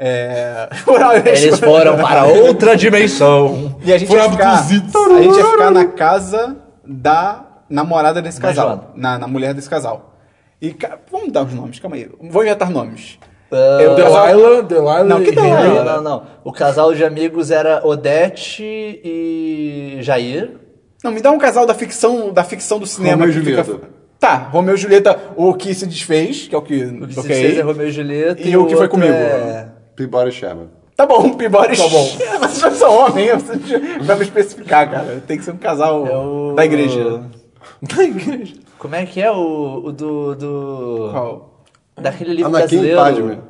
É...
Eles foram para outra dimensão.
E a gente,
foram
ia ficar,
abduzidos.
a gente ia ficar na casa da namorada desse
Da
casal.
Joana.
Na, na mulher desse casal. E ca- vamos dar os nomes, calma aí. Vou inventar nomes.
Ah,
É,
Eu-
Delilah, Delilah
Não, que
e
Delilah?
Henry.
Não, não, não. O casal de amigos era Odete e Jair.
Não, me dá um casal da ficção, da ficção do cinema.
Romeu e
que fica-
Julieta.
Tá, Romeu e Julieta, o que se desfez, que é o que.
O que
ok.
se fez é Romeu e Julieta.
E o que foi
outro
comigo?
é-
Peabody Sherman.
Tá bom, Pibori. Tá bom. Mas eu sou homem, eu preciso- pra me especificar, cara. Tem que ser um casal
o-
da igreja.
Da igreja.
Como é que é o, o do, do-
Qual? é
Daquele livro
Anakin e
brasileiro.
Padme.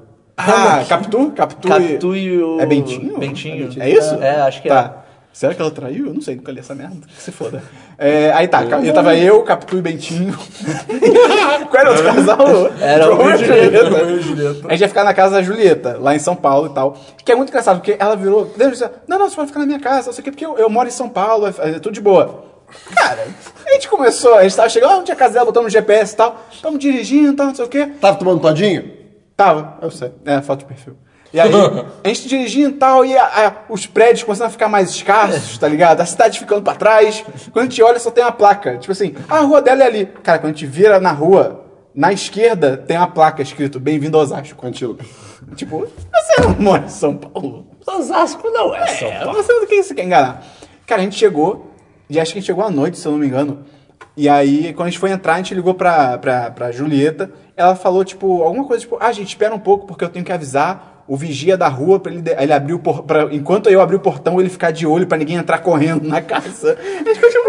Ah, Capitu? Capitu, e-
Capitu e o...
É Bentinho?
Bentinho.
É isso?
É, acho que é.
tá. Será que ela traiu? Eu não sei, nunca li essa merda. Que se foda. É, aí tá, eu tava eu, Capitu e Bentinho. Qual era o outro casal?
Era o
Romeu e
Julieta.
Romeu e Julieta.
A gente ia ficar na casa da Julieta, lá em São Paulo e tal. Que é muito engraçado, porque ela virou. Deus do céu, não, não, você pode ficar na minha casa, não sei o quê, porque eu, eu moro em São Paulo, é, é tudo de boa. Cara, a gente começou, a gente tava chegando, ah, onde é a casa dela, botamos no GPS e tal, tamo dirigindo e tal, não sei o quê.
Tava tomando todinho?
Tava.
Eu sei.
É, foto de perfil. E aí, a gente dirigindo e tal, e a- a- os prédios começando a ficar mais escassos, tá ligado? A cidade ficando pra trás. Quando a gente olha, só tem uma placa. Tipo assim, a rua dela é ali. Cara, quando a gente vira na rua, na esquerda tem uma placa escrito Bem-vindo a Osasco.
Antílope.
Tipo, você não mora em São Paulo.
Osasco não é São
É, você não quem você quer enganar. Cara, a gente chegou, e acho que a gente chegou à noite, se eu não me engano. E aí, quando a gente foi entrar, a gente ligou pra, pra, pra Julieta. Ela falou, tipo, alguma coisa, tipo, ah, gente, espera um pouco, porque eu tenho que avisar o vigia da rua pra ele, de- ele abrir o por, pra, Enquanto eu abrir o portão, ele ficar de olho pra ninguém entrar correndo na casa. A gente ficou tipo,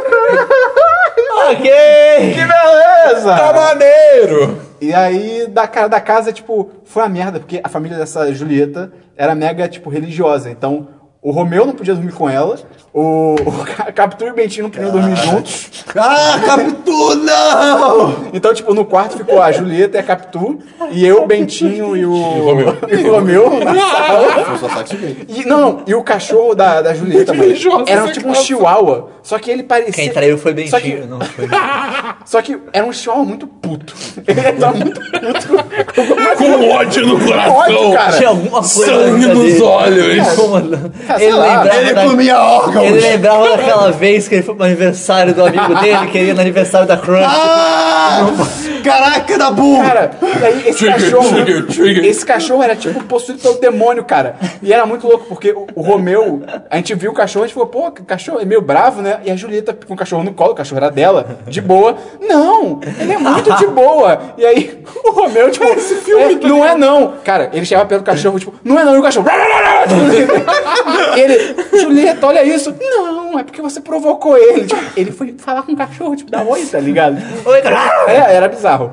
Ok!
que beleza!
Tá maneiro!
E aí, da cara da casa, tipo, foi uma merda, porque a família dessa Julieta era mega, tipo, religiosa. Então, o Romeu não podia dormir com ela, o, o Ca- Capitu e o Bentinho não podiam dormir juntos.
Ah, Capitu, não!
Então, tipo, no quarto ficou a Julieta e a Capitu, e eu, o Bentinho e o, e
Romeu.
o Romeu na sala.
Foi só sexo gay.
E, não, não, e o cachorro da, da Julieta, mano,
Religiosa
era
essa
tipo um
casa.
chihuahua. Só que ele parecia...
Quem traiu foi Bentinho,
Só que,
não foi...
só que era um chihuahua muito puto. Ele tava muito puto com alguma
Com ódio no coração!
Ódio, cara.
Tinha alguma coisa
Sangue
na vida
nos
dele.
olhos.
Incomodando.
Ah, sei
Ele
lá.
lembrava,
Ele
da-
comia órgãos!
ele é- lembrava
Ah!
daquela vez que ele foi pro aniversário do amigo dele, que ele ia no aniversário da Crunch.
Ah! Caraca, da burra!
Cara, e aí esse
Trigger,
cachorro.
trigger, trigger.
Esse cachorro era tipo possuído pelo demônio, cara. E era muito louco, porque o, o Romeu, a gente viu o cachorro, a gente falou, pô, que cachorro é meio bravo, né? E a Julieta com o cachorro no colo, o cachorro era dela, de boa. Não, ele é muito de boa. E aí o Romeu, tipo, esse filme não é não. Cara, ele chegava perto do cachorro, tipo, não é não, e o cachorro. "Rá, rá, rá, rá", tipo, ele, Julieta, olha isso. Não, é porque você provocou ele. Tipo, ele foi falar com o cachorro, tipo, da oi, tá ligado?
Oi, cara.
É, era bizarro.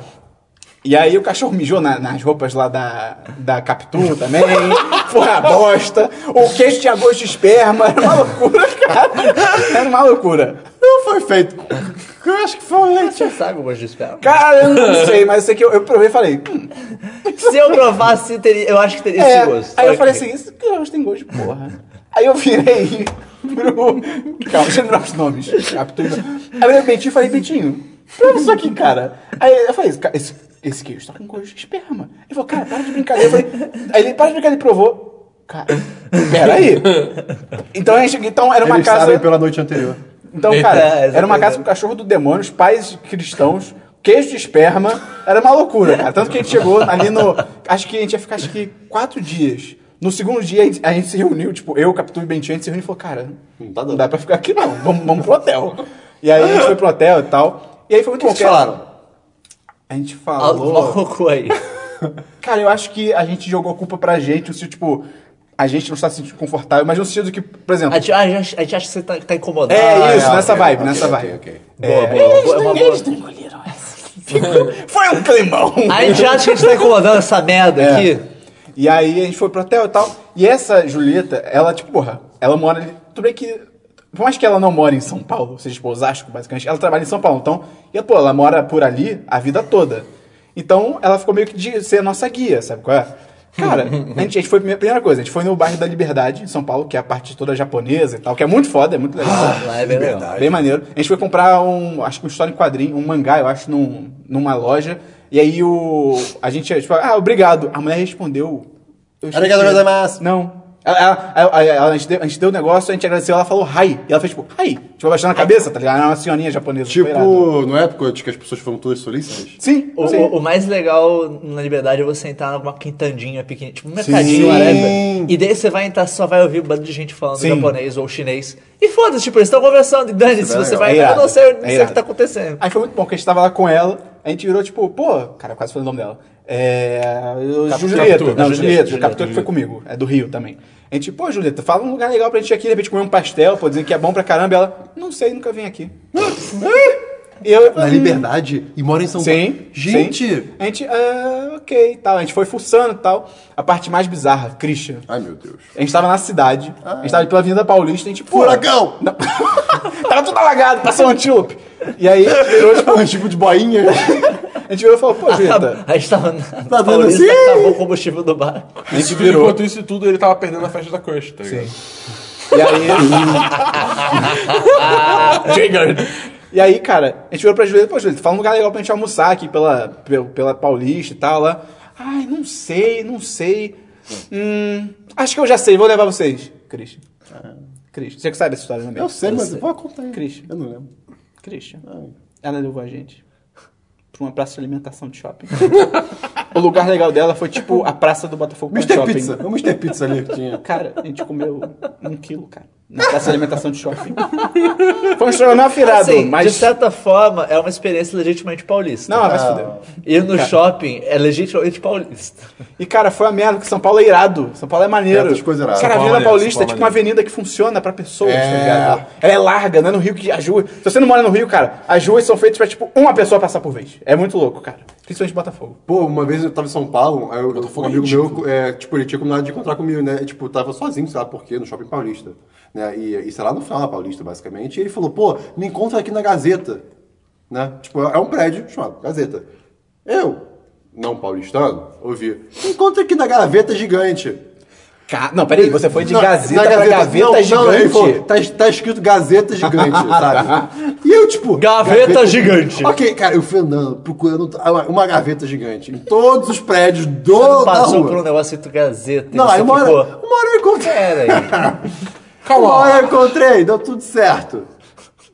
E aí o cachorro mijou na- nas roupas lá da, da Capitu também, foi a bosta, o queijo tinha gosto de esperma, era uma loucura, cara. Era uma loucura.
Não foi feito. Eu acho que foi. um
Você sabe o gosto de esperma?
Cara, eu não sei, mas eu sei que eu, eu provei e falei. hum,
Se eu provasse, teria, eu acho que teria
é.
esse gosto.
Aí eu
Ok.
falei assim, isso que tem gosto de porra. Aí eu virei pro. Calma, deixa eu lembrar os nomes. Capitu. Aí eu virei pro Betinho e falei, Betinho, prova isso aqui, cara. Aí eu falei, "Ca- esse, esse queijo tá com gosto de esperma. Ele falou, cara, para de brincadeira. Eu falei, aí ele, para de brincadeira, ele provou. Cara, peraí. Então a gente. Então era uma
Eles
casa.
sabem pela noite anterior.
Então,
Eita,
cara,
é,
era uma
exatamente.
casa com cachorro do demônio, os pais cristãos, queijo de esperma, era uma loucura, cara. Tanto que a gente chegou ali no. Acho que a gente ia ficar acho que quatro dias. No segundo dia a gente, a gente se reuniu, tipo, eu, Capitu e Bentinho, a gente se reuniu e falou, cara, não,
tá dando.
dá pra ficar aqui não, vamos, vamos pro hotel. E aí a gente foi pro hotel e tal. E aí foi muito
O que
louco.
vocês falaram?
A gente
Ah,
falou.
Louco aí.
Cara, eu acho que a gente jogou culpa pra gente, se tipo, a gente não está se sentindo confortável, mas no sentido que, por exemplo.
A gente, ah, a gente- a gente acha que você tá, tá incomodado.
É isso,
Ah, é,
nessa
ok,
vibe,
ok,
nessa
ok,
vibe.
ok.
Boa, boa, boa, é uma boa.
não engoliram essa. Ficou- Foi um climão.
A gente acha que a gente tá incomodando essa merda
É.
aqui.
E aí a gente foi pro hotel e tal. E essa Julieta, ela, tipo, porra, ela mora ali. Tudo bem que. Por mais que ela não mora em São Paulo, ou seja, tipo, Osasco, basicamente, ela trabalha em São Paulo. Então, e, pô, ela mora por ali a vida toda. Então, ela ficou meio que de ser a nossa guia, sabe qual é? Cara, a gente, a gente foi, primeira coisa, a gente foi no bairro da Liberdade, em São Paulo, que é a parte toda japonesa e tal, que é muito foda, é muito legal.
Lá é bem legal.
Bem maneiro. A gente foi comprar um, acho que um história em quadrinho, um mangá, eu acho, num- numa loja. E aí o. A gente, tipo, ah, obrigado. A mulher respondeu. eu esqueci.
Obrigado, gozaimasu.
Não. Ela, ela- ela- ela- a, gente deu, a gente deu o negócio, a gente agradeceu, ela falou hi. E ela fez tipo, hi. Tipo, abaixando a cabeça, tá ligado? Era uma senhorinha japonesa. foi irado.
Tipo, não é época de que as pessoas foram todas solícitas?
Sim,
O,
sim.
o- o mais legal na liberdade é você entrar numa quintandinha pequenininha, tipo um mercadinho,
Sim.
whatever. E daí você vai entrar, só vai ouvir um bando de gente falando
Sim.
japonês ou chinês. E foda-se, tipo, eles estão conversando. E dane-se,
é
você
legal.
vai
É
entrar, eu
irado,
não sei, eu não
é
sei o
irado.
que tá acontecendo.
Aí foi muito bom, porque a gente tava lá com ela, a gente virou tipo, pô, cara, eu quase falei o nome dela. É. eu-
Cap-
Julieta.
Capitu.
Não,
Julieta,
Julieta, o
Julieta,
Capitu que foi comigo, é do Rio também. A gente, pô, Julieta, fala um lugar legal pra gente ir aqui, de repente comer um pastel, pô, dizendo que é bom pra caramba. E Ela, não sei, nunca vim aqui. E eu,
Na
"Hum,
liberdade e mora em São Paulo.
Sim.
Gente!
sim. A gente, ah, ok, e tal. A gente foi fuçando e tal. A parte mais bizarra, Christian.
Ai, meu Deus.
A gente tava na cidade, a gente tava pela Avenida Paulista, a gente, pô.
Furacão!
Não. tava tudo alagado, passou um antílope. E aí, a gente virou, tipo,
Um tipo de boinha.
a gente virou e falou, pô, Julieta.
A gente tava na
Tá
dando
Paulista,
assim?
acabou o combustível do barco.
A gente
Isso tudo,
virou.
Enquanto isso tudo, ele tava perdendo a festa da Crush, tá ligado?
E aí. E aí, cara, a gente virou pra Julieta, pô, Julieta, fala um lugar legal pra gente almoçar aqui pela, pela, pela Paulista e tal, lá. Ai, não sei, não sei. Hum, acho que eu já sei, vou levar vocês. Christian. Christian. Você que sabe essa história, não é
Eu
mesmo?
sei, mas
sei.
vou contar aí.
Christian.
Eu não lembro.
Christian.
Ai.
Ela levou a gente pra uma praça de alimentação de shopping. o lugar legal dela foi tipo a praça do Botafogo Pet
Mr.
Shopping.
Pizza. É O Mr. Pizza ali que tinha.
Cara, a gente comeu um quilo, cara. Na praça de alimentação de shopping. Foi um estrogonofe irado,
Assim,
mas...
de certa forma, é uma experiência legitimamente paulista.
Ah,
Não, vai se fuder.
Ir no shopping é legitimamente paulista.
E, cara, foi a merda que São Paulo é irado. São Paulo é
É,
maneiro.
outras coisas iradas.
Cara, a
São Paulo é maneiro,
Avenida Paulista
São
é
Paulo
tipo
é
uma
maneiro.
avenida que funciona pra pessoas, tá
É.
ligado? Ela é larga, não é no Rio que as ruas... Se você não mora no Rio, cara, as ruas são feitas pra, tipo, uma pessoa passar por vez. É muito louco, cara. Principalmente Botafogo.
Pô, uma vez eu tava em São Paulo, aí eu, um amigo meu, é, tipo, ele tinha combinado de encontrar comigo, né? E, tipo, tava sozinho, sei lá por quê, no Shopping Paulista. Né? E, e sei lá, no final da Paulista, basicamente. E ele falou, pô, me encontra aqui na Gazeta. Né? Tipo, é um prédio chamado Gazeta. Eu, não paulistano, ouvi, me encontra aqui na gaveta gigante.
Ca- Não, peraí, você foi de
Na-
Gazeta
na
pra Gaveta
não,
Gigante.
Não, ele falou, tá, tá escrito Gazeta Gigante, sabe? E eu, tipo...
Gaveta Gigante.
Ok, cara, eu fui andando, procurando uma, uma gaveta gigante em todos os prédios do
Você não
da
passou
rua.
por um negócio de gazeta. e
Não,
você
aí uma hora,
ficou- É,
uma hora eu encontrei.
Pera aí.
Calma.
Uma hora eu encontrei, deu tudo certo.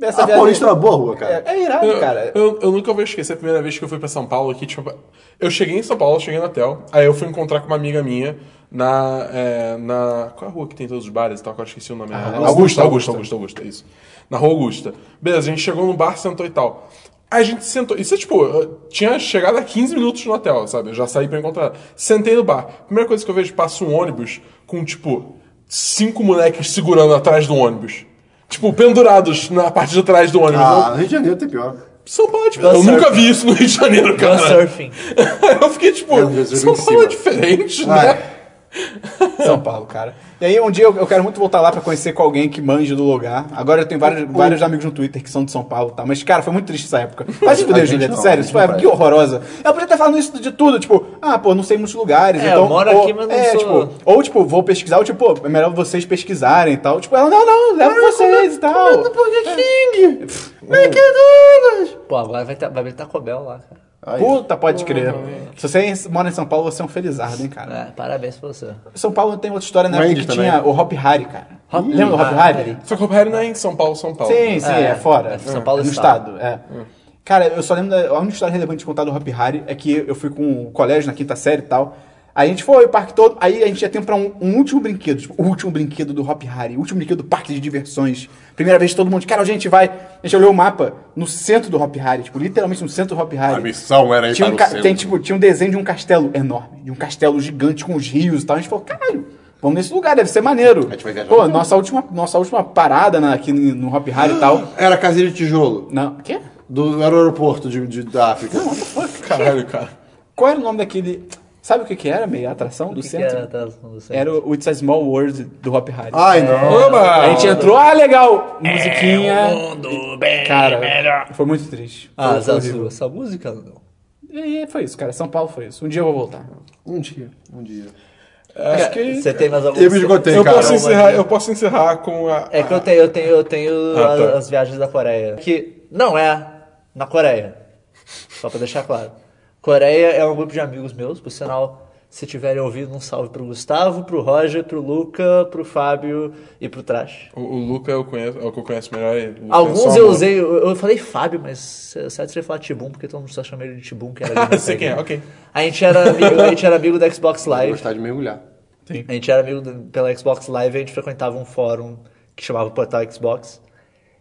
Essa
A
viagem-
Paulista é uma boa rua, cara.
É, é irado,
Eu,
cara.
eu- eu nunca vou esquecer a primeira vez que eu fui pra São Paulo aqui, tipo, eu cheguei em São Paulo, cheguei no hotel, aí eu fui encontrar com uma amiga minha na. é, na qual é a rua que tem todos os bares e tal? que eu esqueci o nome. Ah, Augusta, Augusta, Augusta, Augusta, Augusta, isso. Na rua Augusta. Beleza, a gente chegou no bar, sentou e tal. Aí a gente sentou. Isso é tipo, eu tinha chegado a 15 minutos no hotel, sabe? Eu já saí pra encontrar. Sentei no bar. Primeira coisa que eu vejo, passa um ônibus com, tipo, cinco moleques segurando atrás do ônibus. Tipo, pendurados na parte de trás do ônibus. Eu-
Ah, no Rio de Janeiro tem pior.
são Paulo é diferente.
Gun
Eu
surfing.
nunca vi isso no Rio de Janeiro, cara.
um surfing.
eu fiquei tipo,
Meu Deus, eu
São
vi em
Paulo
cima.
é diferente, né?
Ah,
São Paulo, cara. E aí um dia eu, eu quero muito voltar lá pra conhecer com alguém que manja do lugar. Agora eu tenho vários, vários amigos no Twitter que são de São Paulo, tá? Mas, cara, foi muito triste essa época. Mas se fuder,
gente
Julieta,
não,
sério,
a
isso
gente
foi
não
uma época que
vai.
horrorosa. Eu podia estar falando isso de tudo, tipo, ah, pô, não sei muitos lugares.
É,
então,
eu moro
ou-
aqui, mas não
é,
sou-
tipo, ou tipo, vou pesquisar, ou tipo, pô, é melhor vocês pesquisarem e tal. Tipo, ela, não, não, leva vocês e tal.
um
É.
Pô, agora vai, ter, vai habilitar Cobel lá, cara.
Puta, pode crer. Se você mora em São Paulo, você é um felizardo, hein, cara.
É, parabéns pra você.
São Paulo tem outra história, né?
Wendy
Que
também.
tinha o Hop Hari, cara.
Hop
Lembra do Hop
Hari.
Hari?
Só que o Harry não é em São Paulo, São Paulo.
Sim, sim, é,
É,
fora.
é São Paulo
é no estado.
estado.
é. Cara, eu só lembro da a única história relevante de contar do Hop Hari é que eu fui com o colégio na quinta série e tal. Aí a gente foi o parque todo, aí a gente ia ter pra um, um último brinquedo, tipo, o último brinquedo do Hop Hari, o último brinquedo do parque de diversões. Primeira vez que todo mundo, cara, a gente vai. A gente olhou o mapa no centro do Hop Hari, tipo, literalmente no centro do Hop Hari.
A missão era ir
Tinha um,
para
ca-
o centro.
tem, tipo, tinha um desenho de um castelo enorme, de um castelo gigante com os rios e tal. A gente falou, caralho, vamos nesse lugar, deve ser maneiro.
gente vai viajar
Pô,
no
nossa última, nossa última parada na- aqui no Hop Hard e tal.
Era a casinha de tijolo.
Não, quê?
Do, era o aeroporto de, de- da África.
Caralho, cara.
Qual era o nome daquele... Sabe o que que era, meio a atração
O
do
que que
centro?
era atrás do centro?
era o It's a Small World do Hop Hard.
Ai, não.
Oba!
a gente entrou, ah, legal!
É
Musiquinha. cara, foi muito triste.
Ah,
Foi- foi
Zazu,
horrível.
essa música não.
E foi isso, cara. São Paulo foi isso. Um dia eu vou voltar.
Um dia, um dia.
Acho que... Você tem mais alguma
Eu me esgotei,
Eu
cara.
posso, encerrar, eu posso encerrar com a.
É que eu tenho, eu tenho, eu tenho
Ah,
a-
tá.
as viagens da Coreia. Que não é na Coreia. Só pra deixar claro. Coreia é um grupo de amigos meus, por sinal, se tiverem ouvido, um salve pro Gustavo, pro Roger, pro Luca, pro Fábio e pro Trash.
O, o Luca eu conheço, é o que eu conheço melhor. e o Luca é só
Alguns
amor.
eu usei, eu eu falei Fábio, mas certo seria falar Tibum, porque todo mundo só chama ele de Tibum, que era ali na
Sei quem é,
Coreia.
ok.
A gente era amigo, a gente era amigo da Xbox
Eu
Live.
gostar de mergulhar.
A gente era amigo do- pela Xbox Live, a gente frequentava um fórum que chamava Portal Xbox.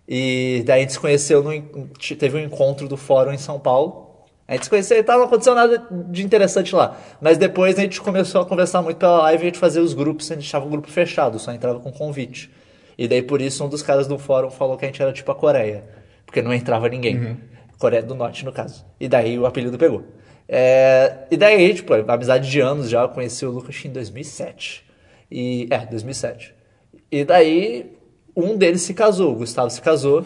E daí a gente se conheceu, no, en- te- teve um encontro do fórum em São Paulo. A gente se conheceu e tal, não aconteceu nada de interessante lá. Mas depois a gente começou a conversar muito pela live e a gente fazia os grupos, a gente deixava o grupo fechado, só entrava com convite. E daí por isso um dos caras do fórum falou que a gente era tipo a Coreia, porque não entrava ninguém. Coreia do Norte, no caso. E daí o apelido pegou. É, e daí, tipo, amizade de anos já, eu conheci o Lucas em 2007. E, é, 2007. E daí, um deles se casou, o Gustavo se casou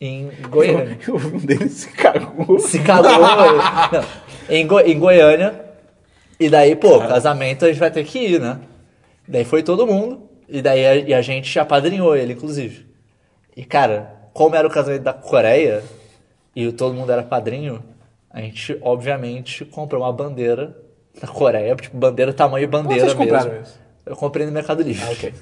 em Goiânia.
Um deles se cagou.
Se casou não, em, Go- em Goiânia. E daí, pô,
É.
casamento a gente vai ter que ir, né? Daí foi todo mundo. E daí a, e a gente apadrinhou ele, inclusive. E, cara, como era o casamento da Coreia e o- todo mundo era padrinho, a gente, obviamente, comprou uma bandeira da Coreia, tipo, bandeira tamanho bandeira
vocês compraram
mesmo.
isso? Ah,
Eu comprei no Mercado Livre.
ok.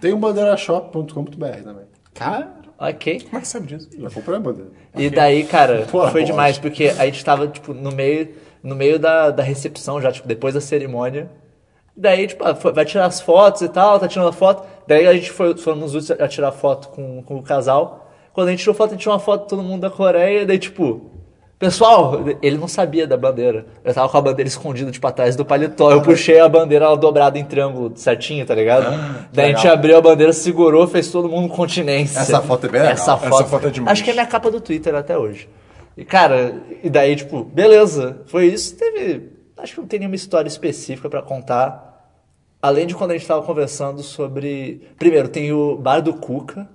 Tem o bandeirashop.com.br também.
Cara...
Ok.
Como é que sabe disso?
Já comprei a bandeira.
E daí, cara,
Porra,
foi
bosta.
demais, porque a gente tava, tipo, no meio, no meio da, da recepção já, tipo, depois da cerimônia. Daí, tipo, ah, foi- vai tirar as fotos e tal, tá tirando a foto. Daí a gente foi, foram nos últimos a tirar foto com, com o casal. Quando a gente tirou foto, a gente tirou uma foto de todo mundo da Coreia, daí, tipo... Pessoal, ele não sabia da bandeira. Eu tava com a bandeira escondida, tipo, atrás do paletó. Eu puxei a bandeira, ela dobrada em triângulo certinho, tá ligado? Daí a gente abriu a bandeira, segurou, fez todo mundo continência.
Essa foto é bem legal.
Essa
Essa
foto,
foto é demais.
Acho que é minha capa do Twitter até hoje. E, cara, e daí, tipo, beleza, foi isso. Teve. Acho que não tem nenhuma história específica pra contar. Além de quando a gente tava conversando sobre. Primeiro, tem o bar do Cuca,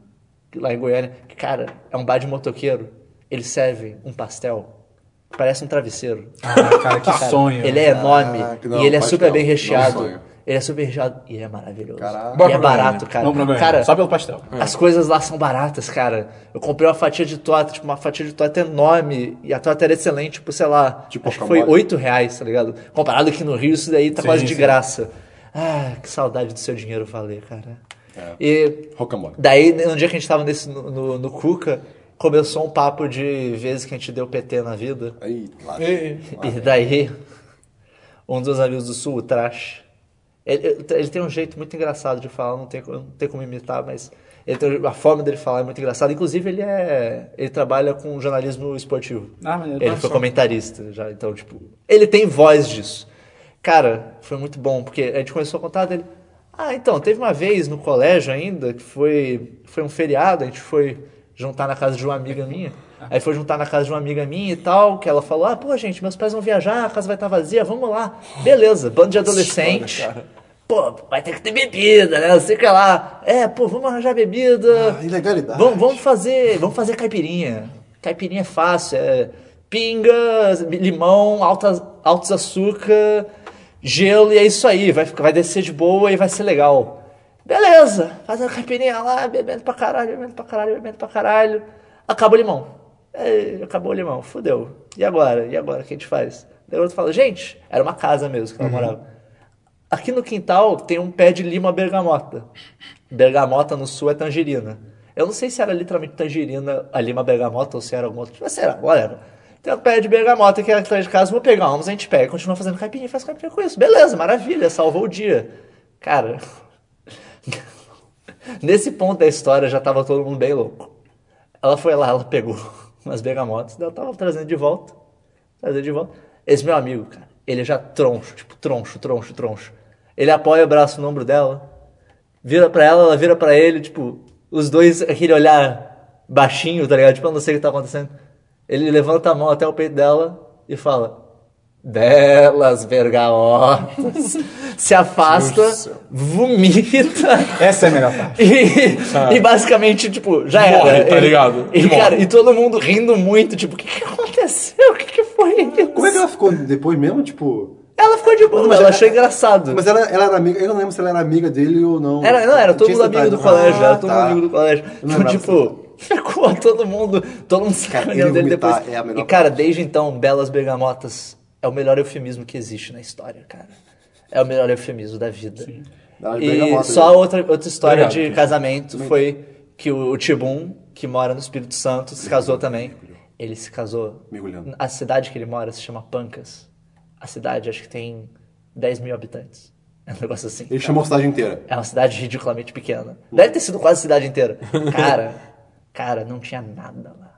que lá em Goiânia, que, cara, é um bar de motoqueiro. Eles servem um pastel. que Parece um travesseiro.
Ah, cara, que sonho.
Ele é enorme.
Caraca, não,
e ele é
pode
super
não.
bem
Não
recheado.
sonho.
ele é super recheado. E ele é maravilhoso.
Caraca.
E é barato, cara.
Não, problema.
Cara,
Só pelo pastel.
as coisas lá são baratas, cara. Eu comprei uma fatia de torta, tipo, uma fatia de torta enorme. E a torta era excelente, tipo, sei lá.
Tipo
acho que foi
guacamole.
8 reais, tá ligado? Comparado aqui no Rio, isso daí tá
Sim,
quase de
sim.
graça. Ah, que saudade do seu dinheiro valer, cara.
É.
E
Rocambole.
daí, no dia que a gente tava nesse, no, no, no Cuca, começou um papo de vezes que a gente deu PT na vida.
Aí, lá.
Ei,
é.
E daí, um dos amigos do Sul, o Trash, ele, ele tem um jeito muito engraçado de falar, não tem, co- não tem como imitar, mas ele tem- a forma dele falar é muito engraçada. Inclusive, ele é ele trabalha com jornalismo esportivo.
Ah, maneiro.
ele foi comentarista já, então, tipo, ele tem voz disso. Cara, foi muito bom, porque a gente começou a contar dele. Ah, então, teve uma vez no colégio ainda, que foi, foi um feriado, a gente foi juntar na casa de uma amiga minha. Aí foi juntar na casa de uma amiga minha e tal, que ela falou: Ah, pô, gente, meus pais vão viajar, a casa vai estar vazia, vamos lá. Beleza, bando de adolescente. Pô, vai ter que ter bebida, né? Não sei o que lá. É, pô, vamos arranjar bebida.
Ah, ilegalidade.
Vamos, vamos fazer, vamos fazer caipirinha. Caipirinha é fácil, é pinga, limão, altas, altos açúcar, gelo e é isso aí. Vai, ficar- vai descer de boa e vai ser legal. Beleza, fazendo caipirinha lá, bebendo pra caralho, bebendo pra caralho, bebendo pra caralho. Acaba o limão. É, acabou o limão, fudeu. E agora? E agora? O que a gente faz? Daí o outro fala, gente, era uma casa mesmo que ela morava. Aqui no quintal tem um pé de lima bergamota. Bergamota no sul é tangerina. Eu não sei se era literalmente tangerina a lima bergamota ou se era algum outro. Mas será, whatever. Tem um pé de bergamota que era atrás de casa, vou pegar uns, a gente pega e continua fazendo caipirinha, faz caipirinha com isso. Beleza, maravilha, salvou o dia. Cara, nesse ponto da história já tava todo mundo bem louco. Ela foi lá, ela pegou umas bergamotas, daí eu tava trazendo de volta. Trazer de volta. Esse meu amigo, cara, ele já troncho, tipo, troncho, troncho, troncho. Ele apoia o braço no ombro dela, vira pra ela, ela vira pra ele, tipo, os dois, aquele olhar baixinho, tá ligado? Tipo, eu não sei o que tá acontecendo. Ele levanta a mão até o peito dela e fala: Belas bergamotas. Se afasta, vomita.
Essa é a melhor parte.
E, e basicamente, tipo, já era.
Morre, tá
Ele-
ligado?
E,
Ele morre.
cara, e todo mundo rindo muito, tipo, o que, que aconteceu? O que, que foi isso?
Como é que ela ficou depois mesmo? Tipo.
Ela ficou de boa,
Mas
ela
ela-
achou engraçado.
Mas ela, ela era amiga. Eu não lembro se ela era amiga dele ou não.
Era, não, era todo
Tinha
mundo
esse
amigo do
detalhe.
colégio,
Ah,
era todo mundo
tá.
amigo do colégio.
Eu não é lembrava
tipo, ficou todo mundo, todo mundo sacaneando
ele
dele depois.
vomitar é a melhor
e, cara, desde então, Belas Bergamotas é o melhor eufemismo que existe na história, cara. É o melhor eufemismo da vida.
Belas
E
Bergamotas,
só
né?
outra, outra história de casamento foi que o, o Tibum, que mora no Espírito Santo, se casou também. Ele se casou.
Mergulhando.
A cidade que ele mora se chama Pancas. A cidade, acho que tem 10 mil habitantes. É um negócio assim.
Ele chamou a cidade inteira.
É uma cidade ridiculamente pequena. Deve ter sido quase a cidade inteira. Cara, cara, não tinha nada lá.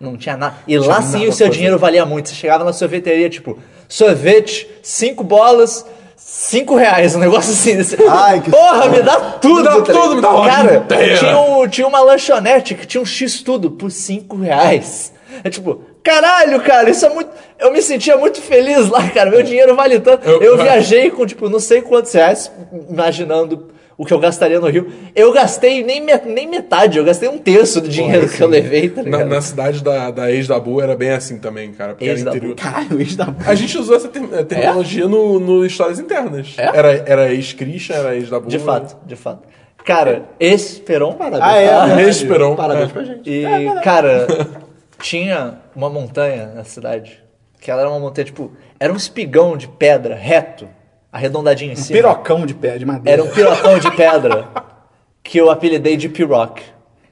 Não tinha nada. E lá sim o seu dinheiro valia muito. Você chegava na sorveteria, tipo, sorvete, cinco bolas, cinco reais. Um negócio assim. Desse...
Ai, que
Porra, me dá tudo.
dá tudo, me dá uma
Cara,
vida inteira.
tinha, um- tinha uma lanchonete que tinha um X tudo por cinco reais. É tipo... Caralho, cara, isso é muito. Eu me sentia muito feliz lá, cara. Meu dinheiro vale tanto.
Eu-
eu viajei viajei com, tipo, não sei quantos reais, imaginando o que eu gastaria no Rio. Eu gastei nem, me- nem metade, eu gastei um terço do dinheiro que eu levei, tá
na,
ligado?
na cidade da, da ex da Bu era bem assim também, cara. Porque era
Ex da Bu.
interior.
Caralho, isso dá
A gente usou essa ter- eh, terminologia no, no histórias internas. Era, era ex-Christian, era ex da Bu.
De fato, de fato. Cara, esse Esperon, parabéns.
Ah, é?
tá?
verdade.
Esperon.
Parabéns
É.
pra gente.
E, cara, tinha uma montanha na cidade, que ela era uma montanha, tipo, era um espigão de pedra reto, arredondadinho em cima.
Pirocão de pé, de madeira.
Era um pirocão de pedra, que eu apelidei de Piroc.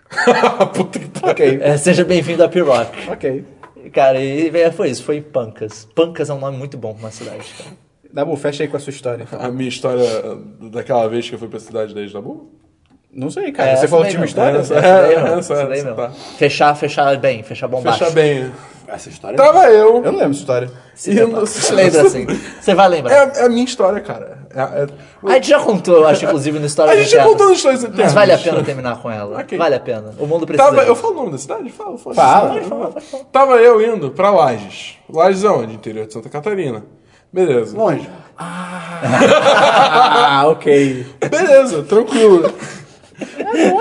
Ah, Puta que pariu.
Ok,
É, seja bem-vindo a Piroc.
ok.
Cara, e velho, foi isso, foi em Pancas. Pancas é um nome muito bom pra uma cidade, cara.
Dá bom, fecha aí com a sua história.
A minha história eh, daquela vez que eu fui pra cidade da ex da Bu?
Não sei, cara.
É,
Você
essa
falou
daí
de uma
não,
história?
essa- É, essa daí não,
Essa-
essa daí
essa
não.
tá.
Fechar, fechar bem, fechar bombástico.
Fechar bem.
Essa história.
Tá
Tava eu.
Eu não lembro essa história.
Se lembra, se É, tá. lembra assim. Você vai
É,
lembrar.
a- é a minha história, cara. É- é-
A gente já contou, eu acho, inclusive, no História
A gente é já
Internas.
contou no Histórias Internas.
Mas vale a pena terminar com ela.
Ok.
Vale a pena. O mundo precisa.
Tava, eu
disso.
falo o nome da cidade? Fala, fala.
Fala.
Tava eu indo pra Lages. Lages é onde? Interior de Santa Catarina. Beleza.
é Longe.
Ah, ok.
Beleza, tranquilo.
É né?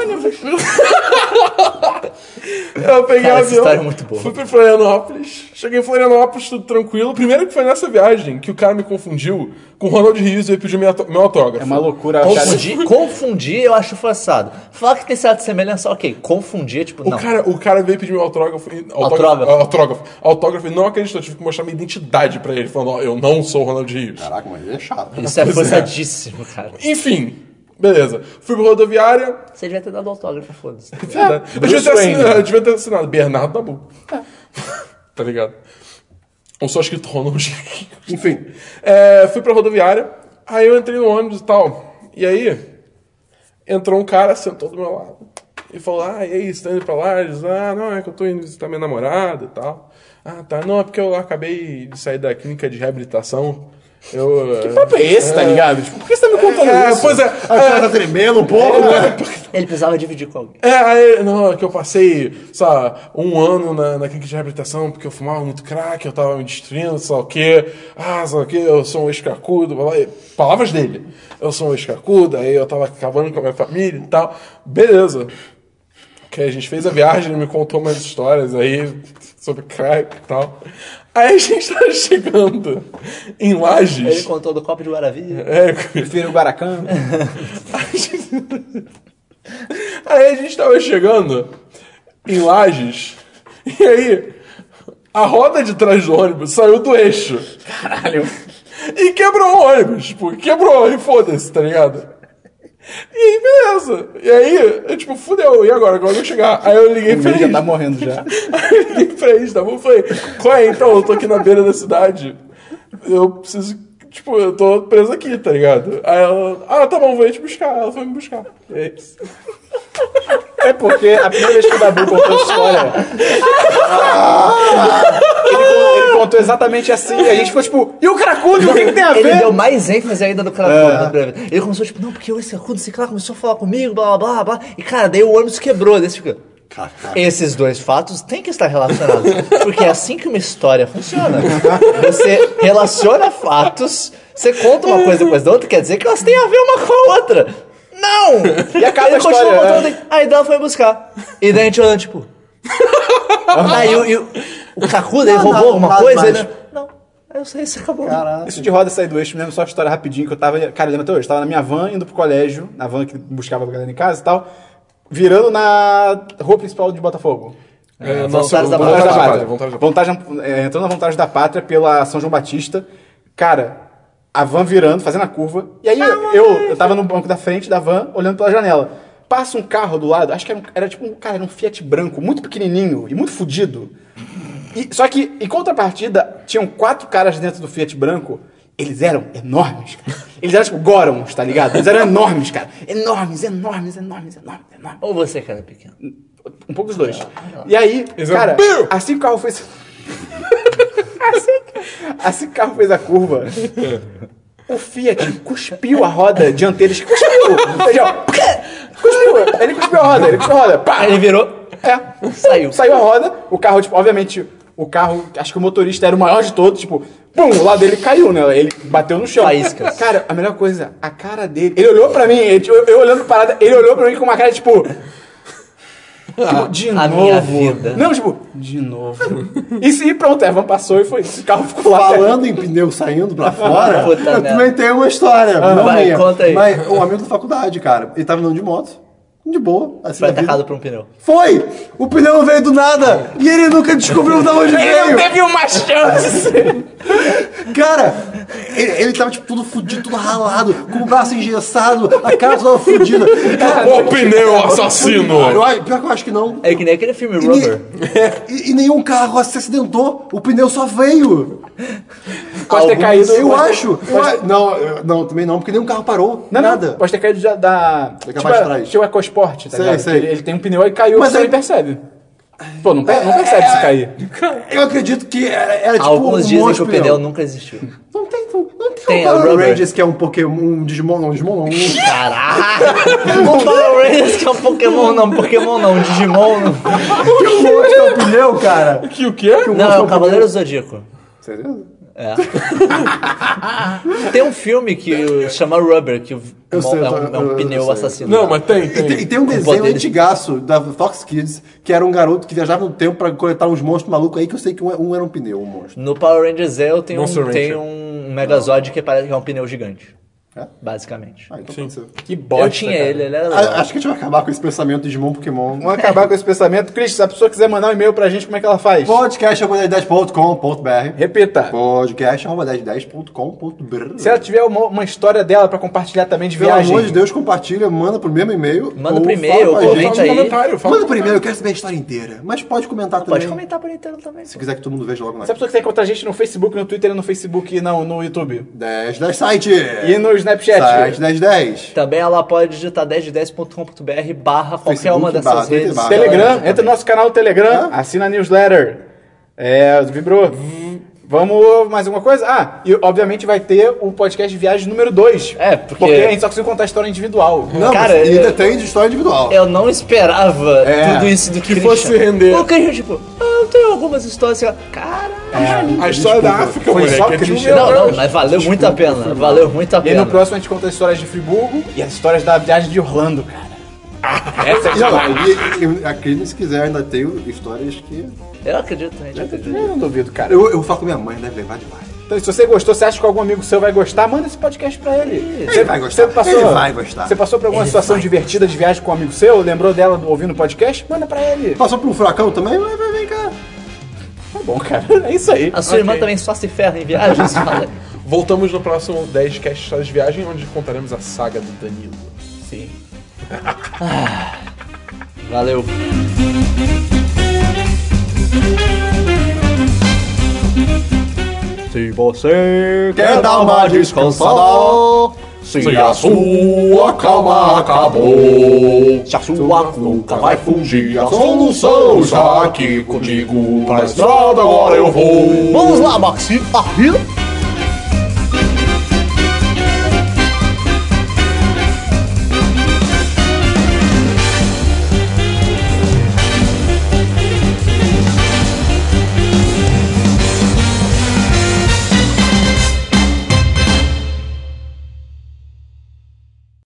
Eu peguei
Cara,
o
essa
avião,
história é muito boa.
fui pra Florianópolis, cheguei em Florianópolis, tudo tranquilo. Primeiro que foi nessa viagem que o cara me confundiu com o Ronald Rios e ele pediu minha auto- meu autógrafo.
É uma loucura achar...
Confundir, confundir eu acho forçado. Falar que tem certa semelhança, ok. Confundir, tipo,
O
não.
cara, o cara veio pedir meu autógrafo. e-
Autógrafo.
Autógrafo. é, Autógrafo. Autógrafo. E não acreditou. Tive que mostrar minha identidade pra ele. Falando, ó, eu não sou o Ronald Rios.
Caraca, mas ele é chato.
Isso é forçadíssimo, cara.
Enfim. Beleza. Fui pra rodoviária.
Você devia ter dado autógrafo, foda-se.
eu, devia ter
Wayne.
assinado, eu devia ter assinado Bernardo Nabuco. tá ligado? Ou só escrito Ronald.
Enfim.
É, fui pra rodoviária. Aí eu entrei no ônibus e tal. E aí, entrou um cara, sentou do meu lado. E falou, ah, e aí, você tá indo pra lá? Eu disse, ah, não, é que eu tô indo visitar minha namorada e tal. Ah, tá, não, é porque eu acabei de sair da clínica de reabilitação. Eu...
Que papo é esse, tá ligado? Tipo, por que você tá me contando
É,
isso?
pois é,
A cara tá tremendo um pouco, né?
Ele precisava dividir com alguém.
É, aí, não, é que eu passei, sabe, um ano na, na clínica de reabilitação porque eu fumava muito crack, eu tava me destruindo, sei lá o quê. Ah, sei lá o quê, eu sou um escacudo, blá, blá, e palavras dele. Eu sou um escacudo, aí eu tava acabando com a minha família e tal. Beleza. Que a gente fez a viagem, ele me contou umas histórias aí sobre crack e tal. Aí a gente tá chegando em
Ele
Lages.
contou do copo de Guaravia.
É,
Prefiro o Guaracã.
a gente- aí a gente tava chegando em Lages, e aí a roda de trás do ônibus saiu do eixo.
Caralho.
E quebrou o ônibus, tipo, quebrou, e foda-se, tá ligado? E aí, beleza. E aí, eu, tipo, fudeu, e agora? Como é que eu vou chegar? Aí eu liguei
O
pra
menino já
eles.
tá morrendo já.
Aí eu liguei pra eles, tá bom? Eu Falei, qual é, então? Eu tô aqui na beira da cidade. Eu preciso, tipo, eu tô preso aqui, tá ligado? Aí ela, ah, tá bom, vou ir te buscar. Ela foi me buscar. É isso.
É porque a primeira vez que o Dabu contou a história. ele, con- ele contou exatamente assim. E a gente ficou tipo, e o cracudo? O que, que tem a
Ele
ver?
deu mais ênfase ainda do
É.
cara. Ele começou, tipo, não, porque eu esse acudo, esse cara começou a falar comigo, blá blá blá blá. E cara, daí o ônibus quebrou, daí você fica. Esses dois fatos têm que estar relacionados. Porque é assim que uma história funciona. Você relaciona fatos, você conta uma coisa depois da outra, quer dizer que elas têm a ver uma com a outra. Não! E
acaba
Ele
a história,
continua
né?
contando, aí ela foi buscar. E daí a gente olhando, tipo. Aí o, e o, o Kakuda, ele
Não,
roubou
não,
alguma
nada
coisa?
mais.
Ele, não, eu sei, isso acabou.
Caraca.
Isso de roda sair do eixo, me lembro só uma história rapidinho que eu tava. Cara, eu lembro até hoje, eu tava na minha van indo pro colégio, na van que buscava a galera em casa e tal, virando na rua principal de Botafogo.
É,
Voluntários da
Vontade
Pátria,
da Pátria.
vontade da Pátria.
Vontade- é, entrando na Vontade da Pátria pela São João Batista. Cara, a van virando, fazendo a curva. E aí eu, eu tava no banco da frente da van, olhando pela janela. Passa um carro do lado, acho que era, um- era tipo um cara, era um Fiat branco, muito pequenininho e muito fudido. E- só que, em contrapartida, tinham quatro caras dentro do Fiat branco. Eles eram enormes, cara. Eles eram tipo Gorons, tá ligado? Eles eram enormes, cara. Enormes, enormes, enormes, enormes, enormes.
Ou você, cara pequeno.
Um pouco dos dois. E aí,
Eles
cara,
eram-
assim que o carro fez. assim, assim que o carro fez a curva, o Fiat cuspiu a roda dianteira. esquerda. Cuspiu! Ele, ó, cuspiu! Ele cuspiu a roda, ele cuspiu a roda. Pá!
Aí ele virou,
É.
saiu.
Saiu a roda, o carro, tipo, obviamente, o carro, acho que o motorista era o maior de todos, tipo, pum, o lado dele caiu, né? Ele bateu no chão.
Faíscas.
Cara, a melhor coisa, a cara dele. Ele olhou pra mim, ele, tipo, eu, eu olhando pra parada, ele olhou pra mim com uma cara, tipo. tipo, de
A
novo.
minha vida.
Não, tipo, de novo. E, se- e pronto, a van passou e foi. isso, O carro ficou lá.
Falando em pneu saindo pra fora,
Puta
eu
merda. Ah,
também tenho uma história. não
vai,
minha,
conta aí.
Mas um amigo da faculdade, cara, ele tava andando de moto, de boa, assim,
foi
da vida.
atacado por um pneu.
Foi! O pneu veio do nada! E ele nunca descobriu de onde
Ele
veio!
não teve uma chance.
Cara, ele, ele tava tipo tudo fudido, tudo ralado, com o braço engessado, a cara toda fudida. Cara,
O pneu assassino!
eu acho- pior que eu acho que não.
É que nem aquele filme
E, tipo,
Rubber.
ni- e- e nenhum carro se acidentou, o pneu só veio.
Pode ter caído.
Eu
pode-
acho. eu a- não, eu- não, também não, porque nenhum carro parou.
Não, não,
nada.
Pode ter caído já da. Tipo,
parte de
a-
trás.
tipo a EcoSport, tá
Sei,
ligado?
sei.
Ele, ele tem um pneu e caiu,
Mas
mas ele
aí-
percebe. Pô, não, per- não percebe se cair.
Eu acredito que era, era tipo.
Alguns
um
dizem
monte
que o
de
pneu nunca existiu.
Não tem, não, não tem,
Tem,
um Power
é o Rubber.
Rangers que é um Pokémon, um Digimon, não, um Digimon não. um-
Caraca! o Power Rangers que é um Pokémon não, Pokémon não, Digimon não.
Que um monte que é o pneu, cara.
Que o quê?
Não, é o Cavaleiro Zodíaco. É.
Sério?
Tem um filme que chama Rubber, que o-
Eu sei, eu
é um,
tô-
é um
eu- eu
pneu
sei.
assassino.
Não, mas tem,
E tem,
tem.
e tem um desenho
poderes.
antigaço da Fox Kids, que era um garoto que viajava no tempo pra coletar uns monstros malucos aí, que eu sei que um, é- um era um pneu, um monstro.
No Power Rangers Zeo tem um,
Monster
tem
Ranger.
um Megazord que parece que é um pneu gigante. basicamente.
Ah, então pode ser.
Que bosta.
eu tinha
cara.
é ele, ele era legal.
A- Ah, Acho que a gente vai acabar com esse pensamento de Digimon Pokémon.
Vamos acabar com esse pensamento. Cris, se a pessoa quiser mandar um e-mail pra gente, como é que ela faz?
podcast.com.br
Repita.
podcast.com.br
Se ela tiver uma, uma história dela pra compartilhar também de
Pelo
viagem.
amor de Deus, compartilha, manda pro mesmo e-mail.
Manda
ou
pro e-mail,
fala com a
comenta
gente.
aí.
Comentário, fala.
Manda pro e-mail, eu quero saber a história inteira. Mas pode comentar também.
Pode comentar por inteiro também.
Se quiser que todo mundo veja logo mais.
Se a pessoa quiser encontrar a gente no Facebook, no Twitter, no Facebook e no, no YouTube.
10 10 site.
E no Snapchat.
Site 10 10.
Também ela pode digitar 1010.com.br barra qualquer uma
Facebook, barra,
dessas
Twitter,
redes.
barra.
Telegram, entra no nosso canal do Telegram, assina a newsletter. É, vibrou. Vamos mais alguma coisa? Ah, e obviamente vai ter o podcast de viagem número 2.
É, porque-
a gente só conseguiu contar a história individual.
Não,
Cara,
mas ainda
eu-
tem de história individual.
Eu não esperava
É,
tudo isso do que
fosse render.
O Christian, tipo, ah, eu tenho algumas histórias. assim, Caralho.
A história da
Desculpa.
África,
Foi
moleque.
só
é
Cristo.
de-
Não, não, mas valeu muito a pena. Valeu muito a
E aí
pena.
no próximo a gente conta as histórias de Friburgo e as histórias da viagem de Orlando, cara. Essa é
Então, E, ó, e- e a Cris, se quiser, ainda tem histórias que.
Eu acredito, a gente acredita.
Eu não duvido, cara.
Eu, eu falo com minha mãe, deve levar demais.
Então, se você gostou, se acha que algum amigo seu vai gostar, manda esse podcast pra ele.
Ele vai gostar.
Você passou,
Ele vai gostar.
Você passou por alguma situação divertida de viagem com um amigo seu, lembrou dela ouvindo o podcast? Manda pra ele.
Passou por um furacão também? Vai, vai, vem cá.
Tá bom, cara. É isso aí.
A sua irmã também só se ferra em viagens? Fala.
Voltamos no próximo 10 Cast Histórias de Viagem, onde contaremos a saga do Danilo.
Sim. Valeu. Se você
Quer dar uma descansada?
se
a
sua calma acabou.
se a sua nunca vai
fugir, a solução está aqui contigo. Pra estrada
Vamos lá, Maxi. Arriba.